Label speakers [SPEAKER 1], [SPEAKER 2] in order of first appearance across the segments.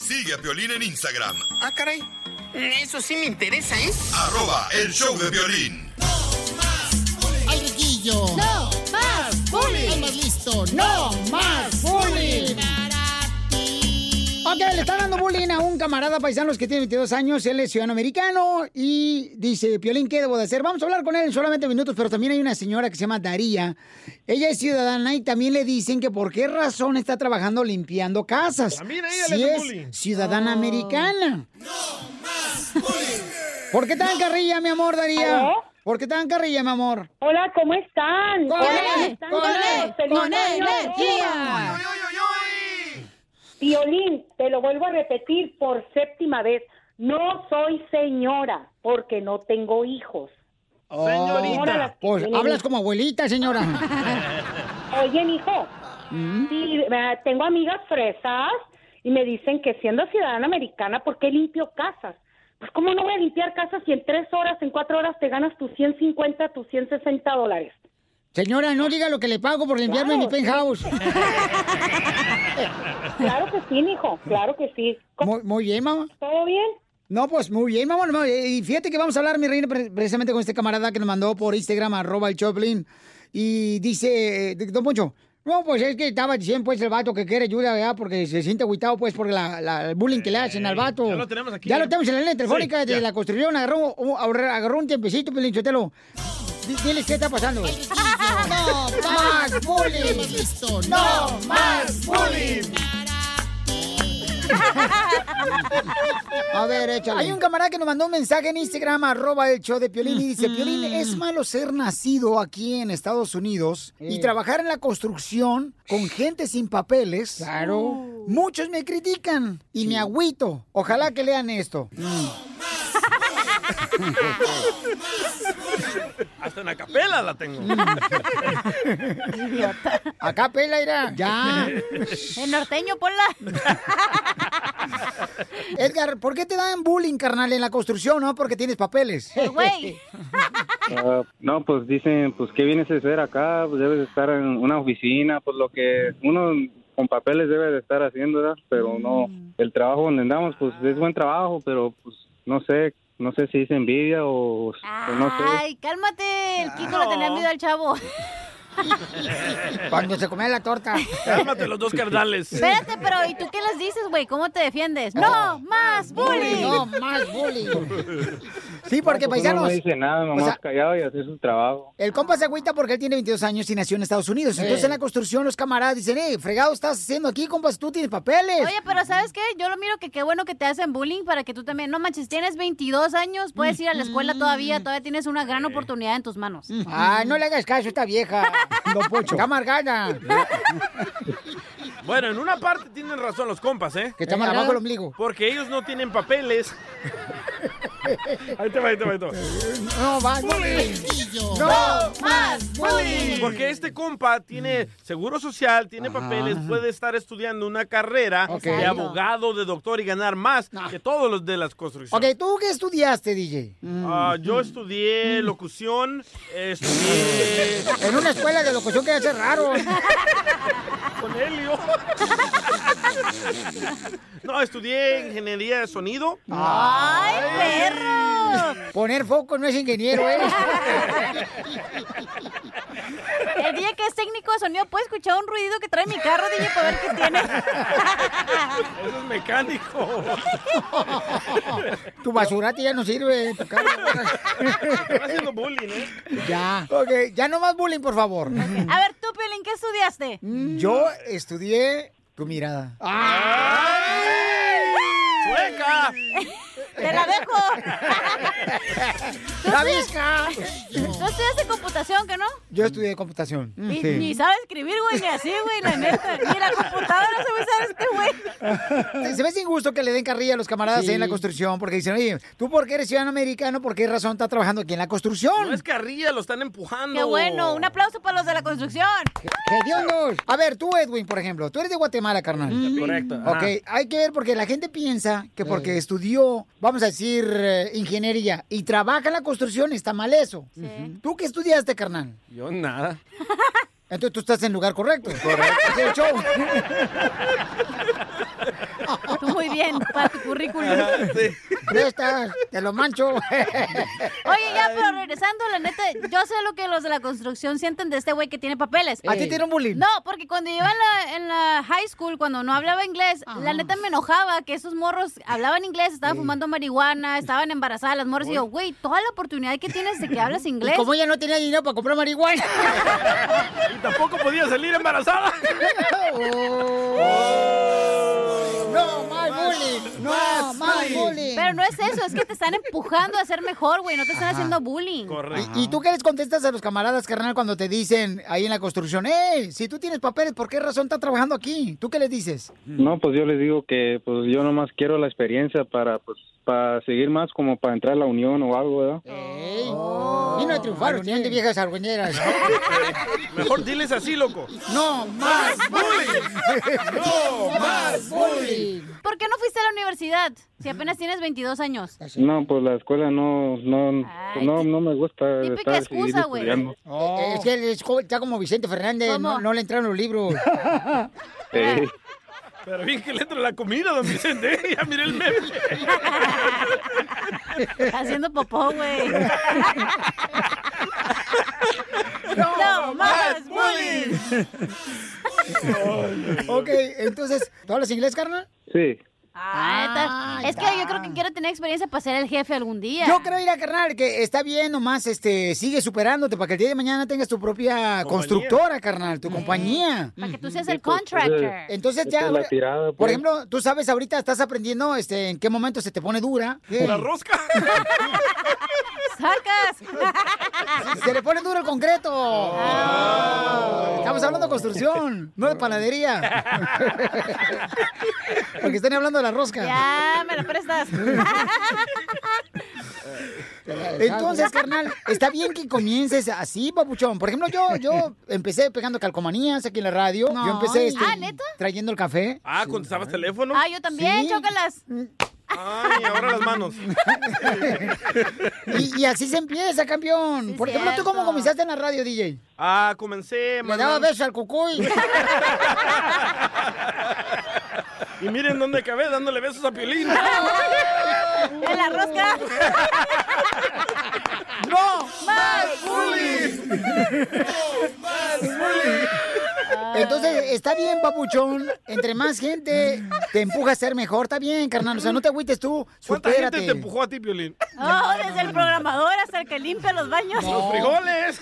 [SPEAKER 1] Sigue a Piolín en Instagram.
[SPEAKER 2] Ah, caray. Mm, Eso sí me interesa, ¿eh?
[SPEAKER 1] Arroba el show de violín.
[SPEAKER 3] ¡Al riquillo!
[SPEAKER 4] ¡No más bullying!
[SPEAKER 3] ¡Al más listo!
[SPEAKER 4] ¡No más bullying!
[SPEAKER 5] Ok, le está dando bullying a un camarada paisano que tiene 22 años, él es ciudadano americano y dice, Piolín, ¿qué debo de hacer? Vamos a hablar con él en solamente minutos, pero también hay una señora que se llama Daría. Ella es ciudadana y también le dicen que por qué razón está trabajando limpiando casas.
[SPEAKER 6] También a ella
[SPEAKER 5] si
[SPEAKER 6] le hacen
[SPEAKER 5] es
[SPEAKER 6] bullying.
[SPEAKER 5] ciudadana americana. ¡No más ¿Por qué tan carrilla, mi amor, Daría?
[SPEAKER 7] ¿Aló?
[SPEAKER 5] ¿Por qué tan carrilla, mi amor?
[SPEAKER 7] Hola, ¿cómo están?
[SPEAKER 5] Con
[SPEAKER 7] ¿Cómo
[SPEAKER 5] E,
[SPEAKER 7] están
[SPEAKER 5] con
[SPEAKER 7] todos?
[SPEAKER 5] E,
[SPEAKER 7] ¡Feliz
[SPEAKER 5] con
[SPEAKER 7] año
[SPEAKER 5] energía!
[SPEAKER 7] nuevo! Piolín, te lo vuelvo a repetir por séptima vez. No soy señora porque no tengo hijos.
[SPEAKER 5] Señorita. Pues hablas como abuelita, señora.
[SPEAKER 7] Oye, hijo, sí, eh, tengo amigas fresas y me dicen que siendo ciudadana americana, ¿por qué limpio casas? Pues, ¿cómo no voy a limpiar casas si en tres horas, en cuatro horas te ganas tus 150, tus 160 dólares?
[SPEAKER 5] Señora, no diga lo que le pago por limpiarme mi penthouse.
[SPEAKER 7] Claro que sí, hijo, claro que sí.
[SPEAKER 5] Muy, muy bien, mamá.
[SPEAKER 7] ¿Todo bien?
[SPEAKER 5] No, pues muy bien, mamá. no, eh, Y fíjate que vamos a hablar, mi reina, pre- precisamente con este camarada que nos mandó por Instagram, arroba el Choplin. Y dice, eh, don Poncho, no, pues es que estaba diciendo, pues, el vato que quiere ayuda, ¿verdad? Porque se siente agüitado, pues, por la, la- el bullying que le hacen al vato.
[SPEAKER 6] ya lo tenemos aquí,
[SPEAKER 5] Ya
[SPEAKER 6] ¿eh?
[SPEAKER 5] lo tenemos en la línea telefónica
[SPEAKER 6] Sí,
[SPEAKER 5] de
[SPEAKER 6] ya.
[SPEAKER 5] la construcción. Agarró, un- ahorra- agarró un tiempecito, Pelín Chotelo. Di- Diles qué está pasando.
[SPEAKER 3] ¡No más bullying! ¡No más bullying!
[SPEAKER 5] A ver, échale. Hay un camarada que nos mandó un mensaje en Instagram, arroba el show de Piolín, y dice, Piolín, es malo ser nacido aquí en Estados Unidos y
[SPEAKER 6] Eh.
[SPEAKER 5] trabajar en la construcción con gente sin papeles. Claro. Muchos me critican y me agüito. Ojalá que lean esto. Mm.
[SPEAKER 6] Hasta una capela la tengo.
[SPEAKER 5] Acá pela irá. Ya.
[SPEAKER 8] El norteño, ponla.
[SPEAKER 5] Edgar, ¿por qué te dan bullying, carnal, en la construcción, no? Porque tienes papeles.
[SPEAKER 8] Güey.
[SPEAKER 9] Ah, no, pues dicen, pues qué vienes a hacer acá, pues debes estar en una oficina, pues lo que uno con papeles debe de estar haciendo, ¿verdad? Pero no, el trabajo donde andamos, pues es buen trabajo, pero pues no sé, no sé si es envidia o, o no sé.
[SPEAKER 8] Ay, cálmate. El Kiko le tenía miedo al chavo.
[SPEAKER 5] Cuando se come la torta.
[SPEAKER 6] Cálmate los dos cardales.
[SPEAKER 8] Espérate, pero ¿y tú qué les dices, güey? ¿Cómo te defiendes? ¡No más bullying!
[SPEAKER 5] No más bullying. Sí, porque
[SPEAKER 9] No, pues, uno
[SPEAKER 5] paisanos...
[SPEAKER 9] No dice nada, nomás
[SPEAKER 5] sea-
[SPEAKER 9] callado y hacer su trabajo.
[SPEAKER 5] El compa se agüita porque él tiene 22 años y nació en Estados Unidos. Entonces
[SPEAKER 9] Eh.
[SPEAKER 5] en la construcción los camaradas dicen, hey, fregado estás haciendo aquí, compas, tú tienes papeles.
[SPEAKER 8] Oye, pero ¿sabes qué? Yo lo miro que qué bueno que te hacen bullying para que tú también... No manches, tienes 22 años, puedes ir a la escuela todavía, todavía tienes una gran oportunidad en tus manos.
[SPEAKER 5] Mm. Ay,
[SPEAKER 8] mm.
[SPEAKER 5] no le hagas caso a esta vieja. Don Pocho. Está amargada.
[SPEAKER 6] Bueno, en una parte tienen razón los compas, ¿eh?
[SPEAKER 5] Que está más abajo el ombligo.
[SPEAKER 6] Porque ellos no tienen papeles. ahí te va, ahí te va, ahí te va.
[SPEAKER 5] No más bullying.
[SPEAKER 3] ¡No más bullying!
[SPEAKER 6] Porque este compa tiene seguro social, tiene papeles, puede estar estudiando una carrera
[SPEAKER 5] Ok.
[SPEAKER 6] de
[SPEAKER 5] Exacto.
[SPEAKER 6] abogado, de doctor y ganar más que todos los de las construcciones.
[SPEAKER 5] Ok, ¿tú qué estudiaste, DJ?
[SPEAKER 6] Ah, yo estudié locución, estudié
[SPEAKER 5] En una escuela de locución que hace raro.
[SPEAKER 6] con Helio. No, estudié ingeniería de sonido.
[SPEAKER 5] ¡Ay, perro! Poner foco no es ingeniero, ¿eh?
[SPEAKER 8] El día que es técnico de sonido puede escuchar un ruido que trae mi carro, DJ, para ver qué tiene.
[SPEAKER 6] Eso es mecánico.
[SPEAKER 5] Tu basurate ya no sirve. Tu carro
[SPEAKER 6] Está haciendo bullying, ¿eh?
[SPEAKER 5] Ya. Ok, ya no más bullying, por favor.
[SPEAKER 8] A ver, tú, Piolín, ¿qué estudiaste?
[SPEAKER 5] Yo estudié tu mirada.
[SPEAKER 6] Ah. ¡Sueca!
[SPEAKER 8] ¡Te la dejo! ¿Tú
[SPEAKER 5] ¡La
[SPEAKER 8] estudias-
[SPEAKER 5] visca!
[SPEAKER 8] ¿Tú estudiaste computación, que no?
[SPEAKER 5] Yo estudié computación.
[SPEAKER 8] Ni,
[SPEAKER 5] Mm. Sí.
[SPEAKER 8] ni sabe escribir, güey, ni así, güey, la neta. Ni la computadora se va a usar este güey.
[SPEAKER 5] Se se me hace injusto que le den carrilla a los camaradas
[SPEAKER 8] Sí.
[SPEAKER 5] ahí en la construcción porque dicen, oye, ¿tú por qué eres ciudadano americano? ¿Por qué razón estás trabajando aquí en la construcción?
[SPEAKER 6] No es carrilla, lo están empujando.
[SPEAKER 8] Qué bueno, un aplauso para los de la construcción.
[SPEAKER 5] ¡Hediondos! A ver, tú, Edwin, por ejemplo, tú eres de Guatemala, carnal.
[SPEAKER 6] Mm. Correcto, ajá.
[SPEAKER 5] Ok, hay que ver porque la gente piensa que porque estudió, vamos a decir, eh, ingeniería y trabaja en la construcción, está mal eso. ¿Tú qué estudiaste, carnal?
[SPEAKER 6] Yo nada.
[SPEAKER 5] Entonces tú estás en el lugar correcto.
[SPEAKER 6] Correcto.
[SPEAKER 5] Es el show.
[SPEAKER 8] Tú muy bien, para tu currículum.
[SPEAKER 5] Ya está, te lo mancho.
[SPEAKER 8] Oye, ya, pero regresando, la neta, yo sé lo que los de la construcción sienten de este güey que tiene papeles.
[SPEAKER 5] ¿A ti te dieron bullying?
[SPEAKER 8] No, porque cuando yo iba en la, en la high school, cuando no hablaba inglés,
[SPEAKER 5] Ah.
[SPEAKER 8] la neta me enojaba que esos morros hablaban inglés, estaban fumando marihuana, estaban embarazadas las morras. Y yo, güey, toda la oportunidad que tienes de que hables inglés.
[SPEAKER 5] Y como ella no tenía dinero para comprar marihuana.
[SPEAKER 6] Y tampoco podía salir embarazada.
[SPEAKER 5] Oh. No, más bullying. No, más bullying.
[SPEAKER 8] Pero no es eso, es que te están empujando a ser mejor, güey, no te están haciendo bullying.
[SPEAKER 5] ¿Y, y tú qué les contestas a los camaradas, carnal, cuando te dicen ahí en la construcción, eh, si tú tienes papeles, ¿por qué razón estás trabajando aquí? ¿Tú qué les dices?
[SPEAKER 9] No, pues yo les digo que pues yo nomás quiero la experiencia para pues para seguir más como para entrar a la unión o algo, ¿verdad?
[SPEAKER 5] Ey, Vino a triunfar, Oh, unión de viejas argüeñeras.
[SPEAKER 6] Mejor diles así, loco.
[SPEAKER 5] No más
[SPEAKER 6] bullying. No más bullying.
[SPEAKER 8] ¿Por qué no fuiste a la universidad si apenas tienes 22 años?
[SPEAKER 9] No, pues la escuela no no pues no, no me gusta
[SPEAKER 8] típica
[SPEAKER 9] estar seguir
[SPEAKER 8] excusa, güey.
[SPEAKER 9] estudiando.
[SPEAKER 5] Eh, Es que él es joven, está como Vicente Fernández, no, no le entraron los libros.
[SPEAKER 9] Ey.
[SPEAKER 6] Pero bien que le entra la comida, don Vicente. ¿eh? Ya miré el meme.
[SPEAKER 8] Haciendo popó, güey.
[SPEAKER 5] No,
[SPEAKER 8] No más bullying.
[SPEAKER 5] ok, entonces, ¿tú hablas inglés, carnal?
[SPEAKER 9] Sí.
[SPEAKER 8] Ah, está- es que yo creo que quiero tener experiencia para ser el jefe algún día.
[SPEAKER 5] Yo creo, ir a carnal, que está bien nomás, este, sigue superándote para que el día de mañana tengas tu propia constructora, carnal, tu compañía.
[SPEAKER 8] Para que tú seas el contractor.
[SPEAKER 5] Entonces
[SPEAKER 9] Esa
[SPEAKER 5] ya,
[SPEAKER 9] es la tirada,
[SPEAKER 5] por
[SPEAKER 9] pues.
[SPEAKER 5] ejemplo, tú sabes ahorita estás aprendiendo este en qué momento se te pone dura.
[SPEAKER 6] La rosca.
[SPEAKER 8] ¡Sacas!
[SPEAKER 5] Se le pone duro el concreto.
[SPEAKER 8] Oh.
[SPEAKER 5] Estamos hablando de construcción, no de panadería. Porque están hablando de la rosca.
[SPEAKER 8] Ya, me la prestas.
[SPEAKER 5] Entonces, carnal, está bien que comiences así, papuchón. Por ejemplo, yo, yo empecé pegando calcomanías aquí en la radio. Yo empecé este,
[SPEAKER 8] Ah, ¿neta?
[SPEAKER 5] trayendo el café.
[SPEAKER 6] Ah, ¿contestabas teléfono?
[SPEAKER 8] Ah, yo también,
[SPEAKER 5] Sí.
[SPEAKER 8] chócalas.
[SPEAKER 6] Ay, ahora las manos.
[SPEAKER 5] Y, y así se empieza, campeón. Por ejemplo, ¿tú cómo comenzaste en la radio, DJ?
[SPEAKER 6] Ah, comencé.
[SPEAKER 5] Me
[SPEAKER 6] mandando-
[SPEAKER 5] daba besos al cucuy.
[SPEAKER 6] Y miren dónde acabé, dándole besos a Piolín.
[SPEAKER 8] En la rosca.
[SPEAKER 5] ¡No!
[SPEAKER 8] ¡Más
[SPEAKER 5] Entonces, está bien, papuchón. Entre más gente te empuja a ser mejor, está bien, carnal. O sea, no te agüites tú.
[SPEAKER 6] ¿Cuánta
[SPEAKER 5] Supérate.
[SPEAKER 6] gente te empujó a ti, Piolín?
[SPEAKER 8] Oh, desde el programador hasta el que limpia los baños.
[SPEAKER 6] Los frijoles.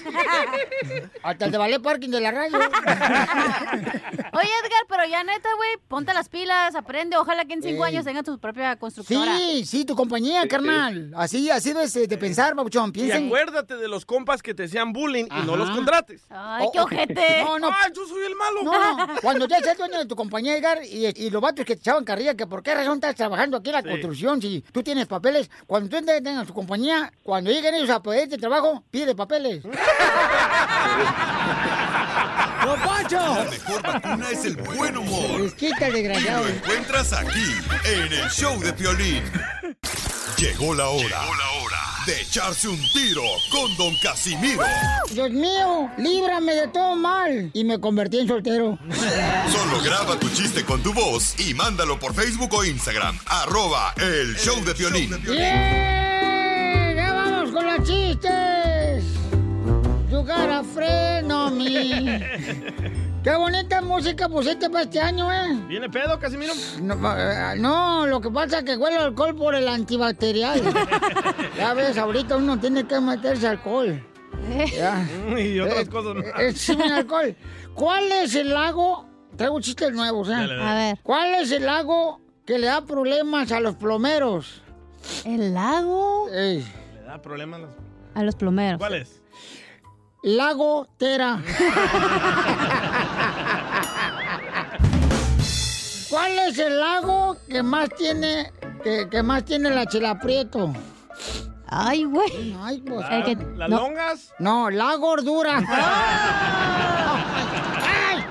[SPEAKER 5] Hasta el de Ballet Parking de la radio.
[SPEAKER 8] Oye, Edgar, pero ya neta, güey, ponte las pilas, aprende. Ojalá que en cinco
[SPEAKER 5] Ey.
[SPEAKER 8] años tengas tu propia constructora.
[SPEAKER 5] Sí, sí, tu compañía, carnal. Así, así debes eh, de pensar, papuchón.
[SPEAKER 6] Y
[SPEAKER 5] Piensa en...
[SPEAKER 6] acuérdate de los compas que te hacían bullying y no los
[SPEAKER 5] Ajá. Ah.
[SPEAKER 6] contrates.
[SPEAKER 8] Ay, qué ojete.
[SPEAKER 5] Oh, No, no.
[SPEAKER 6] ¡Ay, yo soy el malo!
[SPEAKER 5] No, no. Cuando ya seas dueño de tu compañía, Edgar, y, y los vatos que te echaban carrilla, que por qué razón estás trabajando aquí en la construcción si tú tienes papeles. Cuando tú entres en tu compañía, cuando lleguen ellos a poder de trabajo, pide papeles. ¡No,
[SPEAKER 1] La
[SPEAKER 5] Poncho!
[SPEAKER 1] mejor vacuna es el buen humor.
[SPEAKER 5] Les quita el desgraciado.
[SPEAKER 1] Lo encuentras aquí, en el show de Piolín. Llegó la hora. De echarse un tiro con Don Casimiro.
[SPEAKER 5] Dios mío, líbrame de todo mal. Y me convertí en soltero.
[SPEAKER 1] Solo graba tu chiste con tu voz y mándalo por Facebook o Instagram. Arroba el show de Piolín.
[SPEAKER 5] ¡Bien! ¡Ya vamos con los chistes! Yo tocar a Frenomy. Qué bonita música pusiste para este año, ¿eh?
[SPEAKER 6] ¿Viene pedo, Casimiro?
[SPEAKER 5] No, eh, no, lo que pasa es que huele alcohol por el antibacterial. ya ves, ahorita uno tiene que meterse alcohol.
[SPEAKER 6] Eh.
[SPEAKER 5] Ya.
[SPEAKER 6] y otras
[SPEAKER 5] Eh,
[SPEAKER 6] cosas más.
[SPEAKER 5] eh, sin alcohol. ¿Cuál es el lago? Traigo chistes nuevos, ¿eh?
[SPEAKER 6] Dale, dale. A ver.
[SPEAKER 5] ¿Cuál es el lago que le da problemas a los plomeros? ¿El lago?
[SPEAKER 6] ¿Le da problemas? las-
[SPEAKER 5] eh. A los plomeros.
[SPEAKER 6] ¿Cuál es?
[SPEAKER 5] Lago Tera. ¿Cuál es el lago que más tiene que, que más tiene la chilaprieto? Ay, güey. Ay, pues,
[SPEAKER 6] La- ¿las longas?
[SPEAKER 5] No, la gordura. ¡Ay!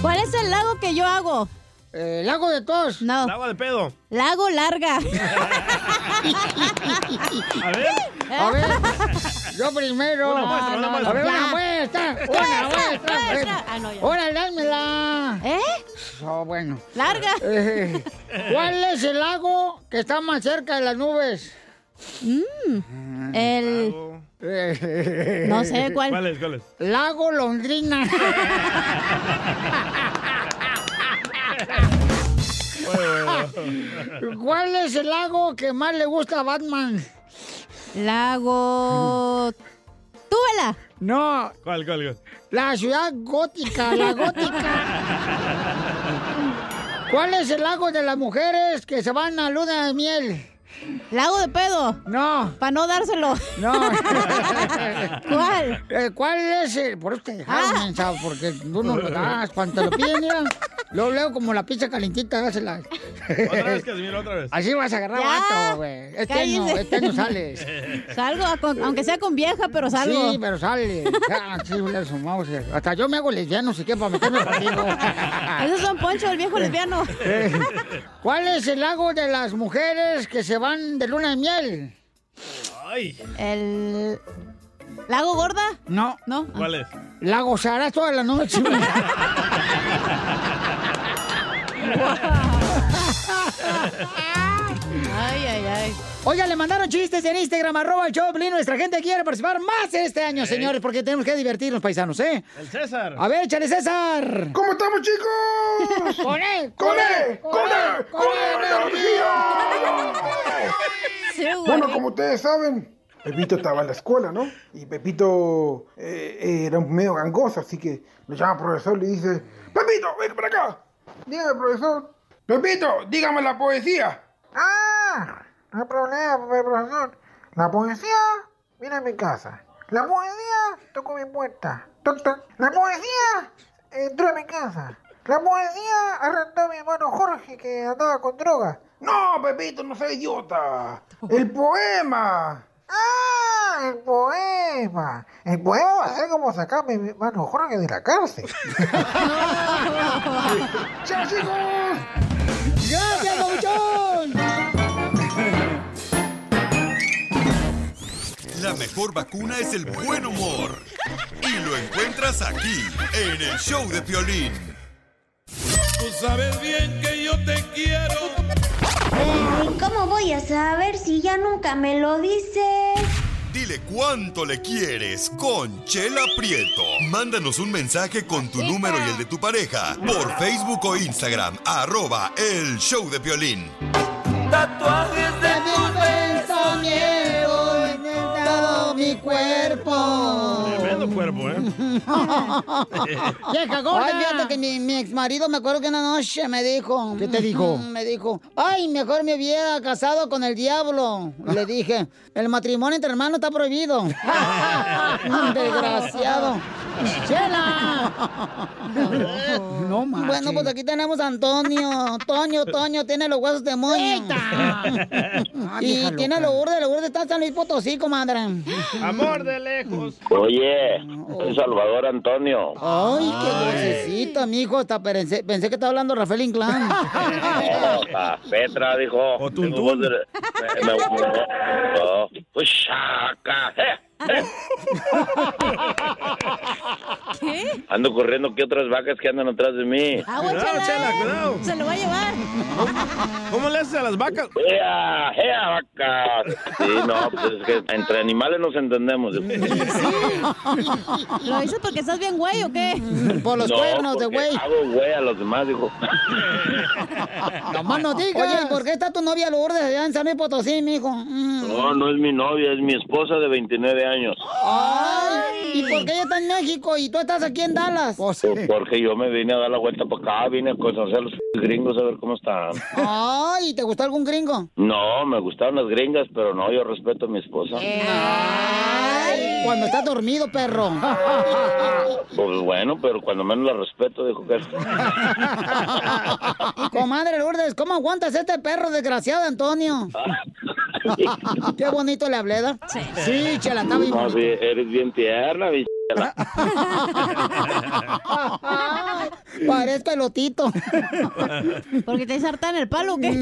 [SPEAKER 8] ¿Cuál es el lago que yo hago?
[SPEAKER 5] Eh, lago de tos.
[SPEAKER 8] No.
[SPEAKER 6] Lago de pedo.
[SPEAKER 8] Lago larga.
[SPEAKER 6] A ver.
[SPEAKER 5] A ver. Yo primero.
[SPEAKER 10] Una muestra, una muestra.
[SPEAKER 5] A ver, una
[SPEAKER 10] Ya.
[SPEAKER 5] muestra. Una
[SPEAKER 10] Muestra,
[SPEAKER 5] muestra.
[SPEAKER 10] muestra. Ah, no, ya.
[SPEAKER 5] Órale, dámela. ¿Eh? Oh, bueno. Larga. ¿Cuál es el lago que está más cerca de las nubes? Mm. El.
[SPEAKER 8] No sé cuál.
[SPEAKER 6] ¿Cuál es? ¿Cuál es?
[SPEAKER 5] Lago Londrina. ¿Cuál es el lago que más le gusta a Batman? Lago. ¡Túbela! No,
[SPEAKER 6] ¿Cuál, cuál, cuál?
[SPEAKER 5] la ciudad gótica, la gótica. ¿Cuál es el lago de las mujeres que se van a luna de miel? ¿Lago de pedo? No. ¿Para no dárselo? No. ¿Cuál? Ah. ¿Cuál es el...? Por eso te dejaron, mensa, porque tú no lo das. Cuando te lo piden, mira, lo leo como la pizza calentita, dásela.
[SPEAKER 6] Otra vez, Casimiro, otra vez.
[SPEAKER 5] Así vas a agarrar vato, güey. Este año,
[SPEAKER 8] cállese.
[SPEAKER 5] este año sales.
[SPEAKER 8] Salgo, a con- aunque sea con vieja, pero salgo.
[SPEAKER 5] Sí, pero sale. Ya, sí, le sumamos. Hasta yo me hago lesbiano, si quieres, para meterme contigo.
[SPEAKER 8] Ese es Don Poncho, el viejo lesbiano.
[SPEAKER 5] Eh, ¿Cuál es el lago de las mujeres que se van de luna de miel?
[SPEAKER 6] Ay.
[SPEAKER 5] ¿El lago gorda? No. ¿No?
[SPEAKER 6] ¿Cuál es?
[SPEAKER 5] La gozarás toda la noche.
[SPEAKER 8] Ay, ay, ay.
[SPEAKER 5] Oiga, le mandaron chistes en Instagram, arroba el Choplin. Nuestra gente quiere participar más este año, señores, porque tenemos que divertirnos, paisanos, ¿eh?
[SPEAKER 6] El César.
[SPEAKER 5] A ver, échale, César.
[SPEAKER 10] ¿Cómo estamos, chicos?
[SPEAKER 5] ¡Con él!
[SPEAKER 10] ¡Con él! ¡Con él! ¡Con
[SPEAKER 8] energía!
[SPEAKER 11] Bueno, como ustedes saben, Pepito estaba en la escuela, ¿no? Y Pepito eh, era un medio gangoso, así que lo llama al profesor y le dice, Pepito, ven para acá. Dígame, profesor. Pepito, dígame la poesía. Ah, no hay problema, profesor. La poesía viene a mi casa. La poesía tocó mi puerta. Toc, toc. La poesía entró a mi casa. La poesía arrendó a mi hermano Jorge que andaba con droga. No, Pepito, no seas idiota. El poema. Ah, el poema. El poema va a ser como sacar a mi hermano Jorge de la cárcel. ¡Chao, chicos!
[SPEAKER 5] ¡Gracias, Pabuchón!
[SPEAKER 1] La mejor vacuna es el buen humor. Y lo encuentras aquí, en el show de Piolín.
[SPEAKER 12] Tú sabes bien que yo te quiero.
[SPEAKER 13] Ay, ¿cómo voy a saber si ya nunca me lo dice?
[SPEAKER 1] Dile cuánto le quieres con Chela Prieto. Mándanos un mensaje con tu número y el de tu pareja por Facebook o Instagram, arroba el show de Piolín.
[SPEAKER 10] Tatuajes de tu beso, miedo en todo mi cuerpo.
[SPEAKER 6] Tremendo cuerpo, ¿eh?
[SPEAKER 5] ¡Vieja gorda!
[SPEAKER 10] Ay,
[SPEAKER 5] Ay, fíjate que mi, mi exmarido, me acuerdo que una noche me dijo... ¿Qué te dijo? Me dijo, ay, mejor me hubiera casado con el diablo. Le dije, el matrimonio entre hermanos está prohibido. Desgraciado. ¡Chela! No más. Bueno, pues aquí tenemos a Antonio. Toño, Toño, tiene los huesos de moño. Ah, y
[SPEAKER 10] vieja
[SPEAKER 5] tiene los urdes, los urdes está en San Luis Potosí, comadre.
[SPEAKER 6] Amor de lejos.
[SPEAKER 14] Oye, soy Salvador Antonio.
[SPEAKER 5] Ay, qué dulcecita, mijo. Hasta pensé, pensé que estaba hablando Rafael Inclán.
[SPEAKER 14] No, pa, Petra dijo. O Me, me- me- oh, no. Pues, saca, eh, eh.
[SPEAKER 8] ¿Qué?
[SPEAKER 14] Ando corriendo que otras vacas que andan atrás de mí.
[SPEAKER 5] Ah.
[SPEAKER 8] Agua, chela. Se lo va a llevar.
[SPEAKER 14] ¿Cómo le haces a las vacas? ¡Ea, ea, Ah, vacas! Sí, no, pues es que entre animales nos entendemos.
[SPEAKER 8] ¿Lo dices porque estás bien güey o qué?
[SPEAKER 5] Por
[SPEAKER 14] No, porque Hago güey a los demás, dijo.
[SPEAKER 5] Nomás no digas. Oye, ¿y por qué está tu novia Lourdes allá en San Luis Potosí, mijo? Mm.
[SPEAKER 14] No, no es mi novia, es mi esposa de 29 años.
[SPEAKER 5] Ay, ¿y por qué ella está en México y tú estás aquí en Dallas?
[SPEAKER 14] Pues Porque yo me vine a dar la vuelta para acá, vine a conocer a los gringos a ver cómo están.
[SPEAKER 5] Ay, ¿te gustó algún gringo?
[SPEAKER 14] No, me gustaron las gringas, pero no, yo respeto a mi esposa.
[SPEAKER 5] Eh. Ay, cuando estás dormido, perro.
[SPEAKER 14] Pues bueno, pero cuando menos la respeto, dijo que...
[SPEAKER 5] Comadre Lourdes, ¿cómo aguantas este perro desgraciado, Antonio? Qué bonito le hablé, ¿da? Sí. Sí, chela, está bien.
[SPEAKER 14] No, sí, eres bien tierna, bichela.
[SPEAKER 5] Parezco elotito.
[SPEAKER 8] ¿Porque te harta en el palo o qué?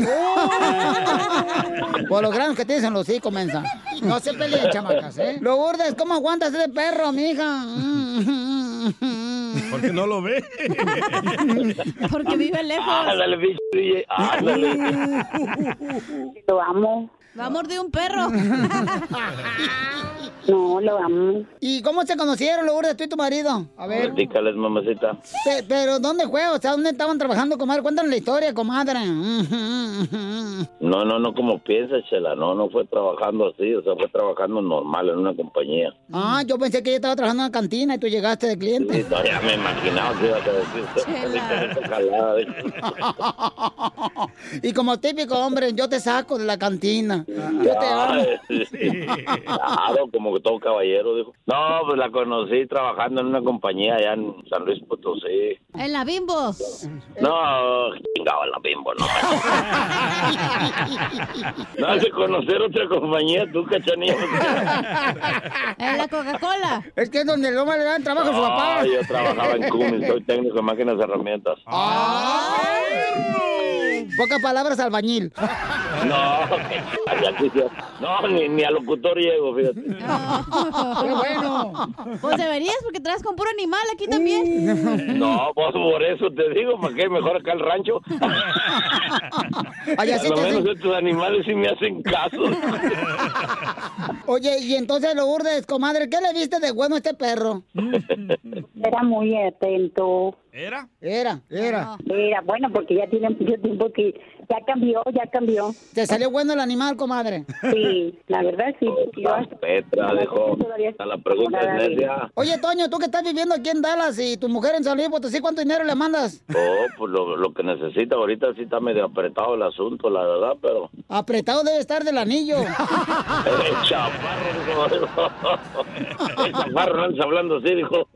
[SPEAKER 5] Por los granos que tienes en los hijos, mensa. No se peleen, chamacas, ¿eh? Lourdes, ¿cómo aguantas este perro, mija?
[SPEAKER 6] Porque no lo ve.
[SPEAKER 8] Porque vive lejos.
[SPEAKER 14] Ándale, bicho, DJ, ándale.
[SPEAKER 7] Lo amo.
[SPEAKER 8] Va a morder un perro.
[SPEAKER 7] No, lo amo.
[SPEAKER 5] ¿Y cómo se conocieron, Lourdes, tú y tu marido? A ver.
[SPEAKER 14] Platícales, mamacita.
[SPEAKER 5] Pe- ¿Pero dónde fue? O sea, ¿dónde estaban trabajando, comadre? Cuéntanos la historia, comadre.
[SPEAKER 14] No, no, no como piensas, chela. No, no fue trabajando así, o sea, fue trabajando normal en una compañía.
[SPEAKER 5] Ah, yo pensé que ella estaba trabajando en la cantina y tú llegaste de cliente.
[SPEAKER 14] Sí, no, ya me imaginaba que ibas a decir. Chela. Jalada, bicho.
[SPEAKER 5] Y como típico hombre, yo te saco de la cantina. Yo te amo.
[SPEAKER 14] Ay, sí. Claro, como que todo caballero, dijo. No, pues la conocí trabajando en una compañía allá en San Luis Potosí.
[SPEAKER 8] En la bimbo.
[SPEAKER 14] No, chingaba la bimbo, no. No hace conocer otra compañía, tú, cachanillo.
[SPEAKER 8] En la Coca-Cola.
[SPEAKER 5] Es que es donde lo le dan trabajo a su papá.
[SPEAKER 14] Ah, yo trabajaba en Cummins, soy técnico de máquinas y herramientas.
[SPEAKER 5] Ah. Pocas palabras, albañil.
[SPEAKER 14] No, allá quisiera- no ni, ni a locutor llego, fíjate.
[SPEAKER 8] ¡Qué
[SPEAKER 5] bueno!
[SPEAKER 8] Pues deberías porque traes con puro animal aquí también.
[SPEAKER 14] No, pues por eso te digo, ¿para qué mejor acá el rancho?
[SPEAKER 5] Allá
[SPEAKER 14] a
[SPEAKER 5] sí
[SPEAKER 14] lo
[SPEAKER 5] te
[SPEAKER 14] menos
[SPEAKER 5] hacen-
[SPEAKER 14] estos animales sí me hacen caso.
[SPEAKER 5] Oye, y entonces, Lourdes, comadre, ¿qué le viste de bueno a este perro?
[SPEAKER 7] Era muy atento.
[SPEAKER 6] ¿Era?
[SPEAKER 5] Era,
[SPEAKER 8] Ah.
[SPEAKER 5] era.
[SPEAKER 7] Era bueno porque ya tiene mucho tiempo que ya cambió, ya cambió.
[SPEAKER 5] ¿Te salió bueno el animal, comadre?
[SPEAKER 7] Sí, la verdad sí. porque yo hasta-
[SPEAKER 14] Petra, dijo, a la pregunta es necia.
[SPEAKER 5] Oye, Toño, tú que estás viviendo aquí en Dallas y tu mujer en San Luis Potosí, ¿cuánto dinero le mandas?
[SPEAKER 14] Oh, pues lo, lo que necesita ahorita sí está medio apretado el asunto, la verdad, pero...
[SPEAKER 5] Apretado debe estar del anillo.
[SPEAKER 14] El chaparro, dijo. El chaparro no andas hablando así, dijo.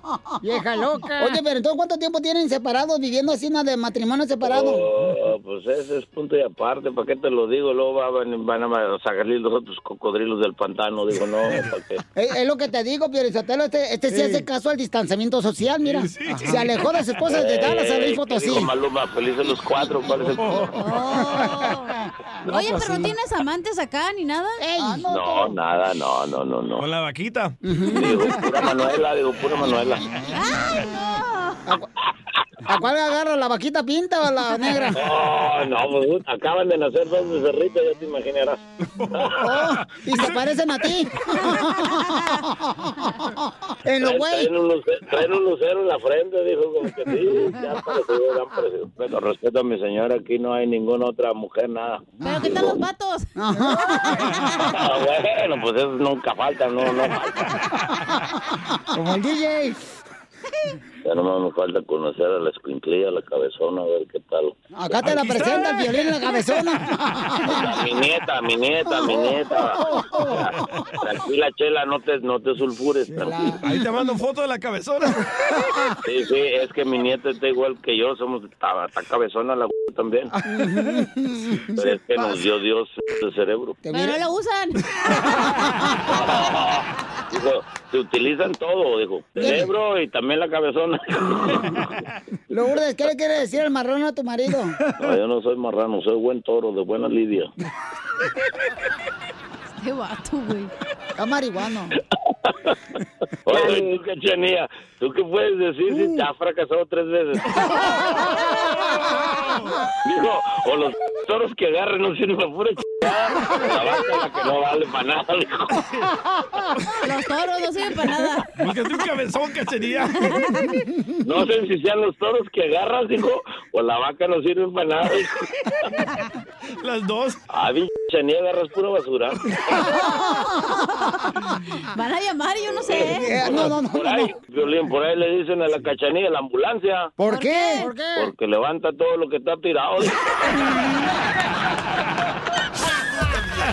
[SPEAKER 5] Vieja loca. Oye, pero entonces, ¿cuánto tiempo tienen separados, viviendo así, nada de matrimonio separado?
[SPEAKER 14] Oh, pues ese es punto y aparte, ¿para qué te lo digo? Luego va- van, van a sacarle los otros cocodrilos del pantano, digo, no, ¿para qué?
[SPEAKER 5] Eh, Es, es lo que te digo, Piorizotelo, este, este sí, hace caso al distanciamiento social, mira. Se alejó de su esposa de Dallas a San
[SPEAKER 14] Eh,
[SPEAKER 5] Luis
[SPEAKER 14] ¿qué
[SPEAKER 5] Potosí.
[SPEAKER 14] Dijo Maluma, felices los cuatro, ¿cuál es el
[SPEAKER 8] Oye, pero no tienes amantes acá ni nada. Ah,
[SPEAKER 14] No, nada, no, no, no, no. Con la vaquita. Digo, pura Manuela, digo, pura Manuela.
[SPEAKER 5] ¿A cuál le agarra la vaquita pinta o a la negra?
[SPEAKER 14] Oh, no, pues acaban de nacer dos becerritos, ya te imaginarás.
[SPEAKER 5] Oh, y se parecen a ti. en los
[SPEAKER 14] Traen-
[SPEAKER 5] güey.
[SPEAKER 14] Traen un lucero, traen un lucero en la frente, dijo como que sí, ya han parecido, ya han parecido. Pero respeto a mi señora, aquí no hay ninguna otra mujer, nada.
[SPEAKER 8] Pero ¿qué tal los vatos?
[SPEAKER 14] Ah, bueno, pues eso nunca falta, no, no.
[SPEAKER 5] Como el DJ.
[SPEAKER 14] Ya no me falta conocer a la escuinclilla, a la cabezona, a ver qué tal.
[SPEAKER 5] Acá te la presenta el violín en la cabezona.
[SPEAKER 14] A mi nieta, a mi nieta, a mi nieta. Tranquila, Chela, no te, no te sulfures. tranquila.
[SPEAKER 6] Ahí te mando foto de la cabezona.
[SPEAKER 14] Sí, sí, es que mi nieta está igual que yo, somos está, está cabezona la güey también. Pero es que nos dio Dios el cerebro.
[SPEAKER 8] Pero no lo usan.
[SPEAKER 14] Dijo, se utilizan todo, dijo. Cerebro y también la cabezona.
[SPEAKER 5] Lourdes, ¿qué le quiere decir el marrón a tu marido?
[SPEAKER 14] No, yo no soy marrano, soy buen toro, de buena lidia.
[SPEAKER 8] Qué Este vato, güey.
[SPEAKER 5] Está marihuano.
[SPEAKER 14] Oye, tú, Cachanía, ¿tú qué puedes decir si te has fracasado tres veces? Dijo, o los toros que agarren no sirven para pura chingada, la vaca la que no vale para nada, dijo.
[SPEAKER 8] Los toros no sirven para nada.
[SPEAKER 14] Búscate un cabezón, Cachanía. No sé si sean los toros que agarras, dijo, o la vaca no sirve para nada, dijo. Las dos. A mí, Cachanía, agarras pura basura.
[SPEAKER 8] Van a llamar, yo no
[SPEAKER 14] Eh,
[SPEAKER 8] sé. ¿eh?
[SPEAKER 14] por ahí, Violín, por ahí le dicen a la Cachanía, la ambulancia.
[SPEAKER 5] ¿Por qué? ¿Por
[SPEAKER 14] Porque levanta todo lo que está tirado. dijo.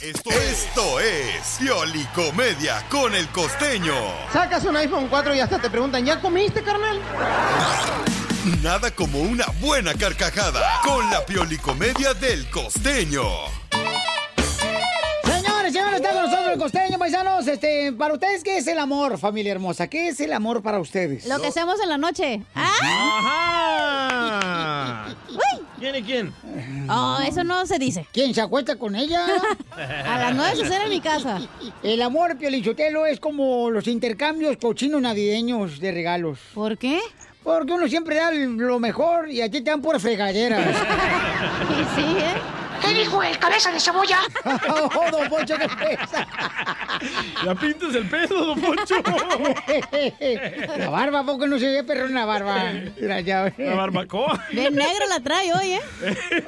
[SPEAKER 1] Esto, esto es Piolicomedia con el costeño.
[SPEAKER 15] Sacas un iPhone 4 y hasta te preguntan, ¿ya comiste, carnal?
[SPEAKER 1] Nada como una buena carcajada con la piolicomedia del costeño.
[SPEAKER 5] Señores, señores, está con nosotros el costeño, paisanos. Este, para ustedes, ¿qué es el amor, familia hermosa? ¿Qué es el amor para ustedes?
[SPEAKER 8] Lo que hacemos en la noche.
[SPEAKER 5] ¡Ajá!
[SPEAKER 6] ¿Quién y quién?
[SPEAKER 8] Oh, eso no se dice.
[SPEAKER 5] ¿Quién se acuesta con ella?
[SPEAKER 8] A las nueve se cena en mi casa.
[SPEAKER 5] El amor, Piolichotelo, es como los intercambios cochinos navideños de regalos.
[SPEAKER 8] ¿Por qué?
[SPEAKER 5] Porque uno siempre da lo mejor y a ti te dan por fregaderas.
[SPEAKER 8] sí, ¿eh?
[SPEAKER 10] ¿Qué dijo el cabeza de cebolla?
[SPEAKER 5] ¡Oh, don Poncho, qué pesa!
[SPEAKER 10] ¡Ya pintas el pedo, don Poncho!
[SPEAKER 5] La barba, ¿a poco no se ve perro en la barba? Mira, ya ve.
[SPEAKER 6] La barbacoa.
[SPEAKER 8] De negro la trae hoy, ¿eh?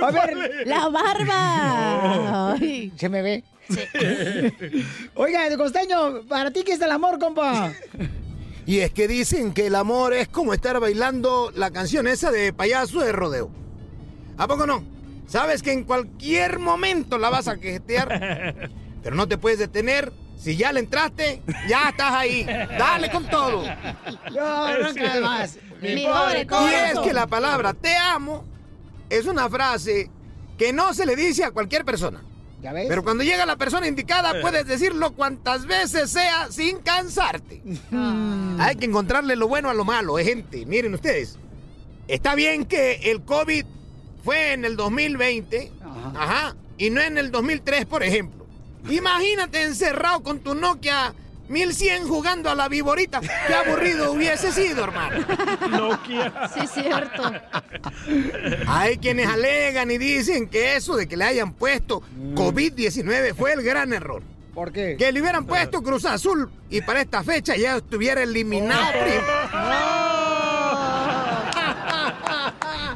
[SPEAKER 5] A ver.
[SPEAKER 8] La barba.
[SPEAKER 5] Se me ve. Oiga, costeño, ¿para ti qué es el amor, compa?
[SPEAKER 2] Y es que dicen que el amor es como estar bailando la canción esa de payaso de rodeo. ¿A poco no? Sabes que en cualquier momento la vas a quejetear, pero no te puedes detener. Si ya le entraste, ya estás ahí. Dale con todo.
[SPEAKER 5] No, arranca de más. Mi pobre
[SPEAKER 2] Y es
[SPEAKER 5] corazón.
[SPEAKER 2] que la palabra te amo es una frase que no se le dice a cualquier persona.
[SPEAKER 5] ¿Ya ves?
[SPEAKER 2] Pero cuando llega la persona
[SPEAKER 5] Eh.
[SPEAKER 2] indicada, puedes decirlo cuantas veces sea sin cansarte.
[SPEAKER 5] Mm.
[SPEAKER 2] Hay que encontrarle lo bueno a lo malo, eh, gente. Miren ustedes. Está bien que el COVID fue en el 2020, ajá. y no en el 2003, por ejemplo. Imagínate encerrado con tu Nokia 1100 jugando a la viborita. Qué aburrido hubiese sido, hermano.
[SPEAKER 6] Nokia.
[SPEAKER 8] Sí, es cierto.
[SPEAKER 2] Hay quienes alegan y dicen que eso de que le hayan puesto COVID-19 fue el gran error.
[SPEAKER 5] Mm. ¿Por qué?
[SPEAKER 2] Que le hubieran puesto Cruz Azul y para esta fecha ya estuviera eliminado.
[SPEAKER 5] Oh.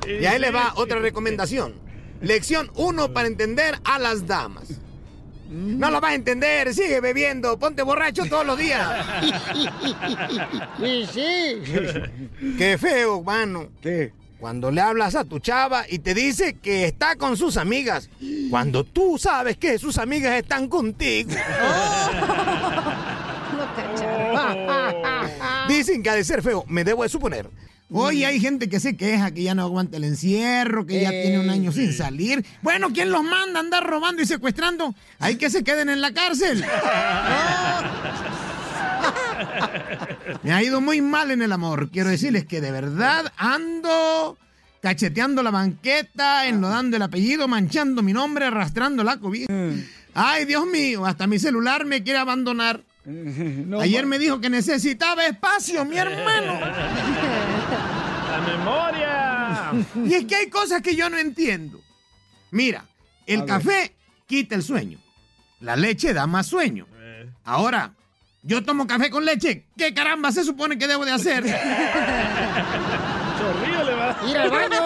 [SPEAKER 2] primo. Y ahí le va otra recomendación. Lección 1 para entender a las damas. No lo vas a entender, sigue bebiendo, ponte borracho todos los días.
[SPEAKER 5] Sí, sí.
[SPEAKER 2] Qué feo, mano. ¿Qué? Cuando le hablas a tu chava y te dice que está con sus amigas, cuando tú sabes que sus amigas están contigo.
[SPEAKER 5] Oh.
[SPEAKER 2] Oh. Dicen que ha de ser feo, me debo de suponer. Hoy hay gente que se queja que ya no aguanta el encierro, que ya tiene un año sin salir. Bueno, ¿quién los manda a andar robando y secuestrando? Hay que se queden en la cárcel. Me ha ido muy mal en el amor. Quiero decirles que de verdad ando cacheteando la banqueta, enlodando el apellido, manchando mi nombre, arrastrando la cobija. Ay, Dios mío, hasta mi celular me quiere abandonar. Ayer me dijo que necesitaba espacio, mi hermano.
[SPEAKER 6] ¡La memoria!
[SPEAKER 2] Y es que hay cosas que yo no entiendo. Mira, el café quita el sueño. La leche da más sueño.
[SPEAKER 5] Eh.
[SPEAKER 2] Ahora, yo tomo café con leche. ¿Qué caramba se supone que debo de hacer?
[SPEAKER 6] Chorrillo le va.
[SPEAKER 5] Ir al baño.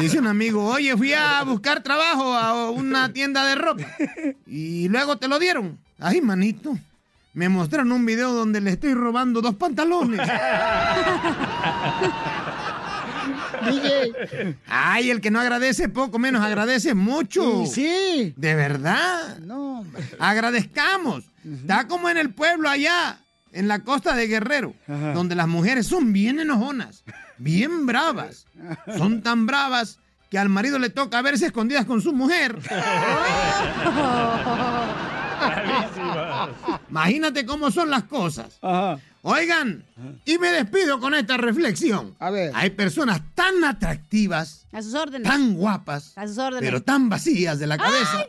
[SPEAKER 2] Dice un amigo, oye, fui a buscar trabajo a una tienda de ropa. Y luego te lo dieron. Ay, manito. Me mostraron un video donde le estoy robando dos pantalones. Ay, el que no agradece poco menos agradece mucho.
[SPEAKER 5] Y sí.
[SPEAKER 2] De verdad.
[SPEAKER 5] No, hombre.
[SPEAKER 2] Agradezcamos. Está como en el pueblo allá. en la costa de Guerrero, donde las mujeres son bien enojonas, bien bravas. Son tan bravas que al marido le toca verse escondidas con su mujer. Imagínate cómo son las cosas. Oigan, y me despido con esta reflexión. Hay personas tan atractivas,
[SPEAKER 8] A sus órdenes.
[SPEAKER 2] tan guapas,
[SPEAKER 8] A sus órdenes.
[SPEAKER 2] pero tan vacías de la cabeza,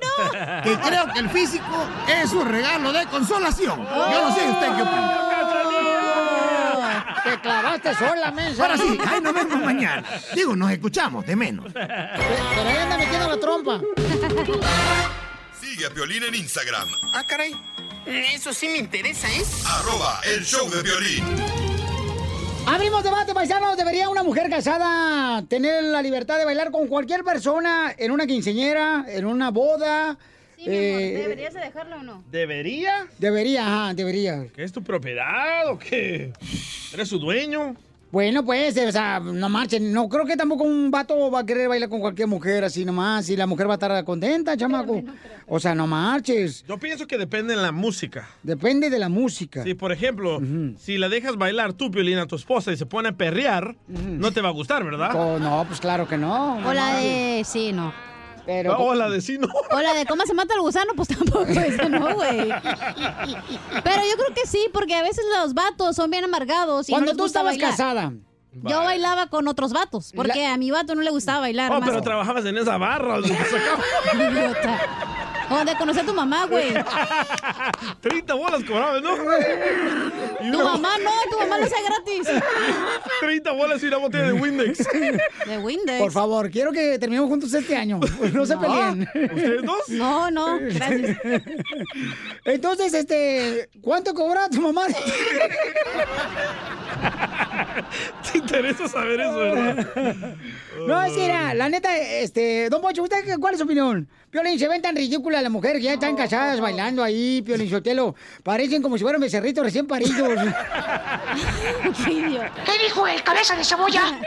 [SPEAKER 2] que creo que el físico es un regalo de consolación. Yo no sé usted qué opina.
[SPEAKER 5] Te clavaste sola, mensa.
[SPEAKER 2] Ahora sí, ahí nos vemos mañana. Digo, nos escuchamos, de menos.
[SPEAKER 5] Pero ahí anda metiendo la trompa.
[SPEAKER 1] Sigue a Piolín en Instagram.
[SPEAKER 16] Ah, caray. Eso sí me interesa, ¿eh?
[SPEAKER 1] Arroba el show de violín.
[SPEAKER 5] Abrimos debate, paisanos. ¿Debería una mujer casada tener la libertad de bailar con cualquier persona en una quinceñera, en una boda?
[SPEAKER 17] Sí, mi amor,
[SPEAKER 5] Eh,
[SPEAKER 17] ¿deberías de dejarlo o no?
[SPEAKER 6] ¿Debería?
[SPEAKER 5] Debería, ajá, debería.
[SPEAKER 6] ¿Qué es tu propiedad o qué? ¿Eres su dueño?
[SPEAKER 5] Bueno, pues, o sea, no marchen. No creo que tampoco un vato va a querer bailar con cualquier mujer así nomás. Y la mujer va a estar contenta, chamaco. O sea, no marches.
[SPEAKER 6] Yo pienso que depende de la música.
[SPEAKER 5] Depende de la música.
[SPEAKER 6] Sí, por ejemplo, si la dejas bailar tú, Piolín, a tu esposa y se pone a perrear, no te va a gustar, ¿verdad?
[SPEAKER 5] Oh, no, pues claro que no.
[SPEAKER 8] O la de. Sí, no.
[SPEAKER 5] Pero-
[SPEAKER 6] O la de sí, no.
[SPEAKER 8] O la de cómo se mata el gusano, pues tampoco eso, no, güey. Pero yo creo que sí, porque a veces los vatos son bien amargados. Y no
[SPEAKER 5] Cuando
[SPEAKER 8] les
[SPEAKER 5] tú
[SPEAKER 8] gusta
[SPEAKER 5] estabas
[SPEAKER 8] bailar.
[SPEAKER 5] casada.
[SPEAKER 8] Yo bailaba con otros vatos, porque a mi vato no le gustaba bailar.
[SPEAKER 6] Oh,
[SPEAKER 8] más-
[SPEAKER 6] pero trabajabas en esa barra. o sea, sacaba
[SPEAKER 8] Idiota. O de conocer a tu mamá, güey.
[SPEAKER 6] 30 bolas cobrabas, ¿no? Y
[SPEAKER 8] Tu
[SPEAKER 6] una-
[SPEAKER 8] mamá no, tu mamá lo hace gratis.
[SPEAKER 6] 30 bolas y una botella de Windex.
[SPEAKER 8] De Windex.
[SPEAKER 5] Por favor, quiero que terminemos juntos este año. No, se
[SPEAKER 8] No.
[SPEAKER 5] peleen.
[SPEAKER 8] ¿Ustedes dos? No, no, gracias.
[SPEAKER 5] Entonces, este, ¿cuánto cobra tu mamá?
[SPEAKER 6] Te interesa saber eso, ¿verdad?
[SPEAKER 5] No, es que era, la neta, este, don Pocho, ¿usted qué- cuál es su opinión? Piolín, se ven tan ridículas las mujeres que ya están casadas bailando ahí, Piolín Sotelo. Parecen como si fueran becerritos recién paridos.
[SPEAKER 8] Qué idiota. ¿Qué dijo el cabeza de cebolla?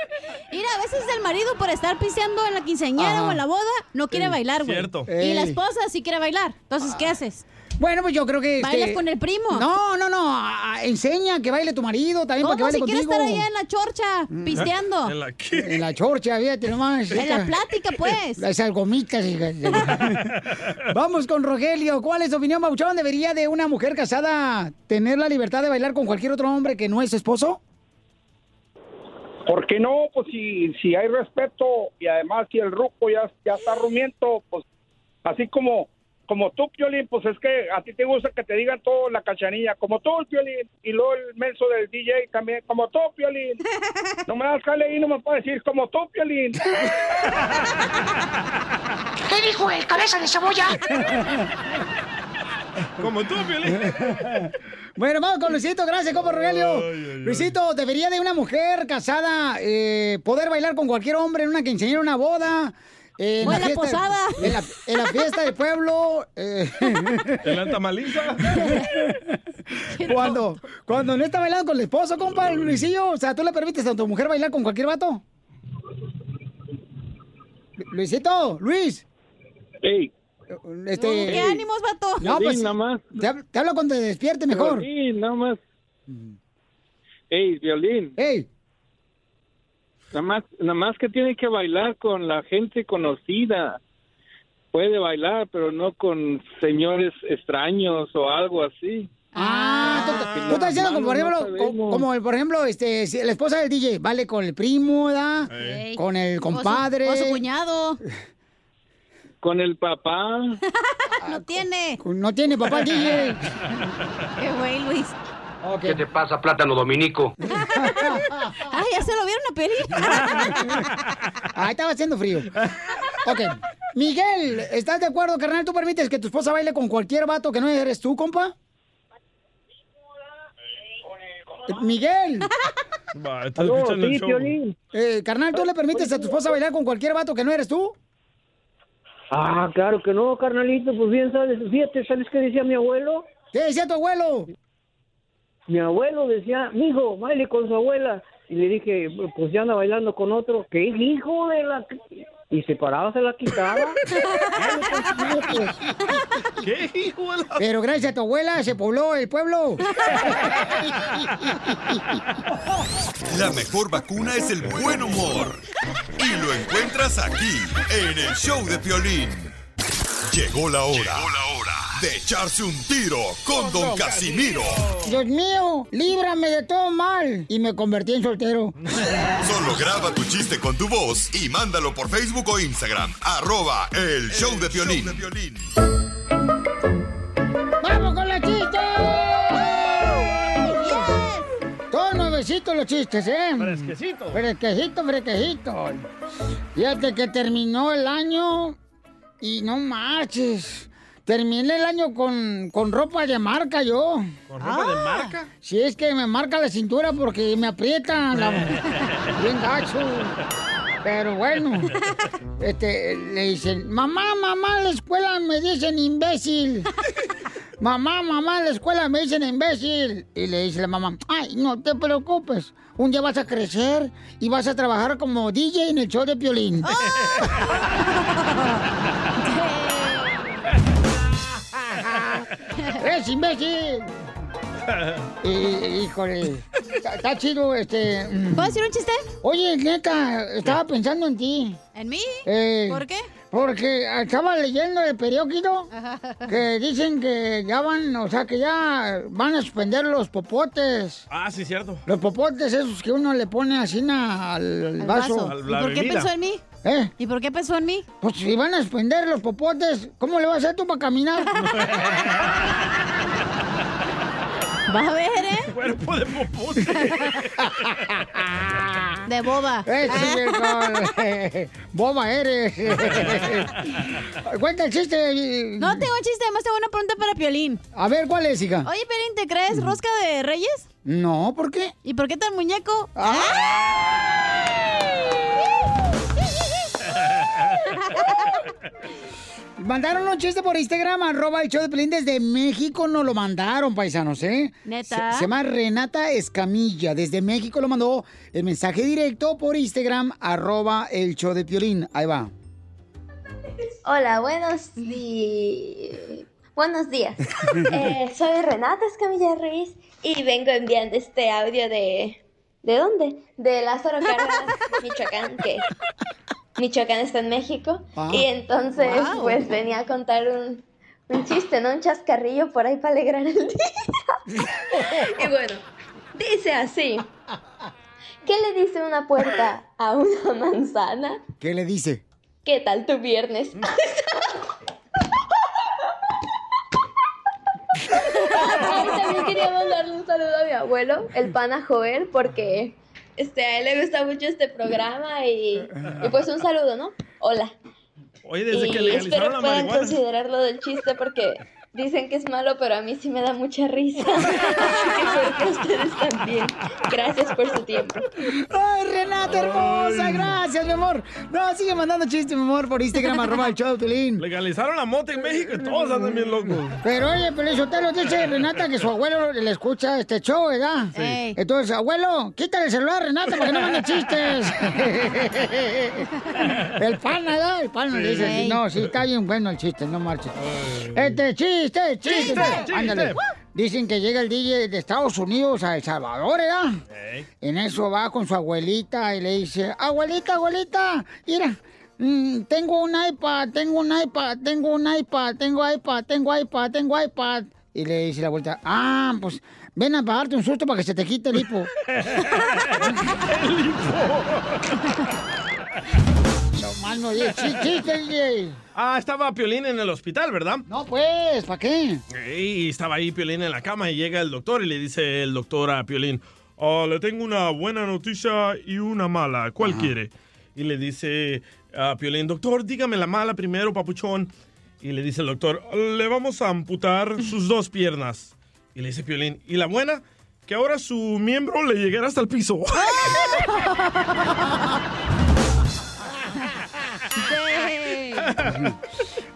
[SPEAKER 8] Mira, a veces el marido por estar piseando en la quinceañera
[SPEAKER 5] Ajá.
[SPEAKER 8] o en la boda no quiere
[SPEAKER 5] Sí,
[SPEAKER 8] bailar, güey.
[SPEAKER 5] cierto.
[SPEAKER 8] Y la
[SPEAKER 5] Ey. Ah.
[SPEAKER 8] esposa sí quiere bailar. Entonces, ¿qué haces?
[SPEAKER 5] Bueno, pues yo creo que... este-
[SPEAKER 8] ¿Bailas con el primo?
[SPEAKER 5] No, no, no, a- a- enseña que baile tu Ah, marido también para que
[SPEAKER 8] ¿Cómo
[SPEAKER 5] baile
[SPEAKER 8] si quiere
[SPEAKER 5] contigo.
[SPEAKER 8] estar allá en la chorcha pisteando?
[SPEAKER 5] Mm. ¿Eh? ¿En la En la chorcha, fíjate nomás.
[SPEAKER 8] En la plática, pues.
[SPEAKER 5] Las algomitas. hija. Vamos con Rogelio. ¿Cuál es tu opinión, Bauchón? ¿Debería de una mujer casada tener la libertad de bailar con cualquier otro hombre que no es su esposo?
[SPEAKER 18] ¿Por qué no? Pues si, si hay respeto y además si el ruco ya, ya está rumiento, pues así como como tú, Piolín, pues es que a ti te gusta que te digan todo en la cachanilla, como tú, el Piolín, y luego el menso del DJ también, como tú, Piolín. No me das jale y no me puedes decir como tú, Piolín.
[SPEAKER 10] ¿Qué dijo el cabeza de cebolla?
[SPEAKER 6] Como tú, Piolín.
[SPEAKER 5] Bueno, vamos con Luisito. Gracias, compa Rogelio. Luisito, ¿debería de una mujer casada eh, poder bailar con cualquier hombre en una quinceañera, en una boda? eh,
[SPEAKER 8] O en la
[SPEAKER 5] fiesta-
[SPEAKER 8] posada.
[SPEAKER 5] En la, en la fiesta de pueblo. eh,
[SPEAKER 6] En la tamaliza.
[SPEAKER 5] cuando, cuando no está bailando con el esposo, compa, el Luisillo. O sea, ¿tú le permites a tu mujer bailar con cualquier vato? Lu- Luisito, Luis.
[SPEAKER 9] Ey.
[SPEAKER 5] Este,
[SPEAKER 9] No, qué ánimos,
[SPEAKER 8] vato.
[SPEAKER 5] No, pues,
[SPEAKER 9] Piolín, nada más.
[SPEAKER 5] Te, hab- te hablo cuando te despierte mejor.
[SPEAKER 9] Sí, nada más. Ey, violín.
[SPEAKER 5] Ey.
[SPEAKER 9] Nada más, nada más que tiene que bailar con la gente conocida. Puede bailar, pero no con señores extraños o algo así.
[SPEAKER 5] Tú estás diciendo como por
[SPEAKER 9] Mano,
[SPEAKER 5] ejemplo,
[SPEAKER 9] no
[SPEAKER 5] co-
[SPEAKER 9] sabemos.
[SPEAKER 5] como el- por ejemplo, este, si la esposa del DJ, vale con el primo, ¿da?
[SPEAKER 9] Ey.
[SPEAKER 5] Con el compadre.
[SPEAKER 8] O su, o su cuñado.
[SPEAKER 9] Con el papá.
[SPEAKER 5] Ah,
[SPEAKER 8] no tiene.
[SPEAKER 5] No tiene papá el DJ.
[SPEAKER 16] ¿eh?
[SPEAKER 8] Qué güey, Luis.
[SPEAKER 5] ¿Qué
[SPEAKER 19] te pasa, plátano dominico?
[SPEAKER 8] Ay, ya se lo vieron a peli.
[SPEAKER 5] Ahí estaba haciendo frío. Ok. Miguel, ¿estás de acuerdo, carnal? ¿Tú permites que tu esposa baile con cualquier vato que no eres tú, compa? Eh, Miguel.
[SPEAKER 6] Va, estás escuchando el show.
[SPEAKER 5] Eh, carnal, ¿tú le permites a tu esposa bailar con cualquier vato que no eres tú?
[SPEAKER 20] Ah, claro que no, carnalito, pues bien, sabes, fíjate, ¿sabes qué decía mi abuelo?
[SPEAKER 5] ¿Qué decía tu abuelo?
[SPEAKER 20] Mi abuelo decía, hijo, baile con su abuela. Y le dije, pues ya anda bailando con otro. ¿Qué hijo de la...? Y se paraba, se la quitaba.
[SPEAKER 6] ¿Qué, hijo de la- Oh.
[SPEAKER 5] Pero gracias a tu abuela se pobló el pueblo.
[SPEAKER 1] La mejor vacuna es el buen humor. Y lo encuentras aquí, en el show de Piolín. Llegó la hora, de echarse un tiro con Don Casimiro.
[SPEAKER 5] Dios mío, líbrame de todo mal. Y me convertí en soltero.
[SPEAKER 1] Solo graba tu chiste con tu voz y mándalo por Facebook o Instagram. Arroba el show de Piolín.
[SPEAKER 5] ¡Vamos con los chistes! Todos nuevecitos los chistes, ¿eh?
[SPEAKER 6] Fresquecito.
[SPEAKER 5] Fresquecito, fresquecito. Fíjate que terminó el año y no marches. Terminé el año con, con ropa de marca yo.
[SPEAKER 6] ¿Con ropa de marca?
[SPEAKER 5] Si es que me marca la cintura porque me aprieta la... bien gacho. Pero bueno, este, le dicen, mamá, mamá, en la escuela me dicen imbécil. Mamá, mamá, en la escuela me dicen imbécil. Y le dice la mamá, ay, no te preocupes. Un día vas a crecer y vas a trabajar como DJ en el show de Piolín.
[SPEAKER 8] Ah.
[SPEAKER 5] ¡Es imbécil! Y- híjole, está, está chido, este... ¿Puedo
[SPEAKER 8] decir un chiste?
[SPEAKER 5] Oye, neta, estaba pensando en ti.
[SPEAKER 8] ¿En mí?
[SPEAKER 5] Eh,
[SPEAKER 8] ¿Por qué?
[SPEAKER 5] Porque estaba leyendo el periódico que dicen que ya van, o sea, que ya van a suspender los popotes.
[SPEAKER 6] Ah, sí, cierto.
[SPEAKER 5] Los popotes esos que uno le pone así na- al,
[SPEAKER 6] Al
[SPEAKER 5] vaso.
[SPEAKER 6] vaso. Al- la ¿Y por qué bebida. pensó en
[SPEAKER 8] mí?
[SPEAKER 5] ¿Eh?
[SPEAKER 8] ¿Y por qué pensó en mí?
[SPEAKER 5] Pues si van a suspender los popotes, ¿cómo le vas a hacer tú para caminar?
[SPEAKER 8] Va a ver, ¿eh?
[SPEAKER 6] Cuerpo de popote.
[SPEAKER 8] De boba.
[SPEAKER 5] Eh, Boba eres. Cuenta el chiste.
[SPEAKER 8] No tengo chiste, además tengo una pregunta para Piolín.
[SPEAKER 5] Este, eh, A ver, ¿cuál es, hija?
[SPEAKER 8] Oye, Piolín, ¿te crees rosca de reyes?
[SPEAKER 5] No, ¿por qué? Ah.
[SPEAKER 8] ¿Y por qué tan muñeco? Ah.
[SPEAKER 5] Mandaron un chiste por Instagram, arroba el show de Pelín. Desde México nos lo mandaron, paisanos, ¿eh?
[SPEAKER 8] ¿Neta?
[SPEAKER 5] Se, se llama Renata Escamilla. Desde México lo mandó el mensaje directo por Instagram, arroba el show de Piolín. Ahí va.
[SPEAKER 19] Hola, buenos días. Buenos días. Eh, soy Renata Escamilla Ruiz y vengo enviando este audio de. ¿De dónde? De Lázaro Cárdenas, Michoacán, que Michoacán está en México.
[SPEAKER 21] Ah.
[SPEAKER 19] y entonces,
[SPEAKER 21] Wow.
[SPEAKER 19] pues venía a contar un, un chiste, ¿no? Un chascarrillo por ahí para alegrar el día. y bueno, dice así: ¿Qué le dice una puerta a una manzana?
[SPEAKER 5] ¿Qué le dice?
[SPEAKER 19] ¿Qué tal tu viernes?
[SPEAKER 6] Mm.
[SPEAKER 19] Ay, también quería mandarle un saludo a mi abuelo, el pana Joel, porque este, a él le gusta mucho este programa y, y pues un saludo, ¿no? Hola.
[SPEAKER 6] Oye, desde
[SPEAKER 19] Y
[SPEAKER 6] que
[SPEAKER 19] espero
[SPEAKER 6] legalizaron la
[SPEAKER 19] puedan
[SPEAKER 6] marihuana.
[SPEAKER 19] considerar lo del chiste porque dicen que es malo, pero a mí sí me da mucha risa. Espero que ustedes también. Gracias por su tiempo.
[SPEAKER 5] ¡Ay, Renata hermosa! Gracias, mi amor. No, sigue mandando chistes, mi amor, por Instagram, arroba el show de Piolín.
[SPEAKER 6] Legalizaron la mota en México y todos andan bien locos.
[SPEAKER 5] Pero oye, Pelín, usted lo dice Renata que su abuelo le escucha este show, ¿verdad?
[SPEAKER 6] Sí. Ey.
[SPEAKER 5] Entonces, abuelo, quítale el celular a Renata porque no manda chistes. el pana, ¿verdad? El pana le dice,
[SPEAKER 3] Sí.
[SPEAKER 5] sí, no, sí, está bien bueno el chiste, no marches. Este, chiste, chiste.
[SPEAKER 3] Chiste, chiste.
[SPEAKER 5] Ándale. Dicen que llega el DJ de Estados Unidos a El Salvador, ¿verdad? En eso va con su abuelita y le dice, abuelita, abuelita, mira, mm, tengo un iPad, tengo un iPad, tengo un iPad, tengo iPad, tengo iPad, tengo iPad. Y le dice la abuelita, ah, pues ven a pagarte un susto para que se te quite el hipo. No, mano, oye, sí, chiste, DJ.
[SPEAKER 6] Ah, estaba Piolín en el hospital, ¿verdad?
[SPEAKER 5] No, pues, ¿para qué?
[SPEAKER 6] Y estaba ahí Piolín en la cama y llega el doctor y le dice el doctor a Piolín, "Ah, le tengo una buena noticia y una mala, ¿cuál quiere? Y le dice a Piolín, doctor, dígame la mala primero, papuchón. Y le dice el doctor, le vamos a amputar sus dos piernas. Y le dice Piolín, ¿y la buena? Que ahora su miembro le llegará hasta el piso.
[SPEAKER 5] ¡Ah!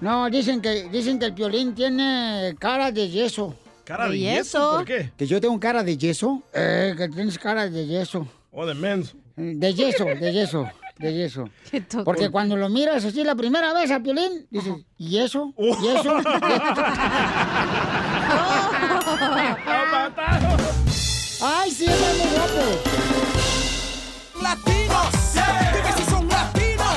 [SPEAKER 5] No, dicen que, dicen que el piolín tiene cara de yeso.
[SPEAKER 6] ¿Cara ¿De de yeso? yeso? ¿Por qué?
[SPEAKER 5] ¿Que yo tengo cara de yeso? Eh, que tienes cara de yeso.
[SPEAKER 6] O Oh, de menso.
[SPEAKER 5] De yeso, de yeso. de eso. Porque cuando lo miras así la primera vez a Piolín, dices, ¿y eso? ¿Y eso? ¡Ay,
[SPEAKER 3] é
[SPEAKER 5] sí, está muy guapo!
[SPEAKER 3] Latinos, dime si son latinos,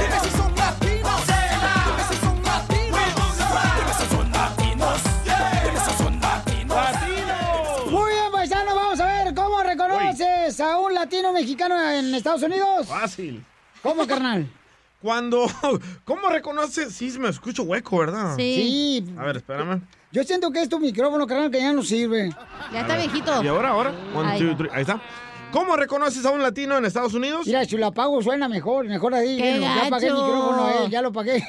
[SPEAKER 3] dime si son latinos, dime si son latinos, dime si son latinos, dime si son latinos.
[SPEAKER 5] Muy bien, paisano, vamos a ver cómo reconoces a un latino mexicano en Estados Unidos.
[SPEAKER 6] Fácil.
[SPEAKER 5] ¿Cómo, carnal?
[SPEAKER 6] Cuando. ¿Cómo reconoces? Sí, me escucho hueco, ¿verdad?
[SPEAKER 5] Sí.
[SPEAKER 6] A ver, espérame.
[SPEAKER 5] Yo siento que es tu micrófono, carnal, que ya no sirve.
[SPEAKER 6] A ver. ¿Y ahora, ahora? One,
[SPEAKER 5] Ahí
[SPEAKER 6] two,
[SPEAKER 5] va.
[SPEAKER 6] three. Ahí está. ¿Cómo reconoces a un latino en Estados Unidos?
[SPEAKER 5] Mira, si lo apago suena mejor, mejor ahí.
[SPEAKER 6] ¡Qué
[SPEAKER 5] Ya apagué el
[SPEAKER 6] gacho!
[SPEAKER 5] micrófono, eh, ya lo pagué.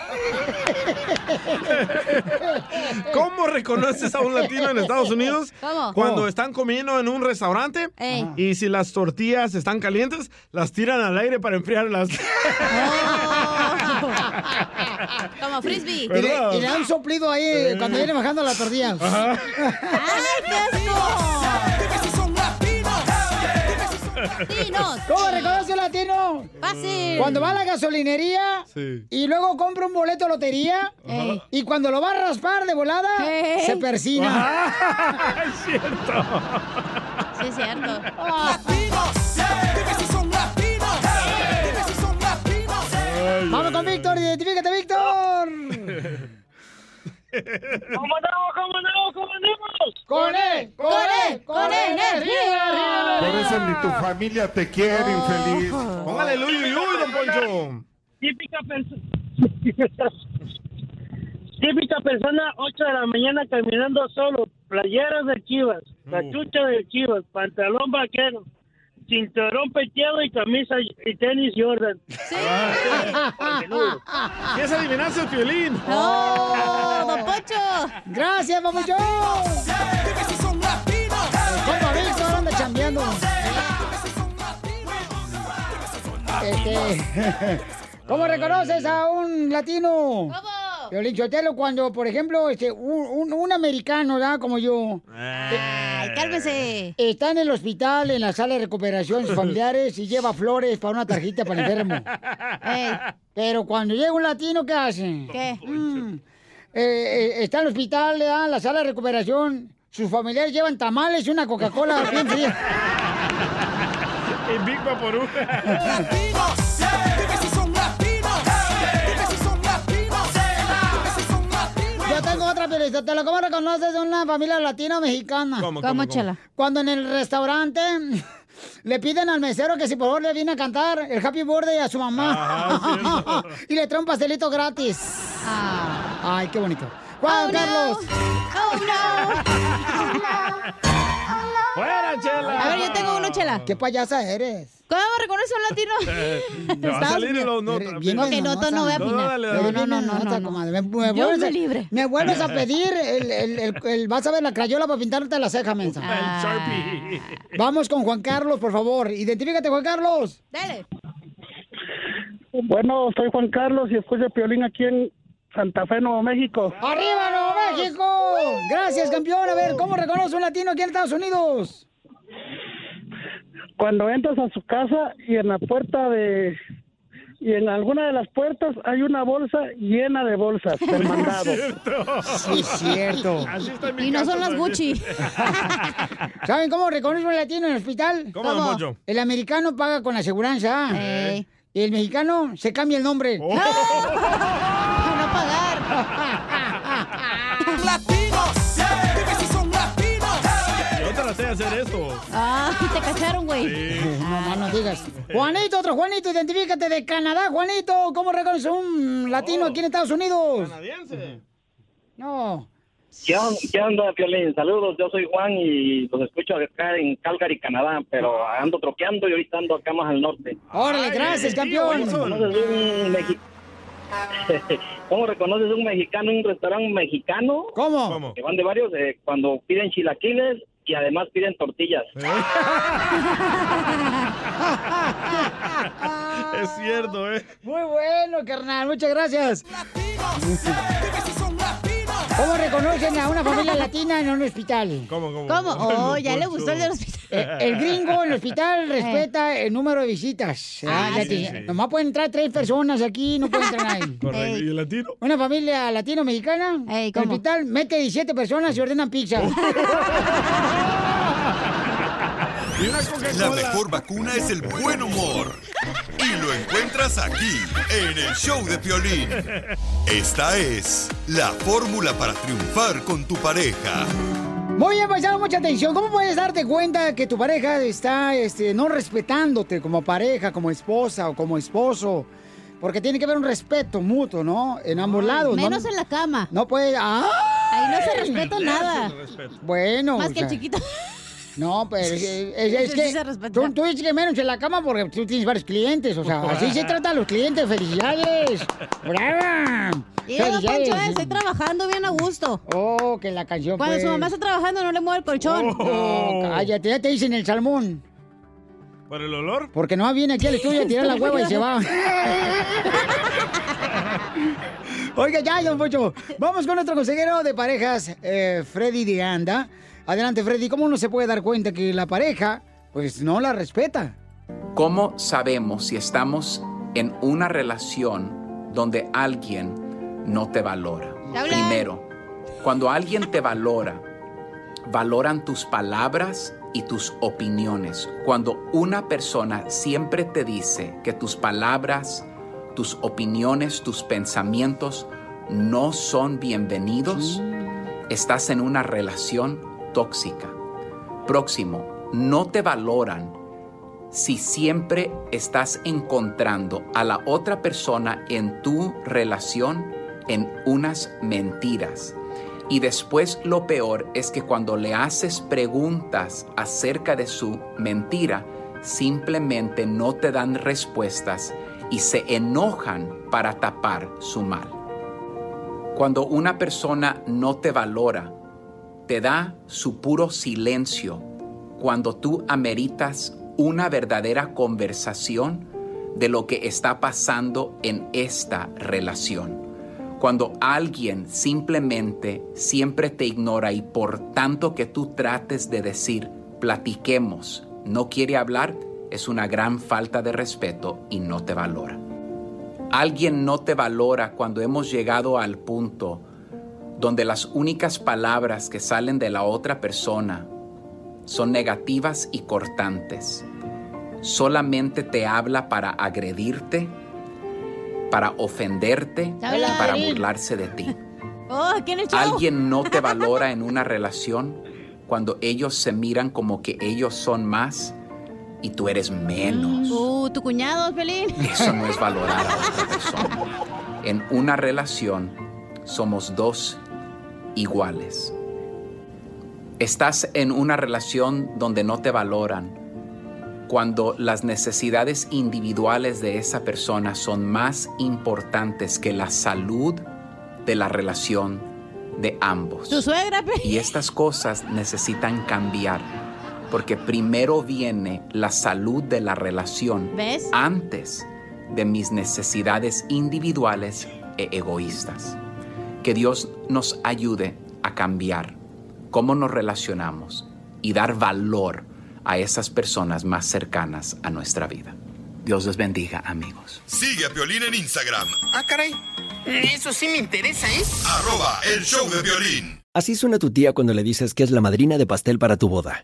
[SPEAKER 6] ¿Cómo reconoces a un latino en Estados Unidos?
[SPEAKER 3] ¿Cómo?
[SPEAKER 6] Cuando
[SPEAKER 3] ¿Cómo?
[SPEAKER 6] están comiendo en un restaurante
[SPEAKER 3] Ey.
[SPEAKER 6] y si las tortillas están calientes, las tiran al aire para enfriarlas.
[SPEAKER 17] Como frisbee.
[SPEAKER 5] Y le, y le da un soplido ahí eh, cuando viene bajando la tortilla. ¿Cómo reconoce un latino?
[SPEAKER 3] Fácil.
[SPEAKER 5] Cuando va a la gasolinería
[SPEAKER 3] Sí.
[SPEAKER 5] y luego compra un boleto de lotería
[SPEAKER 3] Ey.
[SPEAKER 5] y cuando lo va a raspar de volada,
[SPEAKER 3] Ey.
[SPEAKER 5] se persina.
[SPEAKER 3] Es cierto.
[SPEAKER 17] Sí, es cierto.
[SPEAKER 3] Latinos, dime si son latinos, dime si son latinos.
[SPEAKER 5] Vamos con Víctor, identifícate, Víctor.
[SPEAKER 3] ¿Cómo andamos? ¿Cómo andamos? ¿Cómo andamos?
[SPEAKER 5] Con él, con él, con E, él, energía, energía,
[SPEAKER 22] Por eso ni tu familia te quiere, infeliz.
[SPEAKER 6] Póngale el uy, uy, uy, don Poncho.
[SPEAKER 22] Típica persona.
[SPEAKER 19] Típica persona, 8 de la mañana caminando solo, playeras de chivas, la chucha de chivas, pantalón vaquero, cinturón peteado y camisa y y tenis Jordan.
[SPEAKER 6] Y esa adivinanza es violín.
[SPEAKER 5] ¡Oh, don Pocho! ¡Gracias, papucho!
[SPEAKER 3] Dime si son latinos.
[SPEAKER 5] Compa Víctor anda chambeando. Este, ¿Cómo reconoces a un latino? ¿Cómo? Piolín Sotelo, cuando, por ejemplo, este, un, un- un americano, ¿verdad? Como yo.
[SPEAKER 17] Ay, cálmese.
[SPEAKER 5] Está en el hospital, en la sala de recuperación, sus familiares, y lleva flores para una tarjita para el enfermo. Pero cuando llega un latino, ¿qué hace? ¿Qué? está en el hospital, ¿verdad? En la sala de recuperación, sus familiares llevan tamales y una Coca-Cola bien fría.
[SPEAKER 6] Y Big Vaporú.
[SPEAKER 3] Latinos, dime si son latinos, dime si son latinos, dime si son latinos.
[SPEAKER 5] Yo tengo otra pero te lo ¿Cómo reconoces a una familia latina mexicana?
[SPEAKER 3] ¿Cómo, cómo, ¿Cómo, cómo? chela?
[SPEAKER 5] Cuando en el restaurante le piden al mesero que si por favor le viene a cantar el Happy Birthday a su mamá.
[SPEAKER 3] Ajá,
[SPEAKER 5] y le trae un pastelito gratis. Ay, qué bonito. Juan Carlos.
[SPEAKER 6] ¡Fuera, chela!
[SPEAKER 8] A ver, yo tengo uno, chela.
[SPEAKER 5] ¿Qué payasa eres?
[SPEAKER 8] ¿Cómo reconoce un
[SPEAKER 6] Eh,
[SPEAKER 8] latino?
[SPEAKER 6] te va a salir el no,
[SPEAKER 8] bien
[SPEAKER 6] apenas.
[SPEAKER 8] Ok, no, tú no voy a
[SPEAKER 6] No,
[SPEAKER 8] opinar.
[SPEAKER 6] dale,
[SPEAKER 8] No, no,
[SPEAKER 6] dale.
[SPEAKER 8] no, no, no, no.
[SPEAKER 5] Me, me
[SPEAKER 8] Dios
[SPEAKER 5] vuelves
[SPEAKER 8] me
[SPEAKER 5] a-
[SPEAKER 8] libre.
[SPEAKER 5] me vuelves a pedir el, el- el- el- vas a ver la crayola para pintarte la ceja, mensa.
[SPEAKER 8] Ah.
[SPEAKER 5] Vamos con Juan Carlos, por favor. Identifícate, Juan Carlos.
[SPEAKER 8] Dale.
[SPEAKER 19] Bueno, soy Juan Carlos y escucho Piolín aquí en Santa Fe, Nuevo México.
[SPEAKER 5] ¡Arriba, Nuevo México! Gracias, campeón. A ver, ¿cómo reconoce un latino aquí en Estados Unidos?
[SPEAKER 19] Cuando entras a su casa y en la puerta de... Y en alguna de las puertas hay una bolsa llena de bolsas del mandado.
[SPEAKER 5] Sí, cierto.
[SPEAKER 19] Así está en mi
[SPEAKER 5] Y no
[SPEAKER 19] casa
[SPEAKER 5] son las
[SPEAKER 19] también.
[SPEAKER 5] Gucci. ¿Saben cómo reconoce un latino en el hospital?
[SPEAKER 3] ¿Cómo, don Poncho?
[SPEAKER 5] El americano paga con la aseguranza. ¿ah?
[SPEAKER 8] Eh.
[SPEAKER 5] Y el mexicano se cambia el nombre.
[SPEAKER 3] Oh. Para no pagar. Latinos, dime si son latinos.
[SPEAKER 6] Yo te la sé hacer esto.
[SPEAKER 5] Ah, te cacharon, güey. No, no, no digas. Juanito, otro Juanito, identifícate de Canadá, Juanito. ¿Cómo reconoce un latino aquí en Estados Unidos?
[SPEAKER 6] Canadiense.
[SPEAKER 5] No.
[SPEAKER 23] ¿Qué on- qué onda, Piolín? Saludos, yo soy Juan y los escucho acá en Calgary, Canadá, pero ando troqueando y ahorita ando acá más al norte.
[SPEAKER 5] Órale, gracias, campeón.
[SPEAKER 23] ¿Reconoces un mexi- ¿Cómo reconoces un mexicano en un restaurante mexicano?
[SPEAKER 5] ¿Cómo?
[SPEAKER 23] Que van de varios, eh, cuando piden chilaquiles y además piden tortillas.
[SPEAKER 6] Es cierto, ¿eh?
[SPEAKER 5] Muy bueno, carnal, muchas gracias. ¿Cómo reconocen a una familia latina en un hospital?
[SPEAKER 6] ¿Cómo,
[SPEAKER 8] ¿Cómo? Oh, ya le gustó el del hospital.
[SPEAKER 5] Eh, El gringo en el hospital respeta el número de visitas. ¿eh? ¿verdad?
[SPEAKER 6] Ah, sí,
[SPEAKER 5] Lati-
[SPEAKER 6] sí.
[SPEAKER 5] Nomás pueden entrar tres personas aquí, no puede entrar nadie.
[SPEAKER 6] Correcto. ¿Y el latino?
[SPEAKER 5] Una familia latino-mexicana, el hospital mete 17 personas y ordenan pizza.
[SPEAKER 1] La mejor vacuna es el buen humor. Y lo encuentras aquí, en el show de Piolín. Esta es la fórmula para triunfar con tu pareja.
[SPEAKER 5] Muy bien, paisano, mucha atención. ¿Cómo puedes darte cuenta que tu pareja está este, no respetándote como pareja, como esposa o como esposo? Porque tiene que haber un respeto mutuo, ¿no? En ambos lados.
[SPEAKER 8] menos en
[SPEAKER 5] la cama. No puede... ¡Ah!
[SPEAKER 8] Ahí no se respeta nada.
[SPEAKER 5] Bueno.
[SPEAKER 8] Más
[SPEAKER 5] o
[SPEAKER 8] que el
[SPEAKER 5] sea,
[SPEAKER 8] chiquito.
[SPEAKER 5] No, pero es, es-
[SPEAKER 8] Ese
[SPEAKER 5] es
[SPEAKER 8] sí
[SPEAKER 5] que
[SPEAKER 8] se respeta.
[SPEAKER 5] tú, tú dices que menos en la cama porque tú tienes varios clientes. O sea, así se trata a los clientes. ¡Felicidades! ¡Brava!
[SPEAKER 8] Y yo, don Poncho, eh,
[SPEAKER 5] Felicidades.
[SPEAKER 8] estoy trabajando bien a gusto.
[SPEAKER 5] Oh, que la canción,
[SPEAKER 8] Cuando su
[SPEAKER 5] pues.
[SPEAKER 8] mamá está trabajando, no le mueve el colchón.
[SPEAKER 24] Oh.
[SPEAKER 5] No, cállate, ya te dicen el salmón.
[SPEAKER 6] ¿Por el olor?
[SPEAKER 5] Porque no viene aquí al estudio a tirar la hueva y se va. Oiga, ya, don Pocho. Vamos con nuestro consejero de parejas, eh, Freddy de Anda. Adelante, Freddy. ¿Cómo uno se puede dar cuenta que la pareja, pues, no la respeta?
[SPEAKER 24] ¿Cómo sabemos si estamos en una relación donde alguien no te valora? Primero, cuando alguien te valora, valoran tus palabras y tus opiniones. Cuando una persona siempre te dice que tus palabras, tus opiniones, tus pensamientos no son bienvenidos, estás en una relación tóxica. Próximo, no te valoran si siempre estás encontrando a la otra persona en tu relación en unas mentiras. Y después lo peor es que cuando le haces preguntas acerca de su mentira, simplemente no te dan respuestas y se enojan para tapar su mal. Cuando una persona no te valora, te da su puro silencio cuando tú ameritas una verdadera conversación de lo que está pasando en esta relación. Cuando alguien simplemente siempre te ignora y por tanto que tú trates de decir platiquemos, no quiere hablar, es una gran falta de respeto y no te valora. Alguien no te valora cuando hemos llegado al punto donde las únicas palabras que salen de la otra persona son negativas y cortantes. Solamente te habla para agredirte, para ofenderte
[SPEAKER 8] Te habla
[SPEAKER 24] y para
[SPEAKER 8] Piolín.
[SPEAKER 24] burlarse de ti.
[SPEAKER 8] Oh, ¿quién le echó?
[SPEAKER 24] Alguien no te valora en una relación cuando ellos se miran como que ellos son más y tú eres menos.
[SPEAKER 8] Uh, tu cuñado, Pelín.
[SPEAKER 24] Eso no es valorar a otra persona. En una relación somos dos iguales. Estás en una relación donde no te valoran cuando las necesidades individuales de esa persona son más importantes que la salud de la relación de ambos.
[SPEAKER 8] Tu suegra, Pelín.
[SPEAKER 24] Y estas cosas necesitan cambiar, porque primero viene la salud de la relación
[SPEAKER 8] ¿Ves?
[SPEAKER 24] antes de mis necesidades individuales e egoístas. Que Dios nos ayude a cambiar cómo nos relacionamos y dar valor a esas personas más cercanas a nuestra vida. Dios les bendiga, amigos.
[SPEAKER 1] Sigue a Piolín en Instagram,
[SPEAKER 16] Ah, caray. Mm, Eso sí me interesa, ¿eh?
[SPEAKER 1] arroba el show de Piolín.
[SPEAKER 11] Así suena tu tía cuando le dices que es la madrina de pastel para tu boda.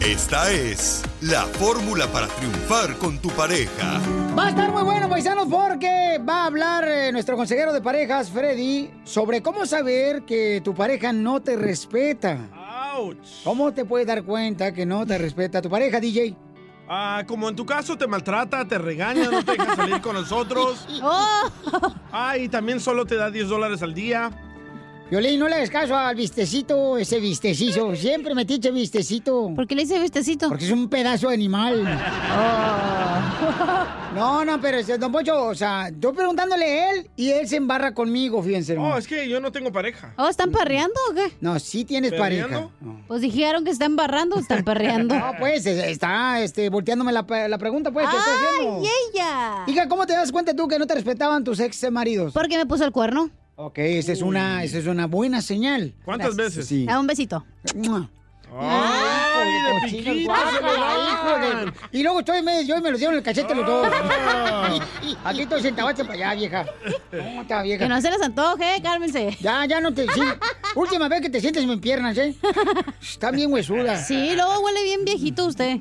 [SPEAKER 1] Esta es la fórmula para triunfar con tu pareja.
[SPEAKER 5] Va a estar muy bueno, paisanos, porque va a hablar eh, nuestro consejero de parejas, Freddy, sobre cómo saber que tu pareja no te respeta. ¿Cómo te puedes dar cuenta que no te respeta tu pareja, DJ?
[SPEAKER 6] Ah, como en tu caso te maltrata, te regaña, no te deja salir con nosotros. Ah, y también solo te da 10 dólares al día.
[SPEAKER 5] Violín, no le hagas caso al vistecito, ese vistecito. Siempre metiche vistecito. ¿Por qué le dice vistecito? Porque es un pedazo de animal. No, no, pero este, don Pocho, o sea, yo preguntándole a él y él se embarra conmigo, fíjense.
[SPEAKER 6] Oh, es que yo no tengo pareja.
[SPEAKER 5] ¿Oh, están parreando o qué? No, sí tienes
[SPEAKER 6] ¿Perreando?
[SPEAKER 5] pareja. Pues dijeron que están barrando, están parreando. No, pues eh, está este, volteándome la, pe- la pregunta, pues, ¿qué estoy haciendo?
[SPEAKER 8] ¡Ay, ella!
[SPEAKER 5] Hija, ¿cómo te das cuenta tú que no te respetaban tus ex maridos? Porque me puso el cuerno. Ok, esa es una, esa es una buena señal.
[SPEAKER 6] ¿Cuántas veces?
[SPEAKER 5] Sí.
[SPEAKER 8] Da un besito.
[SPEAKER 5] ¡Mua!
[SPEAKER 8] ¡Ay,
[SPEAKER 5] Hijo de
[SPEAKER 8] de
[SPEAKER 5] cochino,
[SPEAKER 8] piquito
[SPEAKER 5] guácala,
[SPEAKER 8] se lo
[SPEAKER 5] hijo de- Y luego estoy me, yo me los dieron en el cachete los dos.
[SPEAKER 6] Ah.
[SPEAKER 5] Aquí estoy sentado para allá, vieja. ¿Cómo está, vieja?
[SPEAKER 8] Que no se
[SPEAKER 5] les antoje, cálmense. Ya, ya no te... sí. Última vez que te sientes en mis piernas, ¿eh? Está bien huesuda. Sí, luego huele bien viejito usted.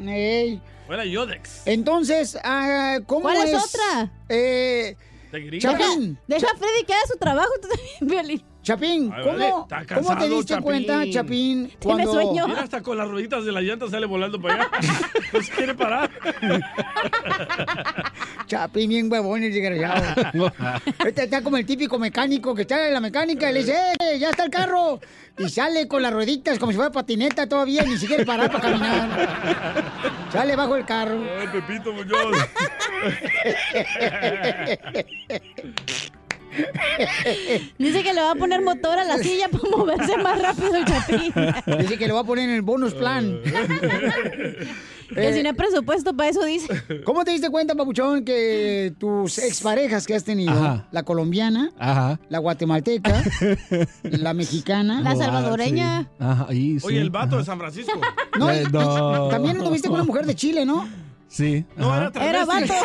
[SPEAKER 6] Fuera Yodex.
[SPEAKER 5] Entonces, ah, ¿cómo
[SPEAKER 8] ¿Cuál es
[SPEAKER 5] es?
[SPEAKER 8] otra?
[SPEAKER 5] Eh...
[SPEAKER 6] ¿Te grita?
[SPEAKER 5] Chapín.
[SPEAKER 8] Deja
[SPEAKER 5] Cha-
[SPEAKER 8] a Freddy que haga su trabajo, tú también, Violín.
[SPEAKER 5] Chapín,
[SPEAKER 6] Ay, vale,
[SPEAKER 5] ¿cómo,
[SPEAKER 6] está
[SPEAKER 5] ¿cómo te
[SPEAKER 6] cansado,
[SPEAKER 5] diste
[SPEAKER 6] Chapín.
[SPEAKER 5] cuenta, Chapín, cuando...
[SPEAKER 6] Mira, hasta con las rueditas de la llanta sale volando para allá. No se quiere parar.
[SPEAKER 5] Chapín, bien huevón y desgraciado. Este está como el típico mecánico que está en la mecánica y le dice, "Eh, ya está el carro! Y sale con las rueditas como si fuera patineta todavía, ni siquiera parar para caminar. Sale bajo el carro.
[SPEAKER 6] Ay, Pepito Muñoz.
[SPEAKER 8] Dice que le va a poner motor a la silla para moverse más rápido el chapín.
[SPEAKER 5] Dice que lo va a poner en el bonus plan.
[SPEAKER 8] Que si no hay presupuesto para eso, dice.
[SPEAKER 5] ¿Cómo te diste cuenta, Papuchón, que tus exparejas que has tenido,
[SPEAKER 3] Ajá.
[SPEAKER 5] la colombiana,
[SPEAKER 3] Ajá.
[SPEAKER 5] la guatemalteca, la mexicana,
[SPEAKER 3] Guau, sí. Ajá, ahí, sí.
[SPEAKER 6] Oye, el vato de San Francisco.
[SPEAKER 5] No,
[SPEAKER 3] Eh,
[SPEAKER 5] y-
[SPEAKER 3] no.
[SPEAKER 5] También anduviste con una mujer de Chile, ¿no?
[SPEAKER 3] Sí.
[SPEAKER 6] No,
[SPEAKER 3] ajá.
[SPEAKER 6] era travesti.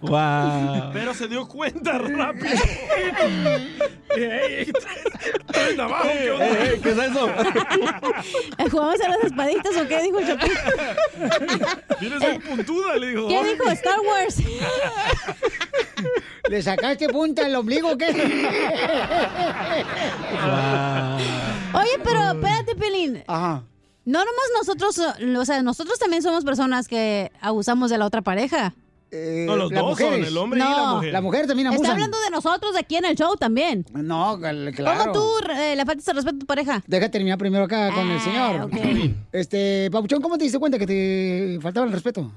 [SPEAKER 3] Guau.
[SPEAKER 6] Pero se dio cuenta rápido. ¡Ey, ey! ¡Ey, abajo! ¿Qué onda?
[SPEAKER 3] ¿Qué es eso?
[SPEAKER 8] ¿Jugamos a las espaditas o qué dijo el chapín?
[SPEAKER 6] Tienes bien puntuda, le dijo.
[SPEAKER 8] ¿Qué dijo? Star Wars.
[SPEAKER 5] ¿Le sacaste punta el ombligo o qué?
[SPEAKER 3] Ah.
[SPEAKER 8] Oye, pero espérate, Pelín.
[SPEAKER 5] Ajá.
[SPEAKER 8] No nomás nosotros, o sea, nosotros también somos personas que abusamos de la otra pareja.
[SPEAKER 6] No, los
[SPEAKER 5] Eh, las
[SPEAKER 6] dos son,
[SPEAKER 5] mujeres.
[SPEAKER 6] el hombre y la
[SPEAKER 8] No.
[SPEAKER 6] mujer.
[SPEAKER 5] La mujer también
[SPEAKER 8] Está
[SPEAKER 5] abusan.
[SPEAKER 8] hablando de nosotros de aquí en el show también.
[SPEAKER 5] No, cal-
[SPEAKER 8] ¿Cómo
[SPEAKER 5] claro.
[SPEAKER 8] tú eh, le faltas el respeto a tu pareja?
[SPEAKER 5] Deja terminar primero acá con
[SPEAKER 8] Ah,
[SPEAKER 5] el señor. Este, Papuchón, ¿cómo te diste cuenta que te faltaba el respeto?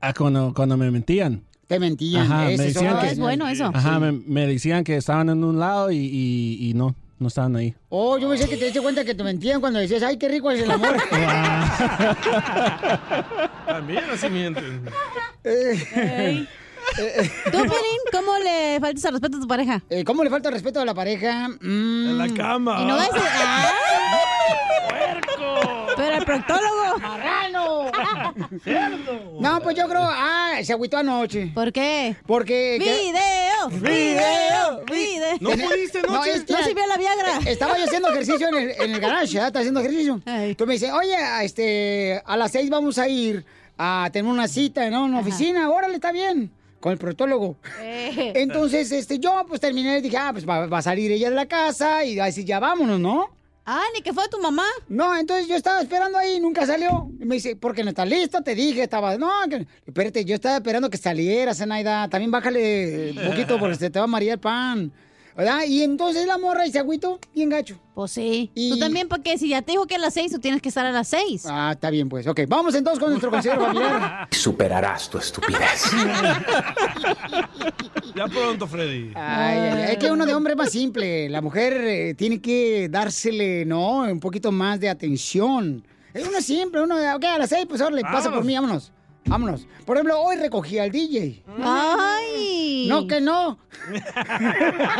[SPEAKER 3] Ah, cuando, cuando me mentían.
[SPEAKER 5] Te mentían.
[SPEAKER 3] Ajá,
[SPEAKER 5] ese
[SPEAKER 3] me
[SPEAKER 5] es
[SPEAKER 3] decían
[SPEAKER 5] otro.
[SPEAKER 3] que, Ajá,
[SPEAKER 5] Sí.
[SPEAKER 3] me, me decían que estaban en un lado y, y- y no, no estaban ahí.
[SPEAKER 5] Oh, yo pensé que te diste cuenta que te mentían cuando decías, ay, qué rico es el amor.
[SPEAKER 6] También así mienten.
[SPEAKER 5] Eh,
[SPEAKER 8] ¿Tú, Pelín, cómo le faltas el respeto a tu pareja?
[SPEAKER 5] Eh, ¿Cómo le falta el respeto a la pareja? Mm. En
[SPEAKER 6] la cama.
[SPEAKER 8] Y no vas a- Pero el proctólogo.
[SPEAKER 5] ¡Marrano! No, pues yo creo, ah, se agüitó anoche.
[SPEAKER 8] ¿Por qué?
[SPEAKER 5] Porque...
[SPEAKER 8] ¡Video! ¡Video! ¡Video! ¿No pudiste anoche? No sirvió la Viagra.
[SPEAKER 5] este, eh, Estaba yo haciendo ejercicio en el, en el garage, ¿ah? Estaba haciendo ejercicio. Tú me dices, oye, a este, a las seis vamos a ir a tener una cita, ¿no? En una oficina, órale, está bien. Con el protólogo.
[SPEAKER 8] Eh.
[SPEAKER 5] Entonces, este, yo pues terminé y dije, ah, pues va, va a salir ella de la casa y así ya vámonos, ¿no?
[SPEAKER 8] Ah, ni que fue tu mamá.
[SPEAKER 5] No, entonces yo estaba esperando ahí, nunca salió. Y me dice, porque no está lista, te dije, estaba. No, que- espérate, yo estaba esperando que salieras, Zenaida. También bájale un poquito porque se te va a marear el pan. ¿Verdad? Y entonces la morra y se agüito bien gacho.
[SPEAKER 8] Pues sí. Tú también, porque si ya te dijo que a las seis, tú tienes que estar a las seis.
[SPEAKER 5] Ah, está bien, pues. Ok, vamos entonces con nuestro consejero familiar.
[SPEAKER 24] Superarás tu estupidez.
[SPEAKER 6] Ya pronto, Freddy.
[SPEAKER 5] Ay, ay, ay, es que uno de hombre es más simple. La mujer eh, tiene que dársele, ¿no? Un poquito más de atención. Es uno siempre, uno, ok, a las seis, pues ahora le pasa por
[SPEAKER 3] Vámonos.
[SPEAKER 5] mí, vámonos. Vámonos. Por ejemplo, hoy recogí al DJ.
[SPEAKER 8] ¡Ay!
[SPEAKER 5] No, que no.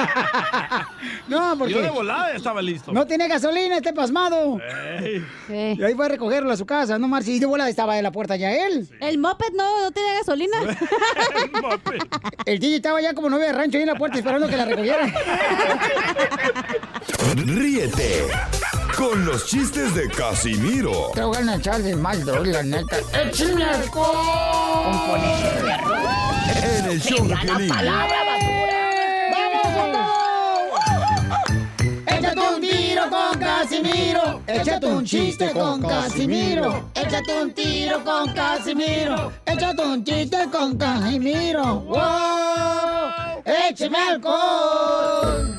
[SPEAKER 5] no, porque.
[SPEAKER 6] Yo de volada Eh. ya estaba listo.
[SPEAKER 5] No tiene gasolina, este pasmado.
[SPEAKER 6] Ey.
[SPEAKER 5] Y ahí fue a recogerlo a su casa, ¿no, Marci? Y de bola estaba de la puerta ya él.
[SPEAKER 8] El moped no, no tenía gasolina.
[SPEAKER 5] El DJ estaba ya como novia de rancho ahí en la puerta esperando que la recogieran.
[SPEAKER 1] Ríete con los chistes de Casimiro
[SPEAKER 5] Te voy a echar de mal, doy, la neta. ¡Échame
[SPEAKER 1] en el show de Piolín.
[SPEAKER 5] Échate un tiro con Casimiro. Échate un chiste con Casimiro. Échate un tiro con Casimiro. Échate un chiste con Casimiro. ¡Wow! ¡Échame alcohol!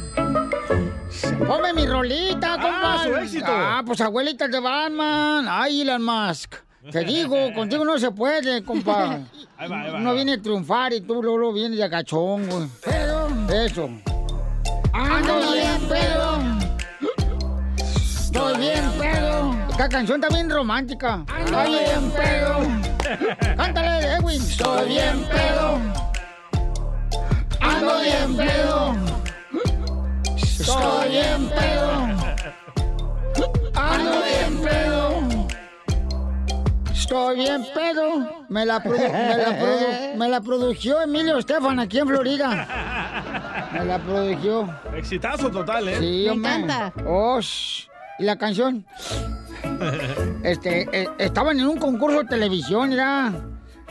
[SPEAKER 5] Ponme mi rolita, compa.
[SPEAKER 3] su éxito.
[SPEAKER 5] Ah, pues abuelita de Batman. Ay, Elon Musk. Te digo, contigo no se puede, compa.
[SPEAKER 3] Ahí va, ahí va, ahí
[SPEAKER 5] Uno
[SPEAKER 3] va.
[SPEAKER 5] viene a triunfar y tú luego luego vienes de agachón, güey. Eso. Ando bien pedo. Estoy bien pedo. Esta canción está bien romántica. Ando bien pedo. Cántale, Edwin. Estoy bien pedo. Ando bien pedo. Estoy bien pedo. Ando bien pedo. Estoy bien pedo. Me la, produ- me la produ- me la produjo Emilio Estefan aquí en Florida. Me la produjo.
[SPEAKER 6] Exitazo total, ¿eh?
[SPEAKER 5] Sí, hombre. Oh, sh- ¿Y la canción? Este, eh, estaban en un concurso de televisión, era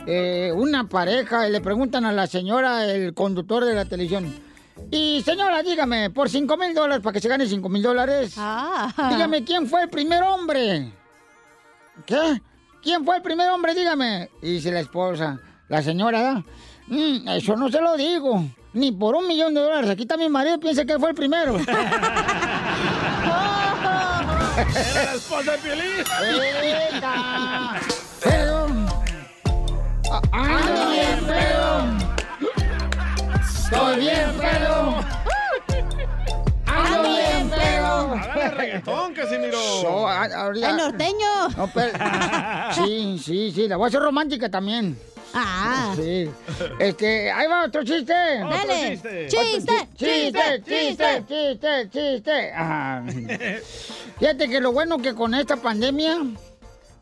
[SPEAKER 5] eh, una pareja, y le preguntan a la señora, el conductor de la televisión. Y señora, dígame, por 5 mil dólares, para que se gane 5 mil dólares, dígame quién fue el primer hombre. ¿Qué? ¿Quién fue el primer hombre? Dígame. Y dice la esposa, la señora, ¿da? "Mm, eso no se lo digo. Ni por un millón de dólares. Aquí está mi marido, piensa que él fue el primero.
[SPEAKER 3] Era la esposa de Piolín.
[SPEAKER 5] Pero, a- ando bien pedo. Estoy bien pedo. Ando bien pedo.
[SPEAKER 6] reggaetón, Casimiro.
[SPEAKER 5] So- a- ahorita-
[SPEAKER 6] El
[SPEAKER 8] norteño.
[SPEAKER 5] No, pero- sí, sí, sí. La voy a hacer romántica también.
[SPEAKER 8] Ah.
[SPEAKER 5] Sí. Este, ahí va otro chiste.
[SPEAKER 3] Otro Dale. chiste.
[SPEAKER 5] Otro chi- Chiste, chiste, chiste, chiste. Ah. Fíjate que lo bueno que con esta pandemia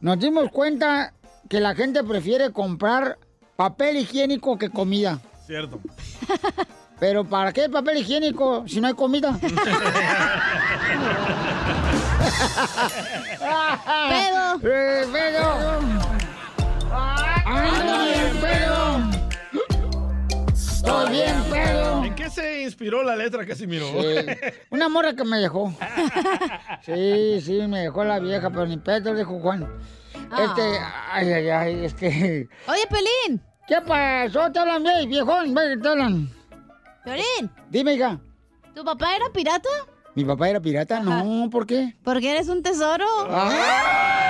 [SPEAKER 5] nos dimos cuenta que la gente prefiere comprar papel higiénico que comida.
[SPEAKER 6] Cierto.
[SPEAKER 5] Pero ¿para qué papel higiénico si no hay comida?
[SPEAKER 3] Pedo.
[SPEAKER 5] Eh, pedo.
[SPEAKER 3] Ando bien pedo.
[SPEAKER 5] Estoy bien pedo.
[SPEAKER 6] ¿En qué se inspiró la letra, Casimiro?
[SPEAKER 5] Una morra que me dejó. Sí, sí, me dejó la vieja, pero ni pedo, dijo Juan. Este,
[SPEAKER 8] Ah.
[SPEAKER 5] ay, ay, ay, este.
[SPEAKER 8] Oye, Pelín.
[SPEAKER 5] ¿Qué pasó? ¿Te hablan bien, viejón? Ve, ¿Te hablan?
[SPEAKER 8] Pelín,
[SPEAKER 5] Dime, hija,
[SPEAKER 8] ¿tu papá era pirata?
[SPEAKER 5] ¿mi papá era pirata? No, ¿por qué?
[SPEAKER 8] Porque eres un tesoro.
[SPEAKER 5] Ah.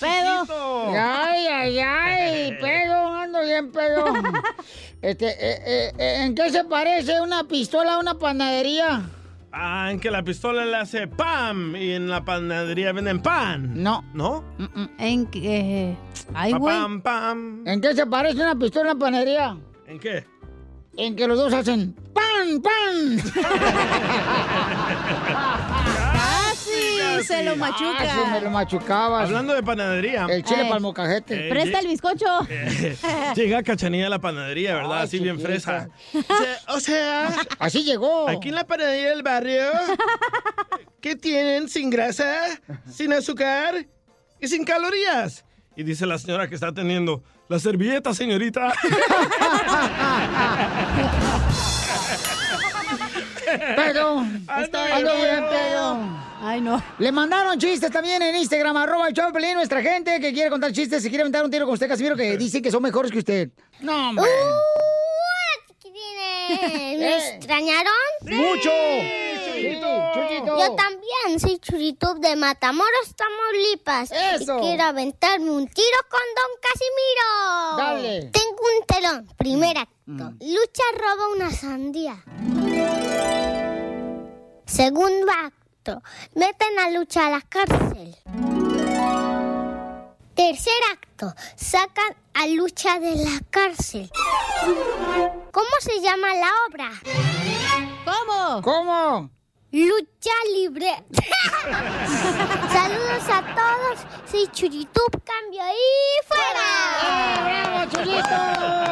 [SPEAKER 5] ¡Pedo! ¡Ay, ay, ay! ¡Pedo! ¡Ando bien, pedo! Este, eh, eh, eh, ¿en qué se parece una pistola a una panadería?
[SPEAKER 6] Ah, en que la pistola le hace ¡pam! Y en la panadería venden pan.
[SPEAKER 5] No.
[SPEAKER 6] ¿No?
[SPEAKER 8] Mm, En que. Ay,
[SPEAKER 6] Pa,
[SPEAKER 8] güey.
[SPEAKER 6] pam,
[SPEAKER 5] ¿En qué se parece una pistola a una panadería?
[SPEAKER 6] ¿En qué?
[SPEAKER 5] En que los dos hacen ¡Pam, pam!
[SPEAKER 8] Casi, se lo machuca.
[SPEAKER 5] Casi me lo machucabas.
[SPEAKER 6] Hablando de panadería.
[SPEAKER 5] El chile pa'l mocajete.
[SPEAKER 6] Eh,
[SPEAKER 8] Presta el bizcocho.
[SPEAKER 6] Llega Cachanilla a la panadería, ¿verdad? Así bien fresa. Eh, O sea.
[SPEAKER 5] Así llegó.
[SPEAKER 6] Aquí en la panadería del barrio. ¿Qué tienen sin grasa, sin azúcar y sin calorías? Y dice la señora que está atendiendo. La servilleta, señorita.
[SPEAKER 5] Pedo.
[SPEAKER 6] Ah,
[SPEAKER 5] Ando bien, pedo.
[SPEAKER 8] Ay, no.
[SPEAKER 5] Le mandaron chistes también en Instagram, arroba el show de Pelín, nuestra gente que quiere contar chistes, se quiere aventar un tiro con usted, Casimiro, que dice que son mejores que usted. No, hombre.
[SPEAKER 10] tiene
[SPEAKER 13] ¿Me extrañaron?
[SPEAKER 5] ¡Mucho!
[SPEAKER 13] Yo también soy Churito de Matamoros, Tamaulipas.
[SPEAKER 3] Eso.
[SPEAKER 13] Y quiero aventarme un tiro con Don Casimiro.
[SPEAKER 3] Dale.
[SPEAKER 13] Tengo un telón. Primer acto. Lucha roba una sandía. Segundo acto. Meten a Lucha a la cárcel. Tercer acto. Sacan a Lucha de la cárcel. ¿Cómo se llama la obra?
[SPEAKER 25] ¿Cómo?
[SPEAKER 5] ¿Cómo?
[SPEAKER 13] Lucha libre. Saludos a todos. Soy Churitup, cambio y fuera.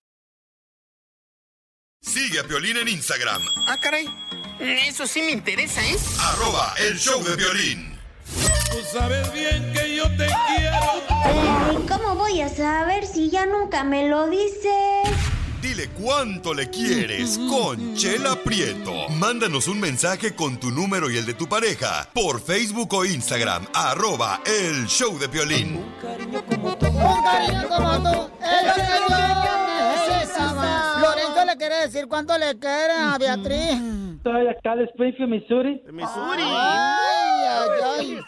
[SPEAKER 1] Sigue a Piolín en Instagram,
[SPEAKER 6] Ah, caray. Eso sí me interesa, ¿eh?
[SPEAKER 1] arroba el show de violín.
[SPEAKER 6] Tú sabes bien que yo te quiero.
[SPEAKER 26] Ay, ¿cómo voy a saber si ya nunca me lo dices?
[SPEAKER 1] Dile cuánto le quieres con Chela Prieto. Mándanos un mensaje con tu número y el de tu pareja por Facebook o Instagram, arroba el show de violín.
[SPEAKER 5] Un cariño como tú. es lo que yo necesitaba. Lorenzo le quiere decir cuánto le quiere a Beatriz.
[SPEAKER 27] Soy acá de Springfield, Missouri.
[SPEAKER 5] Missouri. Ay, ay, ay.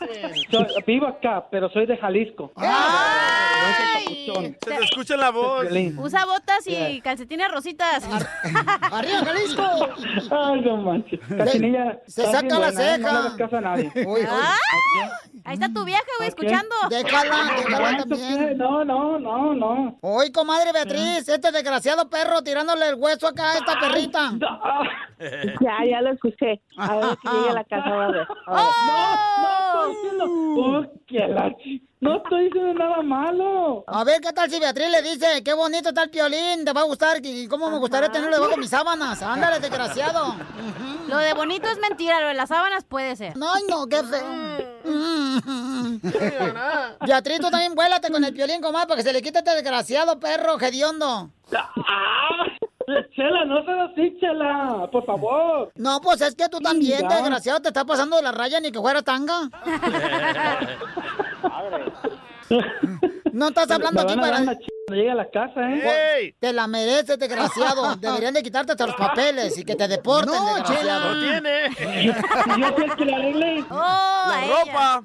[SPEAKER 27] Soy- vivo acá, pero soy de Jalisco.
[SPEAKER 8] ¡Ay!
[SPEAKER 27] Ah, Se te escucha la voz. Piolín.
[SPEAKER 8] Usa botas y
[SPEAKER 27] Yeah.
[SPEAKER 8] calcetines rositas.
[SPEAKER 5] ¡Arriba, Jalisco!
[SPEAKER 27] Ay, no manches. Cachanilla,
[SPEAKER 8] se
[SPEAKER 27] estás
[SPEAKER 8] saca
[SPEAKER 27] bien
[SPEAKER 8] la
[SPEAKER 27] buena, ¿eh? No
[SPEAKER 8] ceja.
[SPEAKER 27] le hagas caso a nadie.
[SPEAKER 8] Ahí está Ah, tu vieja, güey, escuchando.
[SPEAKER 5] Déjala, déjala también.
[SPEAKER 27] pues. No, no, no, no.
[SPEAKER 5] Hoy, comadre Beatriz, este desgraciado perro tirándole el hueso acá a esta perrita. Ah.
[SPEAKER 7] Ya, ya lo escuché. A ver que llegue a la casa, va a ver. A
[SPEAKER 5] Ah.
[SPEAKER 7] ver.
[SPEAKER 5] ¡No!
[SPEAKER 27] ¡No
[SPEAKER 5] Oh.
[SPEAKER 27] oh, estoy diciendo! ¡No estoy diciendo nada malo!
[SPEAKER 5] A ver, ¿qué tal si Beatriz le dice, qué bonito está el piolín, te va a gustar, y cómo me gustaría tenerlo debajo de mis sábanas? Ándale, desgraciado.
[SPEAKER 8] Lo de bonito es mentira, lo de las sábanas puede ser. Mm.
[SPEAKER 5] No, no, qué Mm. feo. Beatriz, tú también vuélate con el piolín, comadre, para que se le quite este desgraciado perro, hediondo.
[SPEAKER 27] Ah, Chela, no seas así, Chela, por favor.
[SPEAKER 5] No, pues es que tú también,
[SPEAKER 27] ya.
[SPEAKER 5] desgraciado, te está pasando de la raya ni que fuera tanga. No estás
[SPEAKER 27] Me-
[SPEAKER 5] hablando
[SPEAKER 27] me van
[SPEAKER 5] aquí
[SPEAKER 27] a
[SPEAKER 5] para...
[SPEAKER 27] dar una ch- Cuando llegue a la casa, ¿eh?
[SPEAKER 5] Pues, Te la mereces, desgraciado. Deberían de quitarte hasta los papeles y que te deporten,
[SPEAKER 27] No,
[SPEAKER 5] desgraciado.
[SPEAKER 27] Chela. No tiene. Yo soy el que le arregle.
[SPEAKER 8] a ella. ropa.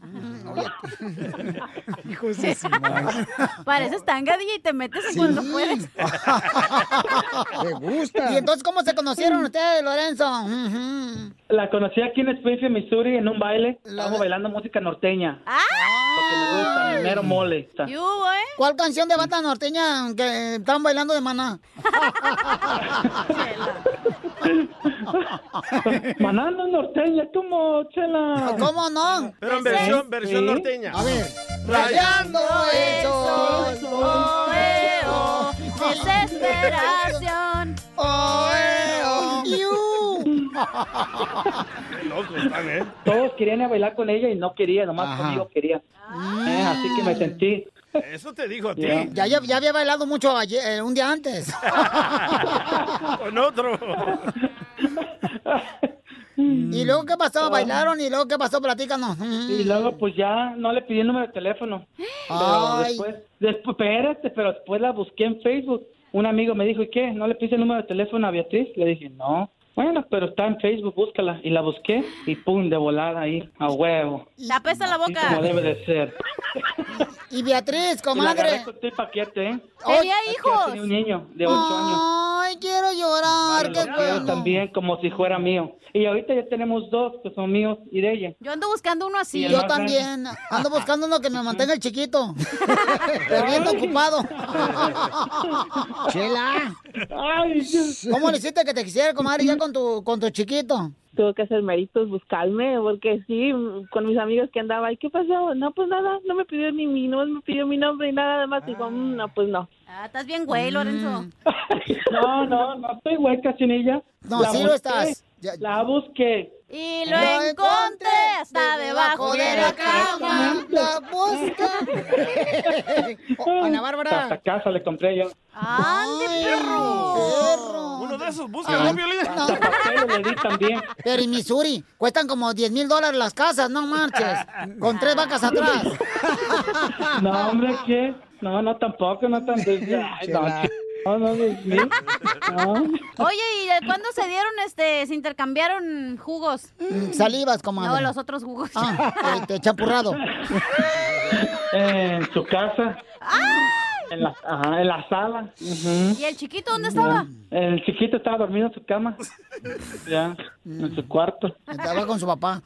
[SPEAKER 5] Hijos de su
[SPEAKER 8] Pareces tangadilla y te metes en cuando puedes.
[SPEAKER 5] Me gusta. ¿Y entonces cómo se conocieron ustedes, Lorenzo?
[SPEAKER 27] La conocí aquí en Springfield, Missouri, en un baile. Estábamos bailando música norteña.
[SPEAKER 5] Ah.
[SPEAKER 27] Porque me gusta, mero mole.
[SPEAKER 5] ¿Cuál canción de banda norteña que estaban bailando de maná?
[SPEAKER 27] Manando norteña, ¿cómo, Chela?
[SPEAKER 5] ¿Cómo no?
[SPEAKER 27] Pero en
[SPEAKER 5] versión-
[SPEAKER 27] versión norteña.
[SPEAKER 5] A ver. Rayando el sol,
[SPEAKER 8] oe, oh, desesperación,
[SPEAKER 5] oe,
[SPEAKER 8] oh.
[SPEAKER 5] ¡Yu!
[SPEAKER 27] ¿eh? Todos querían ir a bailar con ella y no quería, nomás conmigo quería. Eh, así que me sentí.
[SPEAKER 28] Eso te dijo a ti.
[SPEAKER 5] Ya, ya, ya había bailado mucho ayer, eh, un día antes.
[SPEAKER 28] Con otro.
[SPEAKER 5] ¿Y luego qué pasó? ¿Bailaron? ¿Y luego qué pasó? Platícanos.
[SPEAKER 27] Y luego, pues ya no le pedí el número de teléfono. Pero
[SPEAKER 5] Ay.
[SPEAKER 27] después, después, espérate, pero después la busqué en Facebook. Un amigo me dijo, ¿y qué? ¿No le pediste el número de teléfono a Beatriz? Le dije, no. Bueno, pero está en Facebook, búscala. Y la busqué y pum, de volada ahí, a huevo.
[SPEAKER 8] La pesa en la
[SPEAKER 27] Así como debe
[SPEAKER 8] boca.
[SPEAKER 27] de ser.
[SPEAKER 5] Y Beatriz,
[SPEAKER 27] Y la agarré
[SPEAKER 5] comadre.
[SPEAKER 27] con todo el paquete, ¿eh?
[SPEAKER 5] Tenía
[SPEAKER 27] Es que
[SPEAKER 5] hijos.
[SPEAKER 27] Tenía un niño de 8 años.
[SPEAKER 5] Ay, quiero llorar. qué
[SPEAKER 27] Lo quiero también como si fuera mío. Y ahorita ya tenemos dos que son míos y de ella.
[SPEAKER 8] Yo ando buscando uno así.
[SPEAKER 27] Y el
[SPEAKER 5] Yo
[SPEAKER 27] más grande.
[SPEAKER 5] también. Mm. Ando buscando uno que me mantenga el chiquito. Pero bien ocupado. Chela. ¿Cómo le hiciste que te quisiera, comadre, ya con tu, con tu chiquito?
[SPEAKER 12] Tuve que hacer méritos, buscarme, porque sí, con mis amigos que andaba, ¿y qué pasó? No, pues nada, no me pidió ni mi, no me pidió mi nombre y nada más. Digo, "Mm, no, pues no.
[SPEAKER 8] Ah, estás bien güey, Lorenzo.
[SPEAKER 27] No, no, no estoy hueca, chinilla.
[SPEAKER 8] No, sí lo estás.
[SPEAKER 27] La busqué.
[SPEAKER 8] Y lo encontré hasta debajo de la cama.
[SPEAKER 5] La busca. Oh, Ana Bárbara.
[SPEAKER 27] Hasta casa le compré yo.
[SPEAKER 5] ¡Ande, perro! Uno de esos, búscalo,
[SPEAKER 27] Le di también.
[SPEAKER 5] Pero en Missouri cuestan como 10 mil dólares las casas, no marches. Con tres vacas atrás.
[SPEAKER 27] No, hombre, ¿qué? No, no, tampoco, no tan... Ay, no,
[SPEAKER 5] Chela.
[SPEAKER 27] ch- no, no, Dios mío. No.
[SPEAKER 8] Oye, ¿y de cuándo se dieron, este, se intercambiaron jugos?
[SPEAKER 5] Mm, Salivas, comadre.
[SPEAKER 8] No, los otros jugos.
[SPEAKER 5] Ah, este, champurrado.
[SPEAKER 27] En su casa. En la, ajá, en la sala. Ujú.
[SPEAKER 8] ¿Y el chiquito dónde estaba?
[SPEAKER 27] El chiquito estaba dormido en su cama. Ya, en su cuarto.
[SPEAKER 5] Estaba con su papá.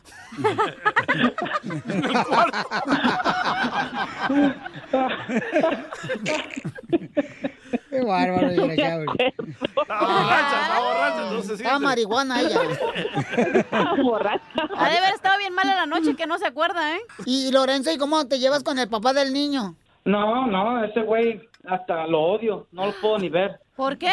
[SPEAKER 5] Qué bárbaro, desgraciado.
[SPEAKER 3] borracha, está borracha, entonces
[SPEAKER 5] Está marihuana ella.
[SPEAKER 27] borracha.
[SPEAKER 8] Ha de haber estado bien mala la noche que no se acuerda, ¿eh?
[SPEAKER 5] Y Lorenzo, ¿y cómo te llevas con el papá del niño?
[SPEAKER 27] No, no, ese güey hasta lo odio. No lo puedo ni ver.
[SPEAKER 8] ¿Por qué?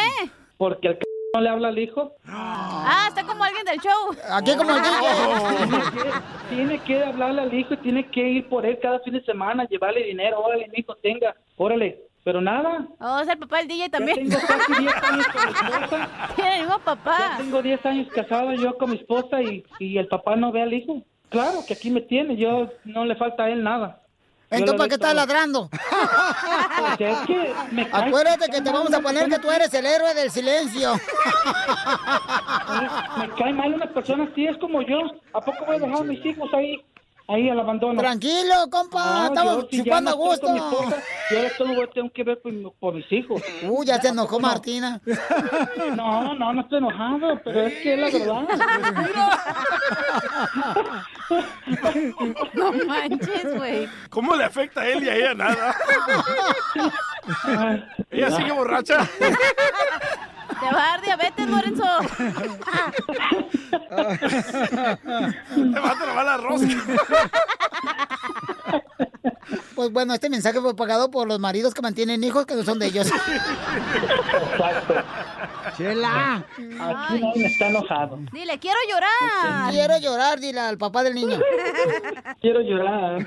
[SPEAKER 27] Porque el c no le habla al hijo.
[SPEAKER 8] Ah, está como alguien del show.
[SPEAKER 5] Aquí como el
[SPEAKER 27] Oh. Tiene que hablarle al hijo y tiene que ir por él cada fin de semana, llevarle dinero. Órale, mi hijo, tenga. Órale. Pero nada.
[SPEAKER 8] Oh, es el papá del DJ también.
[SPEAKER 27] tengo casi 10 años con mi esposa.
[SPEAKER 8] Tiene el mismo
[SPEAKER 27] Ya
[SPEAKER 8] papá.
[SPEAKER 27] tengo 10 años casado yo con mi esposa y, y el papá no ve al hijo. Claro que aquí me tiene, yo no le falta a él nada.
[SPEAKER 5] Entonces, ¿para qué estás
[SPEAKER 27] la
[SPEAKER 5] ladrando?
[SPEAKER 27] Porque es que me cae-
[SPEAKER 5] Acuérdate que te vamos a poner que tú eres el héroe del silencio.
[SPEAKER 27] Me cae mal una persona así, es como yo. ¿A poco voy a dejar a mis hijos ahí, ahí al abandono? Ah,
[SPEAKER 5] Tranquilo, compa, estamos
[SPEAKER 27] yo, si ya
[SPEAKER 5] chupando
[SPEAKER 27] no
[SPEAKER 5] a
[SPEAKER 27] estoy
[SPEAKER 5] gusto.
[SPEAKER 27] con mi esposa, Yo ya tengo, tengo que ver por, mi- por mis hijos.
[SPEAKER 5] Uy, ya se enojó Martina.
[SPEAKER 27] No, no, no estoy enojado, pero es que es la verdad.
[SPEAKER 8] No manches, güey.
[SPEAKER 6] ¿Cómo le afecta a él y a ella nada? ¿Ella sigue borracha?
[SPEAKER 8] Te va a dar diabetes, Lorenzo.
[SPEAKER 5] Ah.
[SPEAKER 6] Te Este va a trabar la rosca.
[SPEAKER 5] Pues bueno, este mensaje fue pagado por los maridos que mantienen hijos que no son de ellos. Chela.
[SPEAKER 27] Aquí no está enojado.
[SPEAKER 8] Dile, quiero llorar.
[SPEAKER 5] Quiero llorar, dile al papá del niño.
[SPEAKER 27] Quiero llorar.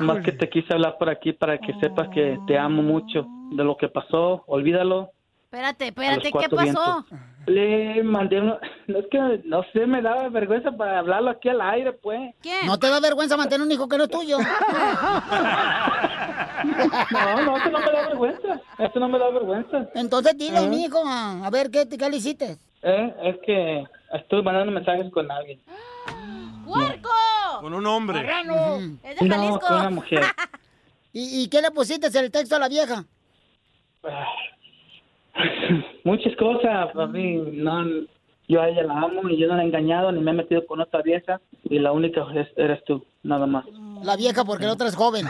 [SPEAKER 27] Más que te quise hablar por aquí para que sepas que te amo mucho de lo que pasó, olvídalo.
[SPEAKER 8] Espérate,
[SPEAKER 27] A los
[SPEAKER 8] espérate, ¿qué
[SPEAKER 27] cuatro
[SPEAKER 8] pasó?
[SPEAKER 27] Le mandé una... No, es que no sé, me daba vergüenza para hablarlo aquí al aire, pues.
[SPEAKER 5] ¿No te da vergüenza mantener un hijo que no es tuyo?
[SPEAKER 27] No, no, eso no me da vergüenza. Eso no me da vergüenza. ¿Eh?
[SPEAKER 5] Entonces dile,
[SPEAKER 12] ¿Eh?
[SPEAKER 27] Ajá.
[SPEAKER 5] mi hijo, a a ver, ¿qué, qué le hiciste?
[SPEAKER 27] Eh, es que estuve mandando mensajes con alguien.
[SPEAKER 8] ¡Puerco!
[SPEAKER 27] Con un hombre.
[SPEAKER 5] ¡Marrano!
[SPEAKER 8] Es
[SPEAKER 27] de No, Jalisco. con una mujer.
[SPEAKER 5] ¿Y, y qué le pusiste en el texto a la vieja?
[SPEAKER 27] Muchas cosas, papi. No, yo a ella la amo y yo no la he engañado ni me he metido con otra vieja. Y la única es- eres tú, nada más.
[SPEAKER 5] La vieja porque la otra es joven.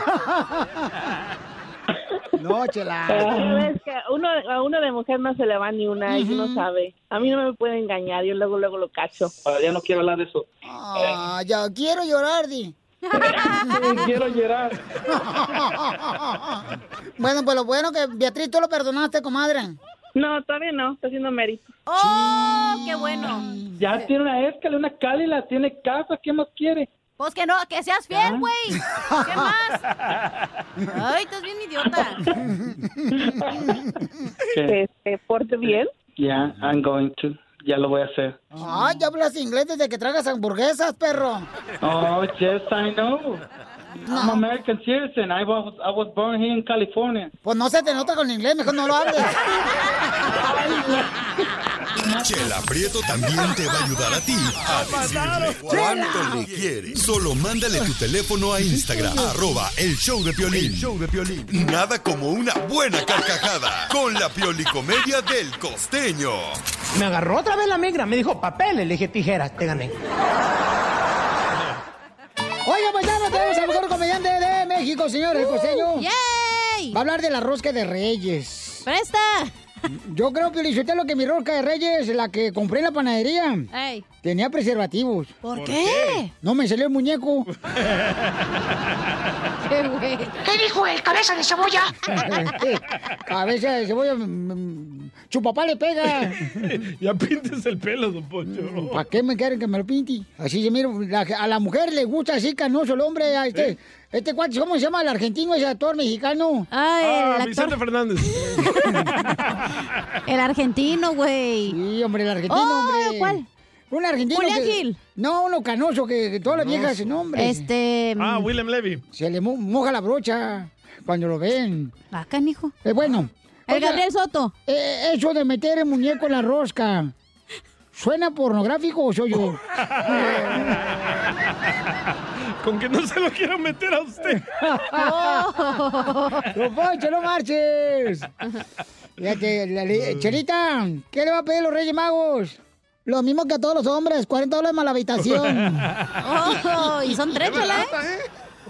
[SPEAKER 27] No,
[SPEAKER 12] Pero es que uno, a uno de mujer no se le va ni una y uno sabe. A mí no me puede engañar, yo luego luego lo cacho.
[SPEAKER 27] ya no quiero hablar de eso.
[SPEAKER 5] Ah, ya quiero llorar, di.
[SPEAKER 27] quiero llorar.
[SPEAKER 5] bueno, pues lo bueno que Beatriz, tú lo perdonaste, comadre.
[SPEAKER 12] No, todavía no, está haciendo mérito.
[SPEAKER 8] ¡Oh, qué bueno!
[SPEAKER 27] Ya tiene una escala, una cálida, tiene casa, ¿qué más quiere?
[SPEAKER 8] Pues que no, que seas fiel, güey. ¿Qué más? Ay, estás bien idiota.
[SPEAKER 27] Que
[SPEAKER 12] se Este, porte bien.
[SPEAKER 27] Ya, I'm going to. Ya lo voy a hacer.
[SPEAKER 5] Ah, ya hablas inglés desde que tragas hamburguesas, perro.
[SPEAKER 27] Oh, yes, I know. I'm American citizen. I was, I was born here in California.
[SPEAKER 5] Pues no se te nota con el inglés, mejor no lo hables.
[SPEAKER 1] Chela Prieto también te va a ayudar a ti a decirle cuánto le quieres. Solo mándale tu teléfono a Instagram, arroba el show de Piolín.
[SPEAKER 3] El
[SPEAKER 1] show de Piolín. Nada como una buena carcajada con la piolicomedia del costeño.
[SPEAKER 27] Me agarró otra vez la migra, me dijo papeles, le dije tijeras, te gané.
[SPEAKER 5] Oiga, pues ya no tenemos al mejor comediante de México, señor, el
[SPEAKER 8] Uh,
[SPEAKER 5] costeño.
[SPEAKER 8] ¡Yay!
[SPEAKER 5] Va a hablar de la rosca de reyes. ¡Presta! Yo creo, Piolichotelo, lo que mi rosca de reyes, la que compré en la panadería,
[SPEAKER 8] Ey.
[SPEAKER 5] tenía preservativos.
[SPEAKER 8] ¿Por ¿Por qué? qué?
[SPEAKER 5] No me salió el muñeco.
[SPEAKER 3] ¿Qué
[SPEAKER 5] dijo el cabeza de cebolla? cabeza de cebolla. mm, Chupapá le pega.
[SPEAKER 6] ya pintes el pelo, don Poncho.
[SPEAKER 5] ¿Para qué me quieren que me lo pinte? Así se mira, la- a la mujer le gusta así canoso el hombre. A
[SPEAKER 8] ¿Eh?
[SPEAKER 5] este, este cuate, ¿cómo se llama el argentino, ese actor mexicano?
[SPEAKER 6] Ah, Vicente Fernández.
[SPEAKER 5] El argentino, güey. Sí, hombre, el argentino,
[SPEAKER 8] Oh,
[SPEAKER 5] hombre.
[SPEAKER 8] ¿cuál?
[SPEAKER 5] Un argentino.
[SPEAKER 8] Julián
[SPEAKER 5] que-
[SPEAKER 8] Gil.
[SPEAKER 5] No, uno canoso que, que todas las viejas, no, hombre. Este.
[SPEAKER 6] Ah, William Levy.
[SPEAKER 5] Se le mo- moja la brocha cuando lo ven. Acá, hijo. Es bueno.
[SPEAKER 8] El Gabriel
[SPEAKER 5] Soto. eso de meter el muñeco en la rosca. ¿Suena pornográfico o soy yo?
[SPEAKER 6] Con que no se lo quiero meter a usted.
[SPEAKER 5] ¡No, Poncho, no marches! Fíjate, la li- Chelita, ¿qué le va a pedir los Reyes Magos? Lo mismo que a todos los hombres, 40 dólares más la habitación.
[SPEAKER 3] Oh, y son tres, Qué ¿verdad? barata, ¿eh?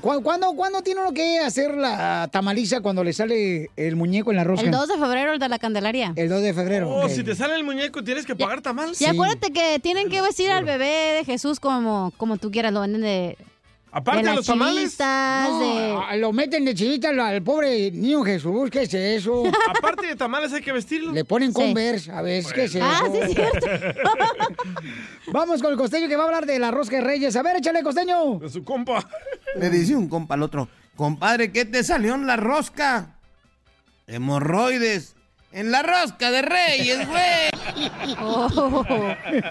[SPEAKER 5] ¿Cu- ¿Cuándo, cuándo tiene uno que hacer la tamaliza cuando le sale el muñeco en la rosca?
[SPEAKER 8] El 2 de febrero, el de la Candelaria.
[SPEAKER 5] El 2 de febrero.
[SPEAKER 6] Oh,
[SPEAKER 5] ok.
[SPEAKER 6] si te sale el muñeco, tienes que pagar tamales.
[SPEAKER 8] Y acuérdate que tienen que vestir al bebé de Jesús como, como tú quieras, lo venden de...
[SPEAKER 6] Aparte
[SPEAKER 8] de
[SPEAKER 6] de
[SPEAKER 8] las
[SPEAKER 6] los tamales.
[SPEAKER 8] chivitas, de...
[SPEAKER 5] Ah, Lo meten de chivita al, al pobre niño Jesús, ¿qué es eso?
[SPEAKER 6] Aparte de tamales hay que vestirlo.
[SPEAKER 5] Le ponen Converse, a ver, ¿qué es eso?
[SPEAKER 6] Ah, sí, es
[SPEAKER 5] cierto. Vamos con el costeño que va a hablar de la rosca de Reyes. A ver, échale, costeño.
[SPEAKER 6] De su compa.
[SPEAKER 2] Le dice un compa al otro, compadre, ¿qué te salió en la rosca? Hemorroides. En la rosca de Reyes, güey.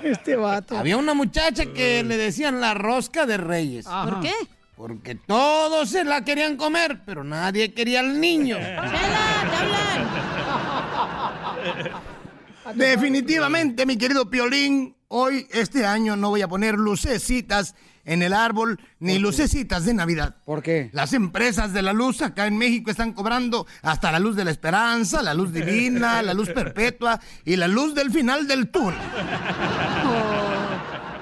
[SPEAKER 5] este vato.
[SPEAKER 2] Había una muchacha que le decían la rosca de Reyes.
[SPEAKER 3] Ajá. ¿Por qué?
[SPEAKER 2] Porque todos se la querían comer, pero nadie quería al niño. Definitivamente, mi querido Piolín, hoy, este año, no voy a poner lucecitas en el árbol, ni lucecitas de Navidad.
[SPEAKER 5] ¿Por qué?
[SPEAKER 2] Las empresas de la luz acá en México están cobrando hasta la luz de la esperanza, la luz divina, la luz perpetua y la luz del final del túnel.
[SPEAKER 5] Oh.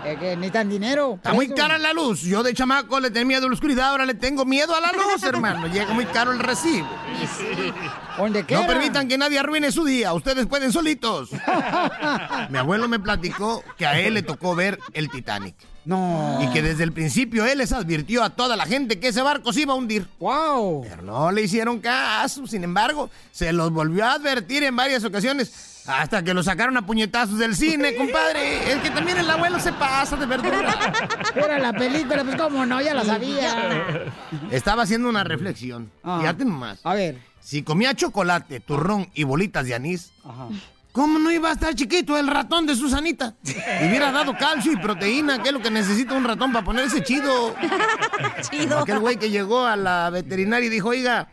[SPEAKER 5] Es que necesitan dinero.
[SPEAKER 2] Está muy cara la luz. Yo de chamaco le tenía miedo a la oscuridad, ahora le tengo miedo a la luz, hermano. Llega muy caro el recibo. No
[SPEAKER 3] quiera.
[SPEAKER 2] permitan que nadie arruine su día. Ustedes pueden solitos. Mi abuelo me platicó que a él le tocó ver el Titanic.
[SPEAKER 5] No.
[SPEAKER 2] Y que desde el principio él les advirtió a toda la gente que ese barco se iba a hundir.
[SPEAKER 5] ¡Wow!
[SPEAKER 2] Pero no le hicieron caso. Sin embargo, se los volvió a advertir en varias ocasiones hasta que lo sacaron a puñetazos del cine, compadre. Es que también el abuelo se pasa de verdura.
[SPEAKER 5] Era la película, pues cómo no, ya la sabía. Ah.
[SPEAKER 2] Estaba haciendo una reflexión. Fíjate nomás.
[SPEAKER 5] A ver.
[SPEAKER 2] Si comía chocolate, turrón y bolitas de anís, ¿cómo no iba a estar chiquito el ratón de Susanita? Le Hubiera dado calcio y proteína, que es lo que necesita un ratón para ponerse chido. chido. Aquel güey que llegó a la veterinaria y dijo, oiga,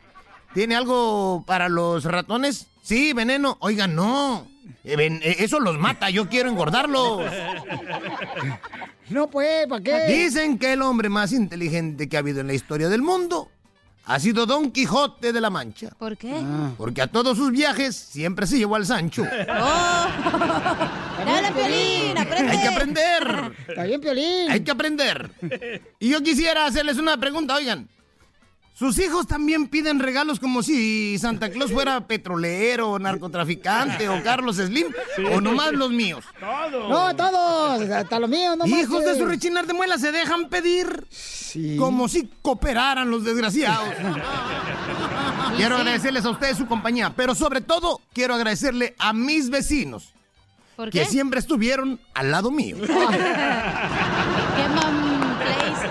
[SPEAKER 2] ¿tiene algo para los ratones? Sí, veneno. Oiga, no. Eh, ven- eh, Eso los mata, yo quiero engordarlos.
[SPEAKER 5] No, pues, ¿para qué?
[SPEAKER 2] Dicen que el hombre más inteligente que ha habido en la historia del mundo ha sido Don Quijote de la Mancha.
[SPEAKER 8] ¿Por qué?
[SPEAKER 2] Porque a todos sus viajes siempre se llevó al Sancho.
[SPEAKER 8] ¡Dale, Piolín! ¡Aprende!
[SPEAKER 2] Hay que aprender. Está
[SPEAKER 5] bien, Piolín.
[SPEAKER 2] Hay que aprender. Y yo quisiera hacerles una pregunta, oigan. ¿Sus hijos también piden regalos como si Santa Claus fuera petrolero, narcotraficante o Carlos Slim? ¿O nomás los míos?
[SPEAKER 5] No, todos, hasta los míos, no
[SPEAKER 2] Hijos de
[SPEAKER 5] marches.
[SPEAKER 2] su rechinar de muela se dejan pedir. Como si cooperaran los desgraciados.
[SPEAKER 5] Ah,
[SPEAKER 2] Quiero agradecerles a ustedes su compañía, pero sobre todo quiero agradecerle a mis vecinos
[SPEAKER 8] ¿Por
[SPEAKER 2] que
[SPEAKER 8] qué?
[SPEAKER 2] siempre estuvieron al lado mío.
[SPEAKER 8] ¡Qué mam... place!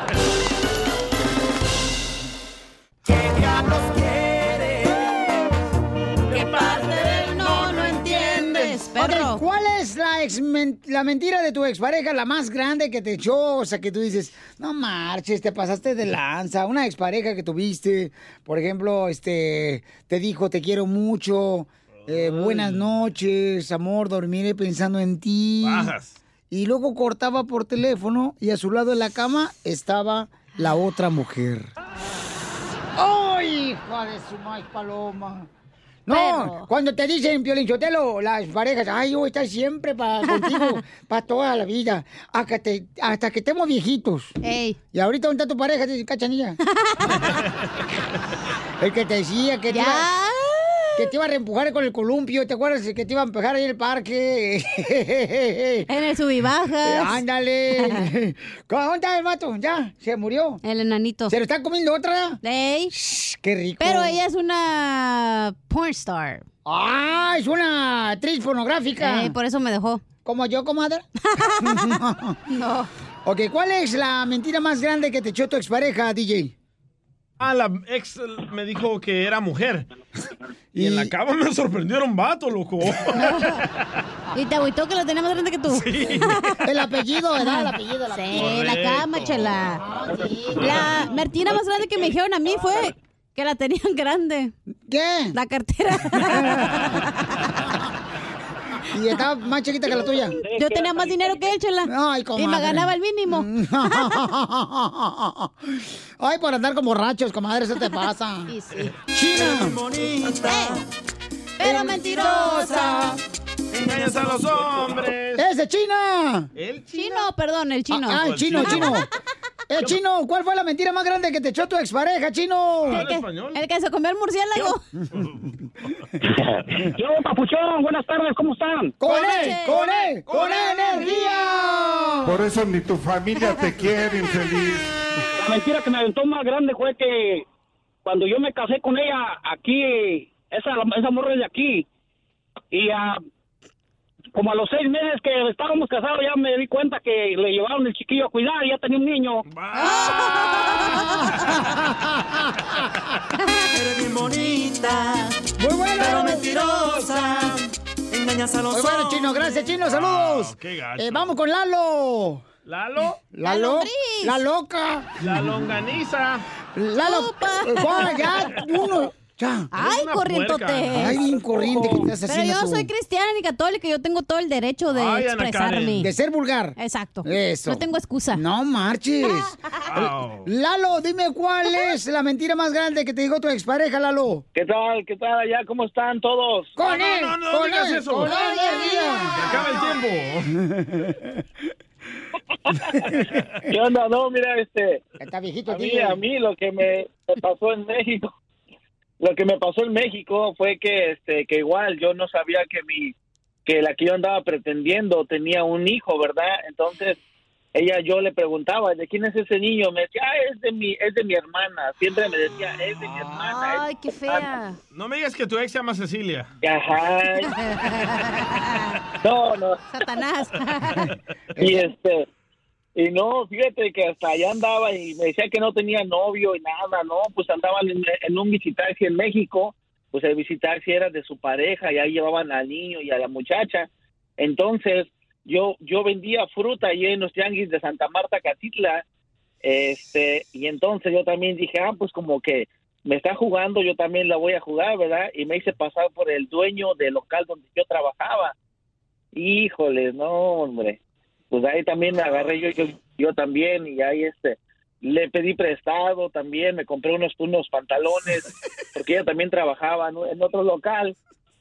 [SPEAKER 3] ¿Qué parte del no no entiendes, perro?
[SPEAKER 5] Ok, ¿Cuál es la, ex men- la mentira de tu expareja, la más grande que te echó? O sea, que tú dices, no marches, te pasaste de lanza. Una expareja que tuviste, por ejemplo, este, te dijo, te quiero mucho. eh, buenas noches, amor, dormiré pensando en ti.
[SPEAKER 6] Bajas.
[SPEAKER 5] Y luego cortaba por teléfono y a su lado en la cama estaba la otra mujer. ¡Ay, hija de su maíz paloma! No, cuando te dicen, Piolinchotelo, las parejas, ay, yo voy a estar siempre para contigo, para toda la vida, hasta, te- hasta que estemos viejitos. Y ahorita, ¿dónde está tu pareja? Dice, Cachanilla. el que te decía que te, iba, que te iba a reempujar con el columpio, ¿te acuerdas? Que te iba a empujar ahí en el parque. en
[SPEAKER 8] el subibajas.
[SPEAKER 5] Ándale. ¿Dónde está el vato? Ya, se murió.
[SPEAKER 8] El enanito.
[SPEAKER 5] ¿Se lo están comiendo otra?
[SPEAKER 8] ¡Ey!
[SPEAKER 5] ¡Qué rico!
[SPEAKER 8] Pero ella es una porn star. Eh,
[SPEAKER 5] ¡Ah! Es una actriz pornográfica.
[SPEAKER 8] por eso me dejó.
[SPEAKER 5] ¿Como yo, comadre?
[SPEAKER 8] no.
[SPEAKER 5] Ok, ¿cuál es la mentira más grande que te echó tu expareja, DJ?
[SPEAKER 6] Ah, la ex me dijo que era mujer. Y, en la cama me sorprendieron vato, loco.
[SPEAKER 8] Y te agüitó que lo tenía más grande que tú.
[SPEAKER 5] El apellido, ¿verdad? El apellido, el
[SPEAKER 8] Sí,
[SPEAKER 5] apellido.
[SPEAKER 8] la cama, chela. La mentira más grande que me dijeron a mí fue que la tenían grande.
[SPEAKER 5] ¿Qué?
[SPEAKER 8] La cartera.
[SPEAKER 5] ¿Y estaba más chiquita que la tuya?
[SPEAKER 8] Yo tenía más dinero que él, chela. y me
[SPEAKER 5] comadre.
[SPEAKER 8] ganaba el mínimo.
[SPEAKER 5] Ay, por andar con borrachos, comadre, eso te pasa.
[SPEAKER 8] Sí, sí.
[SPEAKER 5] China.
[SPEAKER 8] Pero
[SPEAKER 5] Eh, mentirosa.
[SPEAKER 6] Engañas a los hombres.
[SPEAKER 5] ¡Ese China!
[SPEAKER 6] El
[SPEAKER 8] chino, perdón, el chino.
[SPEAKER 5] Ah, el chino, chino. Eh, chino, ¿cuál fue la mentira más grande que te echó tu expareja, chino?
[SPEAKER 8] El que, el que se comió el murciélago.
[SPEAKER 12] Yo, papuchón, buenas tardes, ¿cómo están?
[SPEAKER 5] ¡Con él! ¡Con E. él! ¡Con energía!
[SPEAKER 14] Por eso ni tu familia te quiere, infeliz.
[SPEAKER 12] La mentira que me aventó más grande fue que cuando yo me casé con ella, aquí, esa, esa morra es de aquí, y ah, como a los seis meses que estábamos casados, ya me di cuenta que le llevaron el chiquillo a cuidar y ya tenía un niño.
[SPEAKER 3] Eres bien bonita.
[SPEAKER 5] Muy bueno.
[SPEAKER 3] Pero mentirosa. Engañas a los
[SPEAKER 5] Muy bueno, chino, gracias, chino, saludos.
[SPEAKER 3] Ah, qué gacho.
[SPEAKER 5] Eh, vamos con Lalo.
[SPEAKER 6] ¿Lalo?
[SPEAKER 5] La,
[SPEAKER 6] La
[SPEAKER 5] lo-
[SPEAKER 6] lombriz.
[SPEAKER 5] la loca.
[SPEAKER 6] La longaniza.
[SPEAKER 5] La loca. Eh, ya, uno. Ya.
[SPEAKER 8] Ay, corrientote.
[SPEAKER 5] Ay, bien corriente que estás
[SPEAKER 8] Pero
[SPEAKER 5] haciendo
[SPEAKER 8] yo
[SPEAKER 5] tú.
[SPEAKER 8] soy cristiana y católica, yo tengo todo el derecho de
[SPEAKER 5] Ay, Ana
[SPEAKER 8] expresarme.
[SPEAKER 5] Karen. De ser vulgar.
[SPEAKER 8] Exacto.
[SPEAKER 5] Eso.
[SPEAKER 8] No tengo excusa.
[SPEAKER 5] No marches. Lalo, dime cuál es la mentira más grande que te dijo tu expareja, Lalo.
[SPEAKER 12] ¿Qué tal? ¿Qué tal allá? ¿Cómo están todos?
[SPEAKER 5] Con él,
[SPEAKER 3] no, no,
[SPEAKER 5] con
[SPEAKER 3] digas
[SPEAKER 5] él,
[SPEAKER 3] eso.
[SPEAKER 5] con él,
[SPEAKER 3] Ay,
[SPEAKER 5] energía.
[SPEAKER 12] Se
[SPEAKER 6] acaba
[SPEAKER 12] el tiempo. ¿Qué onda? No, mira, este.
[SPEAKER 5] Está viejito,
[SPEAKER 12] A mí,
[SPEAKER 5] tío.
[SPEAKER 12] a mí lo que me, me pasó en México, lo que me pasó en México fue que, este, que igual yo no sabía que mi, que la que yo andaba pretendiendo tenía un hijo, ¿verdad? Entonces ella yo le preguntaba de quién es ese niño, me decía "Ah, es de mi, es de mi hermana, siempre me decía es de mi hermana.
[SPEAKER 8] Ay, qué fea.
[SPEAKER 6] No me digas que tu ex se llama Cecilia.
[SPEAKER 12] No, no.
[SPEAKER 8] Satanás.
[SPEAKER 12] Y este, y no, fíjate que hasta allá andaba y me decía que no tenía novio y nada, no, pues andaban en, en un visitarse en México, pues el visitarse era de su pareja y ahí llevaban al niño y a la muchacha. Entonces, yo, yo vendía fruta allí en los tianguis de Santa Marta, Catitla, este, y entonces yo también dije, ah, pues como que me está jugando, yo también la voy a jugar, ¿verdad? Y me hice pasar por el dueño del local donde yo trabajaba. Híjole, no, hombre. Pues ahí también me agarré yo, yo, yo también y ahí este, le pedí prestado también, me compré unos, unos pantalones, porque ella también trabajaba en, en otro local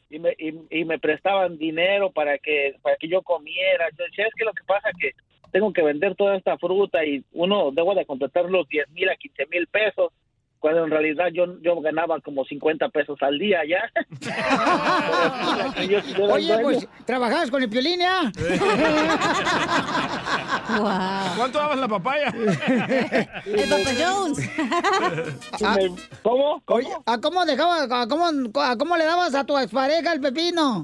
[SPEAKER 12] y me, y, y me prestaban dinero para que, para que yo comiera. Yo decía, es que lo que pasa que tengo que vender toda esta fruta y uno debo de completar los 10 mil a 15 mil pesos, cuando en realidad yo, yo ganaba como 50 pesos al día ya. Yo- yo era
[SPEAKER 5] Oye,
[SPEAKER 12] dueño.
[SPEAKER 5] pues, ¿trabajabas con el piolín, ya?
[SPEAKER 6] ¿Cuánto dabas la papaya?
[SPEAKER 8] El Papa Jones.
[SPEAKER 12] ¿Cómo?
[SPEAKER 5] Oye, ¿a cómo dejabas, a cómo, a cómo le dabas a tu expareja el pepino?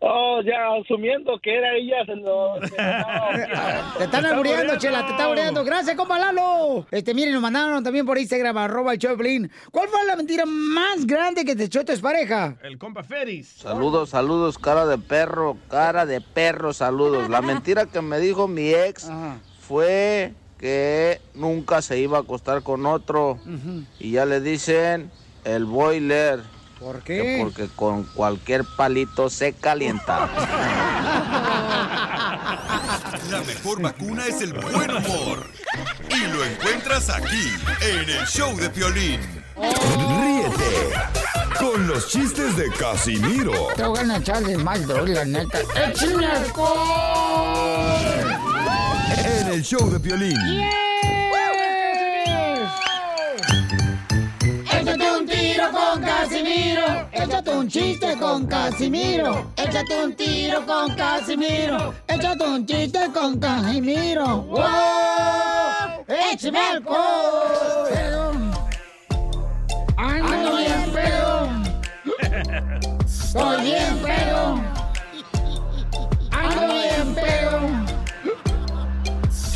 [SPEAKER 12] Oh, ya asumiendo que era ella, se lo... se lo daba.
[SPEAKER 5] Te están albureando, chela, te están albureando. Gracias, compa Lalo. Este, miren, nos mandaron también por Instagram, arroba el Choplin. ¿Cuál fue la mentira más grande que te echó tu expareja?
[SPEAKER 6] El compa Feris.
[SPEAKER 19] Saludos, saludos, cara de perro, cara de perro, saludos. La mentira que me dijo mi ex fue que nunca se iba a acostar con otro. Y ya le dicen el boiler.
[SPEAKER 5] ¿Por
[SPEAKER 19] Que
[SPEAKER 5] qué?
[SPEAKER 19] Porque con cualquier palito se calienta.
[SPEAKER 1] La mejor vacuna es el buen humor. Y lo encuentras aquí, en el show de Piolín.
[SPEAKER 7] Ríete con los chistes de Casimiro
[SPEAKER 5] Te voy a echar de mal, bro, la neta. ¡Échame alcohol!
[SPEAKER 7] en el show de Piolín.
[SPEAKER 5] Échate un tiro con Casimiro. Échate un chiste con Casimiro. Échate un tiro con Casimiro. Échate un chiste con Casimiro. ¡Wow! ¡Échame alcohol! Ando bien pedo. Soy bien pedo. Ando bien pedo.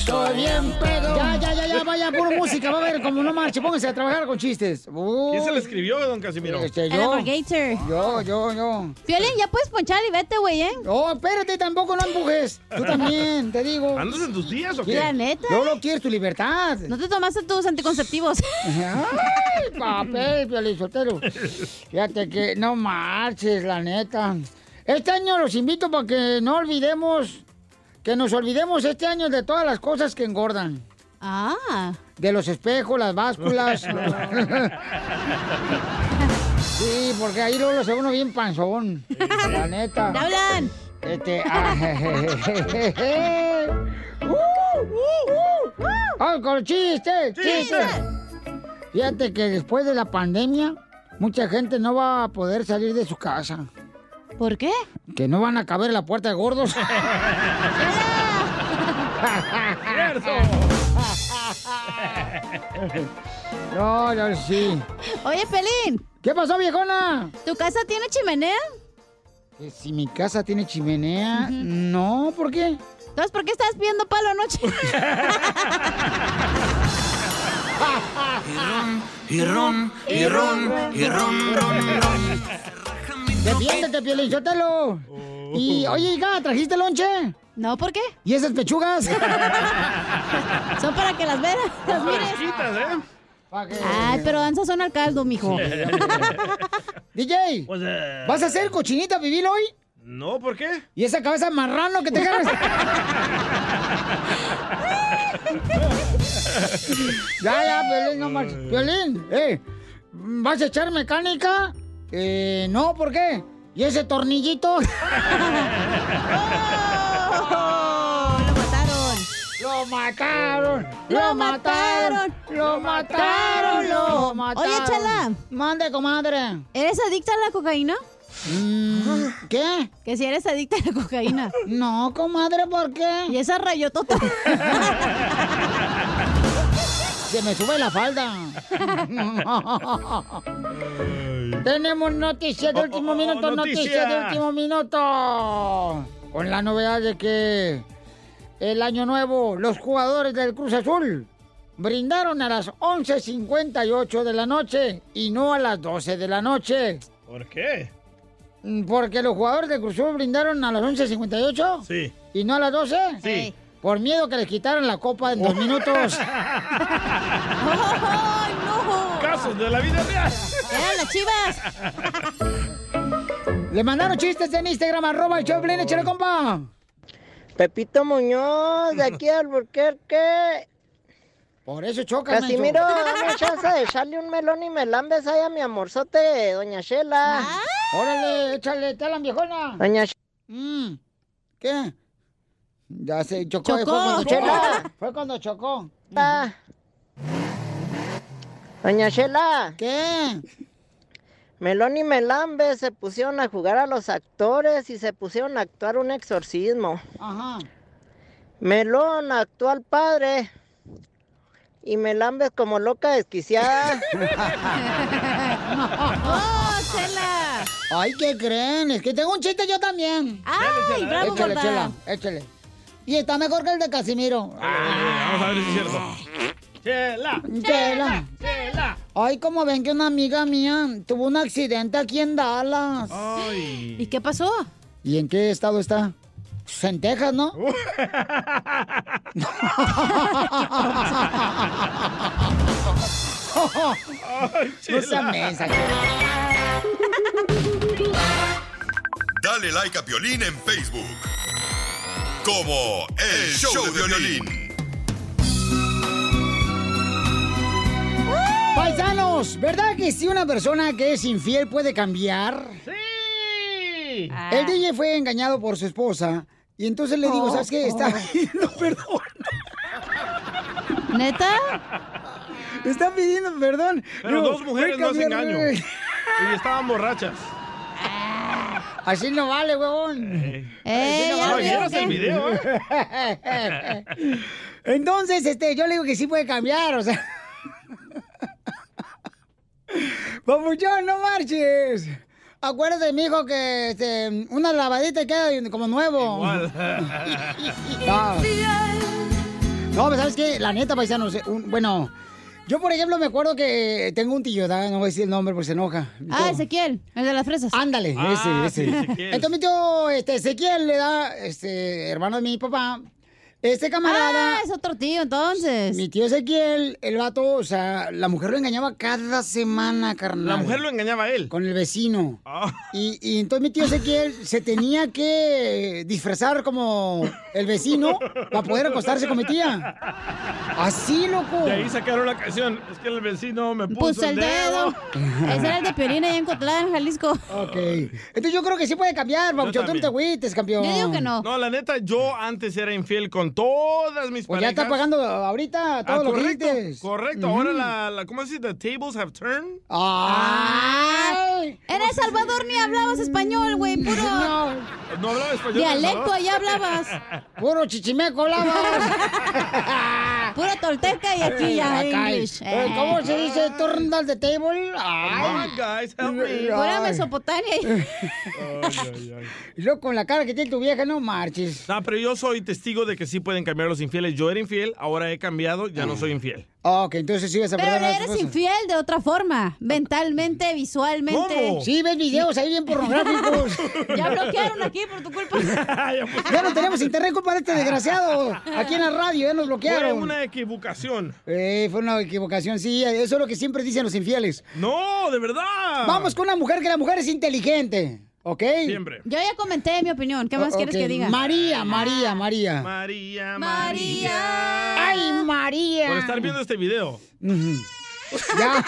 [SPEAKER 5] Soy bien pedo. Ya, ya, ya, ya, vaya, puro música. Va a ver, como no marche, pónganse a trabajar con chistes.
[SPEAKER 6] ¿Quién se le escribió, don Casimiro?
[SPEAKER 5] Este, yo. Yo, yo, yo.
[SPEAKER 8] Violín, ya puedes ponchar y vete, güey, ¿eh?
[SPEAKER 5] No, Oh, espérate, tampoco no empujes. Tú también, te digo.
[SPEAKER 6] ¿Andas en tus días o qué?
[SPEAKER 8] La neta.
[SPEAKER 5] No lo quieres tu libertad.
[SPEAKER 8] No te tomaste tus anticonceptivos.
[SPEAKER 5] Ay, papel, Piolín Sotelo. Fíjate que no marches, la neta. Este año los invito para que no olvidemos, que nos olvidemos este año de todas las cosas que engordan.
[SPEAKER 8] Ah.
[SPEAKER 5] De los espejos, las básculas. sí, porque ahí luego lo hace uno bien panzón. La neta.
[SPEAKER 8] ¿Te hablan?
[SPEAKER 5] Este. ah, ¡Uh, uh, uh! ¡Ay, con chiste! ¡Chiste! Fíjate que después de la pandemia, mucha gente no va a poder salir de su casa.
[SPEAKER 8] ¿Por qué?
[SPEAKER 5] Que no van a caber en la puerta de gordos. No, no, sí.
[SPEAKER 8] Oye, Pelín.
[SPEAKER 5] ¿Qué pasó, viejona?
[SPEAKER 8] ¿Tu casa tiene chimenea?
[SPEAKER 5] Que Si mi casa tiene chimenea, no, ¿por qué?
[SPEAKER 8] Entonces, ¿por qué estás viendo palo anoche?
[SPEAKER 3] Y ron, y ron, y ron, ron, ron.
[SPEAKER 5] Defiéndete, Pielichotelo. Y, oye, hija, ¿trajiste lonche?
[SPEAKER 8] No, ¿por qué?
[SPEAKER 5] ¿Y esas pechugas?
[SPEAKER 8] Son para que las veas, las mires.
[SPEAKER 6] ¿eh?
[SPEAKER 8] Ay, pero danzas son al caldo, mijo.
[SPEAKER 5] DJ, ¿vas a hacer cochinita vivir hoy?
[SPEAKER 6] No, ¿por qué?
[SPEAKER 5] ¿Y esa cabeza marrano que te cargas? ya, ya, Piolín, no marches. Piolín, eh, ¿vas a echar mecánica? Eh, no, ¿por qué? ¿Y ese tornillito?
[SPEAKER 8] Oh, ¡Lo mataron!
[SPEAKER 3] ¡Lo
[SPEAKER 5] ¡Lo mataron!
[SPEAKER 3] mataron!
[SPEAKER 5] ¡Lo mataron! ¡Lo mataron!
[SPEAKER 8] Oye, Chala.
[SPEAKER 5] Mande, comadre. Mm,
[SPEAKER 8] ¿Eres adicta a la cocaína?
[SPEAKER 5] ¿Qué?
[SPEAKER 8] Que si eres adicta a la cocaína.
[SPEAKER 5] No, comadre, ¿por qué?
[SPEAKER 8] Y esa rayotota.
[SPEAKER 5] Se me sube la falda. Tenemos noticias
[SPEAKER 6] Oh,
[SPEAKER 5] de último minuto,
[SPEAKER 3] noticia.
[SPEAKER 5] noticias de último minuto. Con la novedad de que el año nuevo, los jugadores del Cruz Azul brindaron a las 11.58 de la noche y no a las 12 de la noche.
[SPEAKER 6] ¿Por qué?
[SPEAKER 5] Mm, Porque los jugadores del Cruz Azul brindaron a las 11.58
[SPEAKER 6] Sí.
[SPEAKER 5] y no a las 12.
[SPEAKER 6] Sí. Oh.
[SPEAKER 5] Por miedo que les quitaran la copa en dos minutos.
[SPEAKER 8] ¡Ay, no!
[SPEAKER 6] Casos de la vida real.
[SPEAKER 8] ¡Eran las chivas!
[SPEAKER 5] Le mandaron chistes en Instagram, arroba el Choplin, échale compa.
[SPEAKER 24] Pepito Muñoz, de aquí al Burquerque.
[SPEAKER 5] Por eso choca,
[SPEAKER 24] Casimiro, dame chance de echarle un melón y melambes ahí a mi amorzote, doña Shela.
[SPEAKER 5] Ah. Órale, échale, tela, viejona.
[SPEAKER 24] Doña
[SPEAKER 5] Mm, ¿Qué? Ya se chocó.
[SPEAKER 24] Chocó. Ah.
[SPEAKER 5] Fue cuando chocó.
[SPEAKER 24] Chela.
[SPEAKER 5] Fue cuando chocó.
[SPEAKER 24] Shela. Doña Shela.
[SPEAKER 5] ¿Qué?
[SPEAKER 24] Melón y Melambes se pusieron a jugar a los actores y se pusieron a actuar un exorcismo.
[SPEAKER 5] Ajá.
[SPEAKER 24] Melón actuó al padre y Melambes como loca desquiciada.
[SPEAKER 8] ¡Oh, Chela!
[SPEAKER 5] Ay, ¿qué creen? Es que tengo un chiste yo también.
[SPEAKER 8] ¡Ay, bravo,
[SPEAKER 5] Échale,
[SPEAKER 8] gorda.
[SPEAKER 5] chela, échale. Y está mejor que el de Casimiro.
[SPEAKER 6] Vamos a ver si es cierto. Chela.
[SPEAKER 5] Chela.
[SPEAKER 6] Chela.
[SPEAKER 5] Ay, como ven que una amiga mía tuvo un accidente aquí en Dallas.
[SPEAKER 6] Ay.
[SPEAKER 5] ¿Y qué pasó? ¿Y en qué estado está? Pues en Texas, ¿no? no sea mensa, Chela.
[SPEAKER 1] Dale like a Piolín en Facebook. Como El Show, de Violín.
[SPEAKER 5] Paisanos, ¿verdad que si una persona que es infiel puede cambiar?
[SPEAKER 3] Sí.
[SPEAKER 5] El DJ fue engañado por su esposa y entonces le digo,
[SPEAKER 3] Oh,
[SPEAKER 5] ¿sabes qué? Está
[SPEAKER 3] oh.
[SPEAKER 5] pidiendo perdón. ¿Neta? Está pidiendo perdón.
[SPEAKER 6] Pero
[SPEAKER 5] Digo,
[SPEAKER 6] dos mujeres
[SPEAKER 5] fue
[SPEAKER 6] no hacen
[SPEAKER 5] cambiar-
[SPEAKER 6] engaño. Y estaban borrachas.
[SPEAKER 5] Así no vale, huevón. Así
[SPEAKER 3] ya
[SPEAKER 5] vale.
[SPEAKER 3] vieras el video, ¿eh?
[SPEAKER 5] Entonces, este, yo le digo que sí puede cambiar, o sea. Papuchón, no marches. Acuérdate, mijo, que este, una lavadita y queda como nuevo. No. No, pero ¿sabes qué? La neta, paisanos, eh, un- bueno, yo por ejemplo me acuerdo que eh, tengo un tío, ¿verdad? no voy a decir el nombre porque se enoja.
[SPEAKER 8] Ah,
[SPEAKER 5] Ezequiel, el de las fresas. Ándale,
[SPEAKER 8] Ah,
[SPEAKER 5] ese,
[SPEAKER 8] sí,
[SPEAKER 5] ese.
[SPEAKER 8] Ezequiel.
[SPEAKER 5] Entonces mi tío, este, Ezequiel le da, este, hermano de mi papá, este camarada... Ah, es otro tío entonces. Mi tío Ezequiel, el vato, o sea, la mujer lo engañaba cada semana, carnal.
[SPEAKER 6] La mujer lo engañaba a él. Ah.
[SPEAKER 5] Con el vecino. Y, y entonces mi tío Ezequiel se tenía que disfrazar como el vecino para poder acostarse con mi tía. Así, loco.
[SPEAKER 6] De ahí sacaron la canción. Es que el vecino me puso,
[SPEAKER 8] Puso el dedo. Ese era el de Piolín allá en Cotlán, Jalisco.
[SPEAKER 5] Ok. Entonces yo creo que sí puede cambiar, Papuchón. Tú no
[SPEAKER 6] también.
[SPEAKER 5] te agüites, campeón.
[SPEAKER 6] No, la neta, yo antes era infiel con todas mis
[SPEAKER 5] Pues ya
[SPEAKER 6] parejas.
[SPEAKER 5] está pagando ahorita todo
[SPEAKER 6] Ah,
[SPEAKER 5] lo
[SPEAKER 6] correcto,
[SPEAKER 5] que dijiste.
[SPEAKER 6] correcto. Ahora la, la- ¿cómo se dice? The tables have turned.
[SPEAKER 5] Ah.
[SPEAKER 8] Ah, ¡Ay! En El Salvador ni hablabas español, güey, puro.
[SPEAKER 6] No hablaba español. en El
[SPEAKER 8] Dialecto,
[SPEAKER 6] Salvador.
[SPEAKER 8] allá hablabas.
[SPEAKER 5] Puro chichimeco
[SPEAKER 8] hablabas. Puro tolteca y aquí ya
[SPEAKER 5] Eh, acá,
[SPEAKER 8] English.
[SPEAKER 5] eh, ¿Cómo se dice? Turn down the table. Ay.
[SPEAKER 8] Come
[SPEAKER 6] guys,
[SPEAKER 8] Fuera Mesopotamia.
[SPEAKER 5] Y luego con la cara que tiene tu vieja, no marches.
[SPEAKER 6] No, pero yo soy testigo de que sí pueden cambiar los infieles. Yo era infiel, ahora he cambiado, ya no soy infiel.
[SPEAKER 5] Ah, ok, entonces sigues a
[SPEAKER 8] Pero
[SPEAKER 5] perdonar a
[SPEAKER 8] le
[SPEAKER 5] tu
[SPEAKER 8] eres
[SPEAKER 5] esposa.
[SPEAKER 8] infiel de otra forma. Mentalmente, visualmente.
[SPEAKER 5] ¿Cómo? Ah, Sí, ves videos ahí bien pornográficos.
[SPEAKER 8] ya bloquearon aquí por tu culpa.
[SPEAKER 6] Ah, pues.
[SPEAKER 5] Ya no tenemos internet culpa de este desgraciado. Aquí en la radio ya nos
[SPEAKER 6] Fue
[SPEAKER 5] bloquearon.
[SPEAKER 6] una equivocación.
[SPEAKER 5] Eh, fue una equivocación, sí, eso es lo que siempre dicen los infieles.
[SPEAKER 6] No, de verdad.
[SPEAKER 5] Vamos con una mujer, que la mujer es inteligente, ¿ok?
[SPEAKER 6] Siempre.
[SPEAKER 8] Yo ya comenté mi opinión. ¿Qué más
[SPEAKER 5] O-
[SPEAKER 8] quieres
[SPEAKER 5] ok,
[SPEAKER 8] que diga?
[SPEAKER 5] María, María, María.
[SPEAKER 6] María,
[SPEAKER 8] María.
[SPEAKER 5] Ay, María.
[SPEAKER 6] Por estar viendo este video.
[SPEAKER 5] Ya.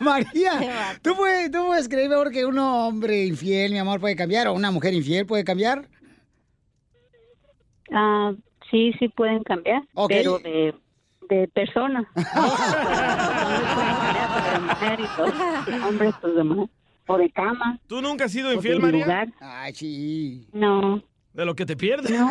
[SPEAKER 5] María, ¿tú puedes, ¿tú puedes creer mejor que un hombre infiel, mi amor, puede cambiar? ¿O una mujer infiel puede cambiar?
[SPEAKER 13] Ah, sí, sí pueden cambiar,
[SPEAKER 5] Ok.
[SPEAKER 13] pero de, de persona. Hombre, pues, Hombre, pues, de mujer. O de cama.
[SPEAKER 6] ¿Tú nunca has sido
[SPEAKER 13] o
[SPEAKER 6] infiel,
[SPEAKER 13] de
[SPEAKER 6] María?
[SPEAKER 13] lugar.
[SPEAKER 5] Ay, sí.
[SPEAKER 13] No.
[SPEAKER 6] De lo que te pierdes.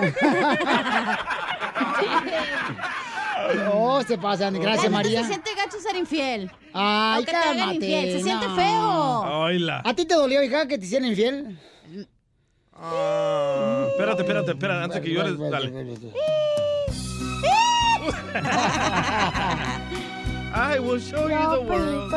[SPEAKER 5] No, se pasan. Gracias,
[SPEAKER 8] La neta
[SPEAKER 5] María.
[SPEAKER 8] Ah, Se siente gacho ser infiel.
[SPEAKER 5] Ay,
[SPEAKER 8] O que te hagan
[SPEAKER 5] cálmate,
[SPEAKER 8] infiel. Se siente
[SPEAKER 5] no.
[SPEAKER 8] feo.
[SPEAKER 5] ¿A ti te dolió, hija, que te hicieran infiel?
[SPEAKER 6] Ah, espérate, espérate, espérate. Antes que llores, dale. I will show you the world.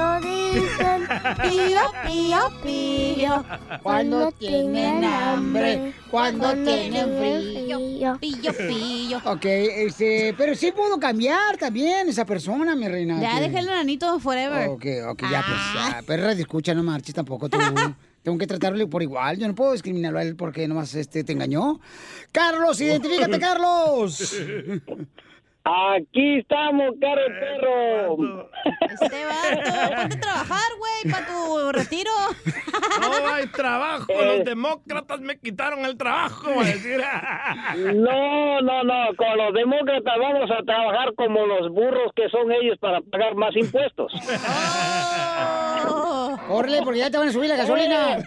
[SPEAKER 3] Pío, pío, pío.
[SPEAKER 5] Cuando tienen hambre, cuando tienen
[SPEAKER 8] frío. Pillo, pillo.
[SPEAKER 5] Ok, este, pero sí pudo cambiar también esa persona, mi reina.
[SPEAKER 8] Ya, Ah.
[SPEAKER 5] que-
[SPEAKER 8] dejé el enanito forever.
[SPEAKER 5] Ok, ok, ya, pues, ya, perra, escucha, no marches tampoco tú. Tengo que tratarlo por igual, yo no puedo discriminarlo a él porque nomás este, te engañó. Carlos, identifícate, Carlos.
[SPEAKER 6] Ah,
[SPEAKER 15] Aquí estamos, caro perro.
[SPEAKER 8] Este vato, ponte a trabajar, güey, para tu retiro.
[SPEAKER 6] No hay trabajo.
[SPEAKER 5] Eh.
[SPEAKER 6] Los demócratas me quitaron el trabajo. va a decir.
[SPEAKER 15] No, no, no. Con los demócratas vamos a trabajar como los burros que son ellos para pagar más impuestos.
[SPEAKER 5] Órale, porque ya te van a subir la gasolina.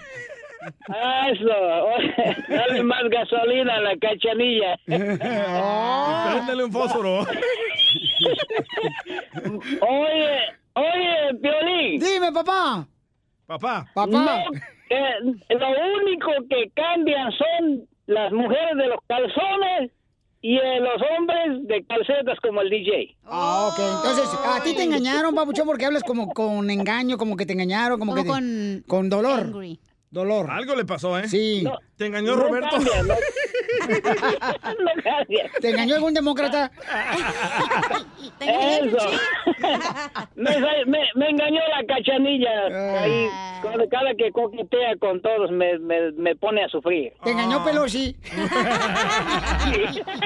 [SPEAKER 15] Ah, Eso. Dale más gasolina a la cachanilla.
[SPEAKER 6] Préndele un fósforo.
[SPEAKER 15] Oye, oye, Piolín.
[SPEAKER 5] Dime, papá.
[SPEAKER 6] Papá.
[SPEAKER 15] Papá. eh, lo único que cambian son las mujeres de los calzones y eh, los hombres de calcetas como el DJ.
[SPEAKER 5] Ah, ok, entonces, a ti te engañaron, papuchón, porque hablas como con engaño, como que te engañaron, como, que te- con dolor. Dolor.
[SPEAKER 6] Algo le pasó, ¿eh?
[SPEAKER 5] Sí.
[SPEAKER 6] ¿Te engañó
[SPEAKER 5] No
[SPEAKER 6] Roberto?
[SPEAKER 5] cambia, no. ¿Te engañó algún demócrata?
[SPEAKER 3] Eso.
[SPEAKER 15] me, sa- me- me engañó la
[SPEAKER 5] Ah.
[SPEAKER 15] cachanilla. Ahí, cada, cada que coquetea con todos me, me, me pone a sufrir.
[SPEAKER 5] ¿Te
[SPEAKER 8] Ah.
[SPEAKER 5] engañó Pelosi?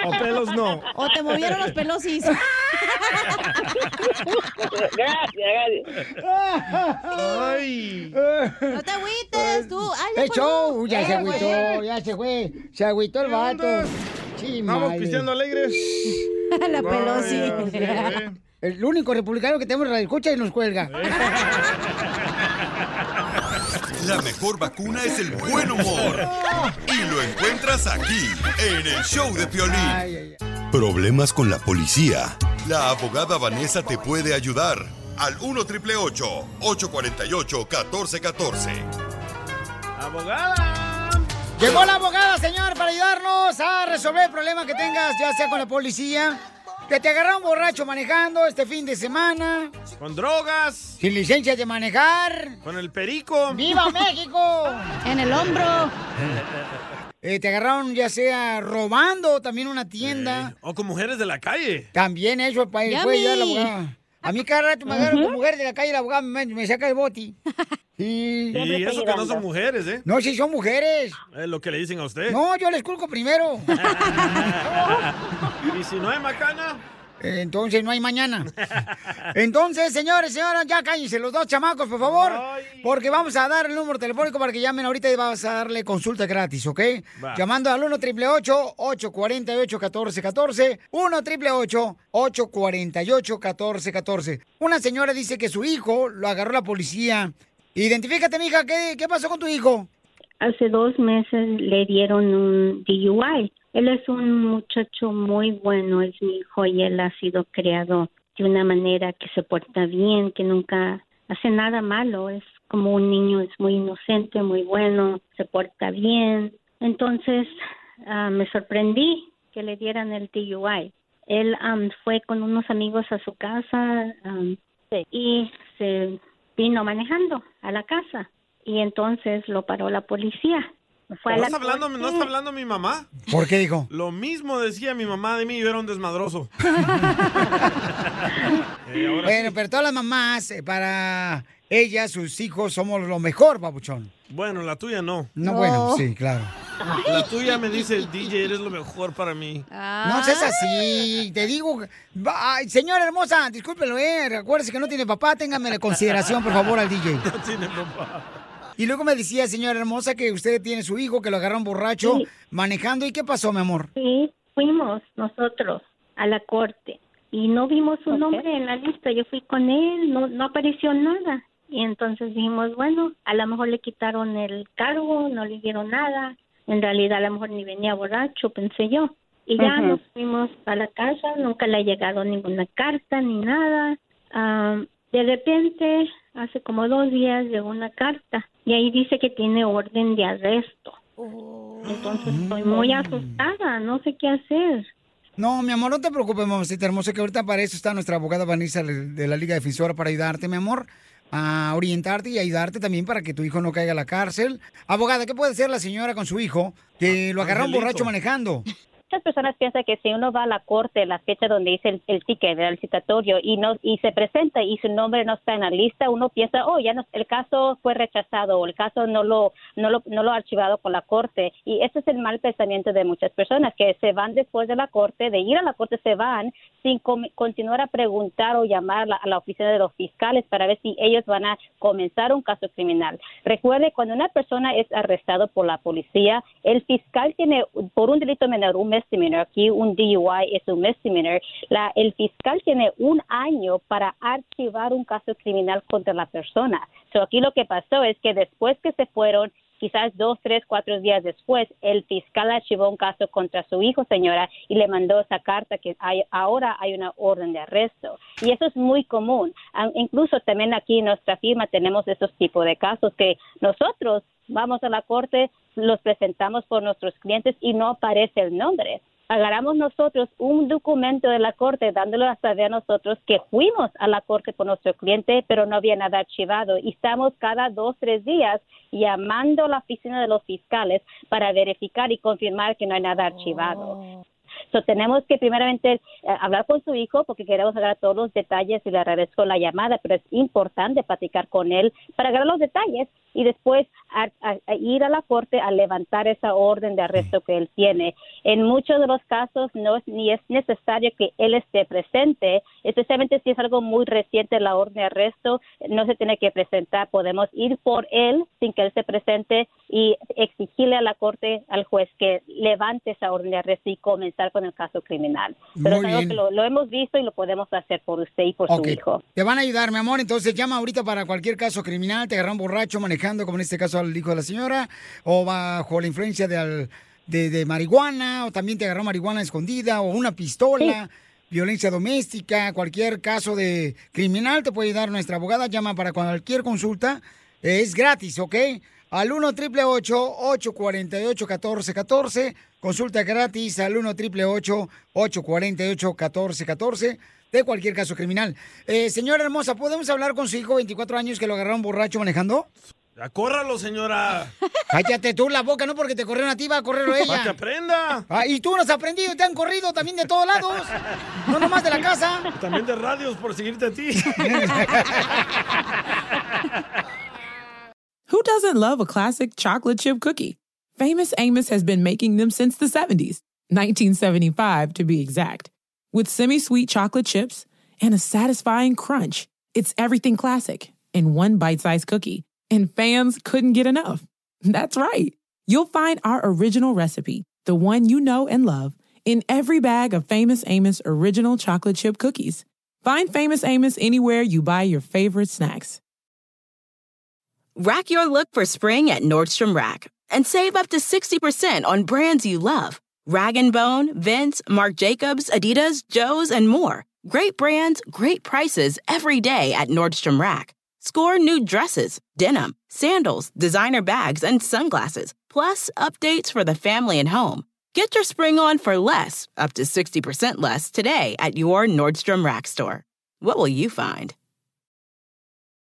[SPEAKER 6] o pelos no.
[SPEAKER 8] O te movieron los pelosis.
[SPEAKER 15] gracias,
[SPEAKER 6] Ay.
[SPEAKER 8] No te agüites, tú. Ay, ya
[SPEAKER 5] ¡Eh,
[SPEAKER 8] colgó.
[SPEAKER 5] show! Ya se
[SPEAKER 8] Eh, güey.
[SPEAKER 5] agüitó, ya se fue. Se agüitó el vato. Sí,
[SPEAKER 6] Vamos
[SPEAKER 5] madre.
[SPEAKER 6] pisteando alegres.
[SPEAKER 5] La
[SPEAKER 6] Pelosi. Vaya.
[SPEAKER 5] El único republicano que tenemos la escucha y nos cuelga.
[SPEAKER 1] La mejor vacuna es el buen humor. Y lo encuentras aquí, en el show de Piolín. Problemas con la policía. La abogada Vanessa te puede ayudar. Al 1 triple 848 1414.
[SPEAKER 6] Abogada.
[SPEAKER 5] Llegó la abogada, señor, para ayudarnos a resolver el problema que tengas, ya sea con la policía, que te agarraron borracho manejando este fin de semana,
[SPEAKER 6] Con drogas.
[SPEAKER 5] sin licencia de manejar.
[SPEAKER 6] Con el perico.
[SPEAKER 5] ¡Viva México! En el hombro. te agarraron ya sea robando también una tienda.
[SPEAKER 6] O con mujeres de la calle.
[SPEAKER 5] También eso, para el
[SPEAKER 6] Yummy.
[SPEAKER 5] juez, ya la abogada. A mí cada rato me agarran con mujer de la calle, la abogada me, me saca el boti. Y,
[SPEAKER 6] Y eso que no son mujeres, ¿eh?
[SPEAKER 5] No, sí son mujeres.
[SPEAKER 6] Es lo que le dicen a usted.
[SPEAKER 5] No, yo les culco primero.
[SPEAKER 6] y si no hay macana.
[SPEAKER 5] Entonces no hay mañana. Entonces, señores, señoras, ya cállense los dos chamacos, por favor. Porque vamos a dar el número telefónico para que llamen ahorita y vamos a darle consulta gratis, ¿ok?
[SPEAKER 3] Va.
[SPEAKER 5] Llamando al 1 888 848 1414 1 888 848 1414 Una señora dice que su hijo lo agarró la policía. Identifícate, mija, ¿qué, qué pasó con tu hijo?
[SPEAKER 16] Hace dos meses le dieron un DUI. Él es un muchacho muy bueno, es mi hijo y él ha sido criado de una manera que se porta bien, que nunca hace nada malo, es como un niño, es muy inocente, muy bueno, se porta bien. Entonces ah, me sorprendí que le dieran el DUI. Él am, fue con unos amigos a su casa am, y se vino manejando a la casa y entonces lo paró la policía. Fue a la
[SPEAKER 6] ¿Estás hablando, ¿No está hablando mi mamá?
[SPEAKER 5] ¿Por qué dijo?
[SPEAKER 6] Lo mismo decía mi mamá de mí, yo era un desmadroso. Eh, ahora
[SPEAKER 5] Bueno,
[SPEAKER 6] sí.
[SPEAKER 5] pero todas las mamás, eh, para ellas, sus hijos, somos lo mejor, babuchón.
[SPEAKER 6] Bueno, la tuya no.
[SPEAKER 5] No, bueno, sí, claro.
[SPEAKER 6] La tuya me dice, DJ, eres lo mejor para mí.
[SPEAKER 16] Ah.
[SPEAKER 5] No seas así, te digo. va- ay, señora hermosa, discúlpelo, eh. Acuérdese que no tiene papá, téngame la consideración, por favor, al DJ.
[SPEAKER 6] No tiene papá.
[SPEAKER 5] Y luego me decía, señora hermosa, que usted tiene su hijo que lo agarraron borracho manejando. ¿Y qué pasó, mi amor?
[SPEAKER 16] Sí, fuimos nosotros a la corte y no vimos su nombre en la lista. Yo fui con él, no, no apareció nada. Y entonces dijimos, bueno, a lo mejor le quitaron el cargo, no le dieron nada. En realidad a lo mejor ni venía borracho, pensé yo. Y ya
[SPEAKER 18] Ujú.
[SPEAKER 16] nos fuimos a la casa, nunca le ha llegado ninguna carta ni nada. Am, de repente, hace como dos días llegó una carta y ahí dice que tiene orden de arresto. Entonces estoy muy asustada, no sé qué hacer.
[SPEAKER 5] No, mi amor, no te preocupes, mamacita hermosa, que ahorita para eso está nuestra abogada Vanessa de de la Liga Defensora para ayudarte, mi amor, a orientarte y ayudarte también para que tu hijo no caiga a la cárcel. Abogada, ¿qué puede hacer la señora con su hijo que lo agarraron
[SPEAKER 10] Angelito.
[SPEAKER 5] borracho manejando?
[SPEAKER 10] Muchas personas piensan que si uno va a la corte, la fecha donde dice el, el ticket, ¿verdad? el citatorio, y no y se presenta y su nombre no está en la lista, uno piensa, oh, ya no, el caso fue rechazado o el caso no lo, no lo, no lo ha archivado con la corte. Y ese es el mal pensamiento de muchas personas, que se van después de la corte, de ir a la corte se van sin com- continuar a preguntar o llamar a la, a la oficina de los fiscales para ver si ellos van a comenzar un caso criminal. Recuerde, cuando una persona es arrestado por la policía, el fiscal tiene por un delito menor, un misdemeanor, aquí un DUI es un misdemeanor, la, el fiscal tiene un año para archivar un caso criminal contra la persona. So aquí lo que pasó es que después que se fueron, quizás dos, tres, cuatro días después, el fiscal archivó un caso contra su hijo, señora, y le mandó esa carta que hay- ahora hay una orden de arresto. Y eso es muy común. Ah, Incluso también aquí en nuestra firma tenemos esos tipos de casos que nosotros vamos a la corte, los presentamos por nuestros clientes y no aparece el nombre. agarramos nosotros un documento de la corte dándole a saber a nosotros que fuimos a la corte con nuestro cliente, pero no había nada archivado y estamos cada dos, tres días llamando a la oficina de los fiscales para verificar y confirmar que no hay nada archivado. So, tenemos que primeramente eh, hablar con su hijo porque queremos agarrar todos los detalles y le agradezco la llamada, pero es importante platicar con él para agarrar los detalles y después a- a- a ir a la corte a levantar esa orden de arresto que él tiene. En muchos de los casos no es ni es necesario que él esté presente, especialmente si es algo muy reciente la orden de arresto, no se tiene que presentar, podemos ir por él sin que él se presente y exigirle a la corte, al juez que levante esa orden de arresto y comenzar con el caso criminal. Pero
[SPEAKER 5] Muy
[SPEAKER 10] es algo que
[SPEAKER 5] bien.
[SPEAKER 10] lo, lo hemos visto y lo podemos hacer por usted y por
[SPEAKER 5] Ok.
[SPEAKER 10] su hijo.
[SPEAKER 5] Te van a ayudar, mi amor. Entonces llama ahorita para cualquier caso criminal. Te agarran borracho manejando, como en este caso al hijo de la señora, o bajo la influencia de, al- de, de marihuana, o también te agarró marihuana escondida, o una pistola, violencia doméstica, cualquier caso de criminal te puede ayudar nuestra abogada. Llama para cualquier consulta. Eh, Es gratis, ¿ok? Al 1 triple 848 1414 Consulta gratis al 1 triple 848 1414 de cualquier caso criminal. Eh, señora hermosa, ¿podemos hablar con su hijo, 24 años, que lo agarraron borracho manejando?
[SPEAKER 6] ¡Acórralo, señora!
[SPEAKER 5] Cállate tú la boca, no porque te corrieron a ti, va a correrlo ella.
[SPEAKER 6] ¡Para que aprenda!
[SPEAKER 5] Ah, y tú no has aprendido, te han corrido también de todos lados. No nomás de la casa.
[SPEAKER 6] También de radios por seguirte a ti.
[SPEAKER 22] Who doesn't love a classic chocolate chip cookie? Famous Amos has been making them since the 70s, 1975 to be exact. With semi sweet chocolate chips and a satisfying crunch, it's everything classic in one bite sized cookie, and fans couldn't get enough. That's right. You'll find our original recipe, the one you know and love, in every bag of Famous Amos original chocolate chip cookies. Find Famous Amos anywhere you buy your favorite snacks.
[SPEAKER 20] Rack your look for spring at Nordstrom Rack and save up to 60% on brands you love. Rag & Bone, Vince, Marc Jacobs, Adidas, Joe's, and more. Great brands, great prices every day at Nordstrom Rack. Score new dresses, denim, sandals, designer bags, and sunglasses, plus updates for the family and home. Get your spring on for less, up to 60% less, today at your Nordstrom Rack store. What will you find?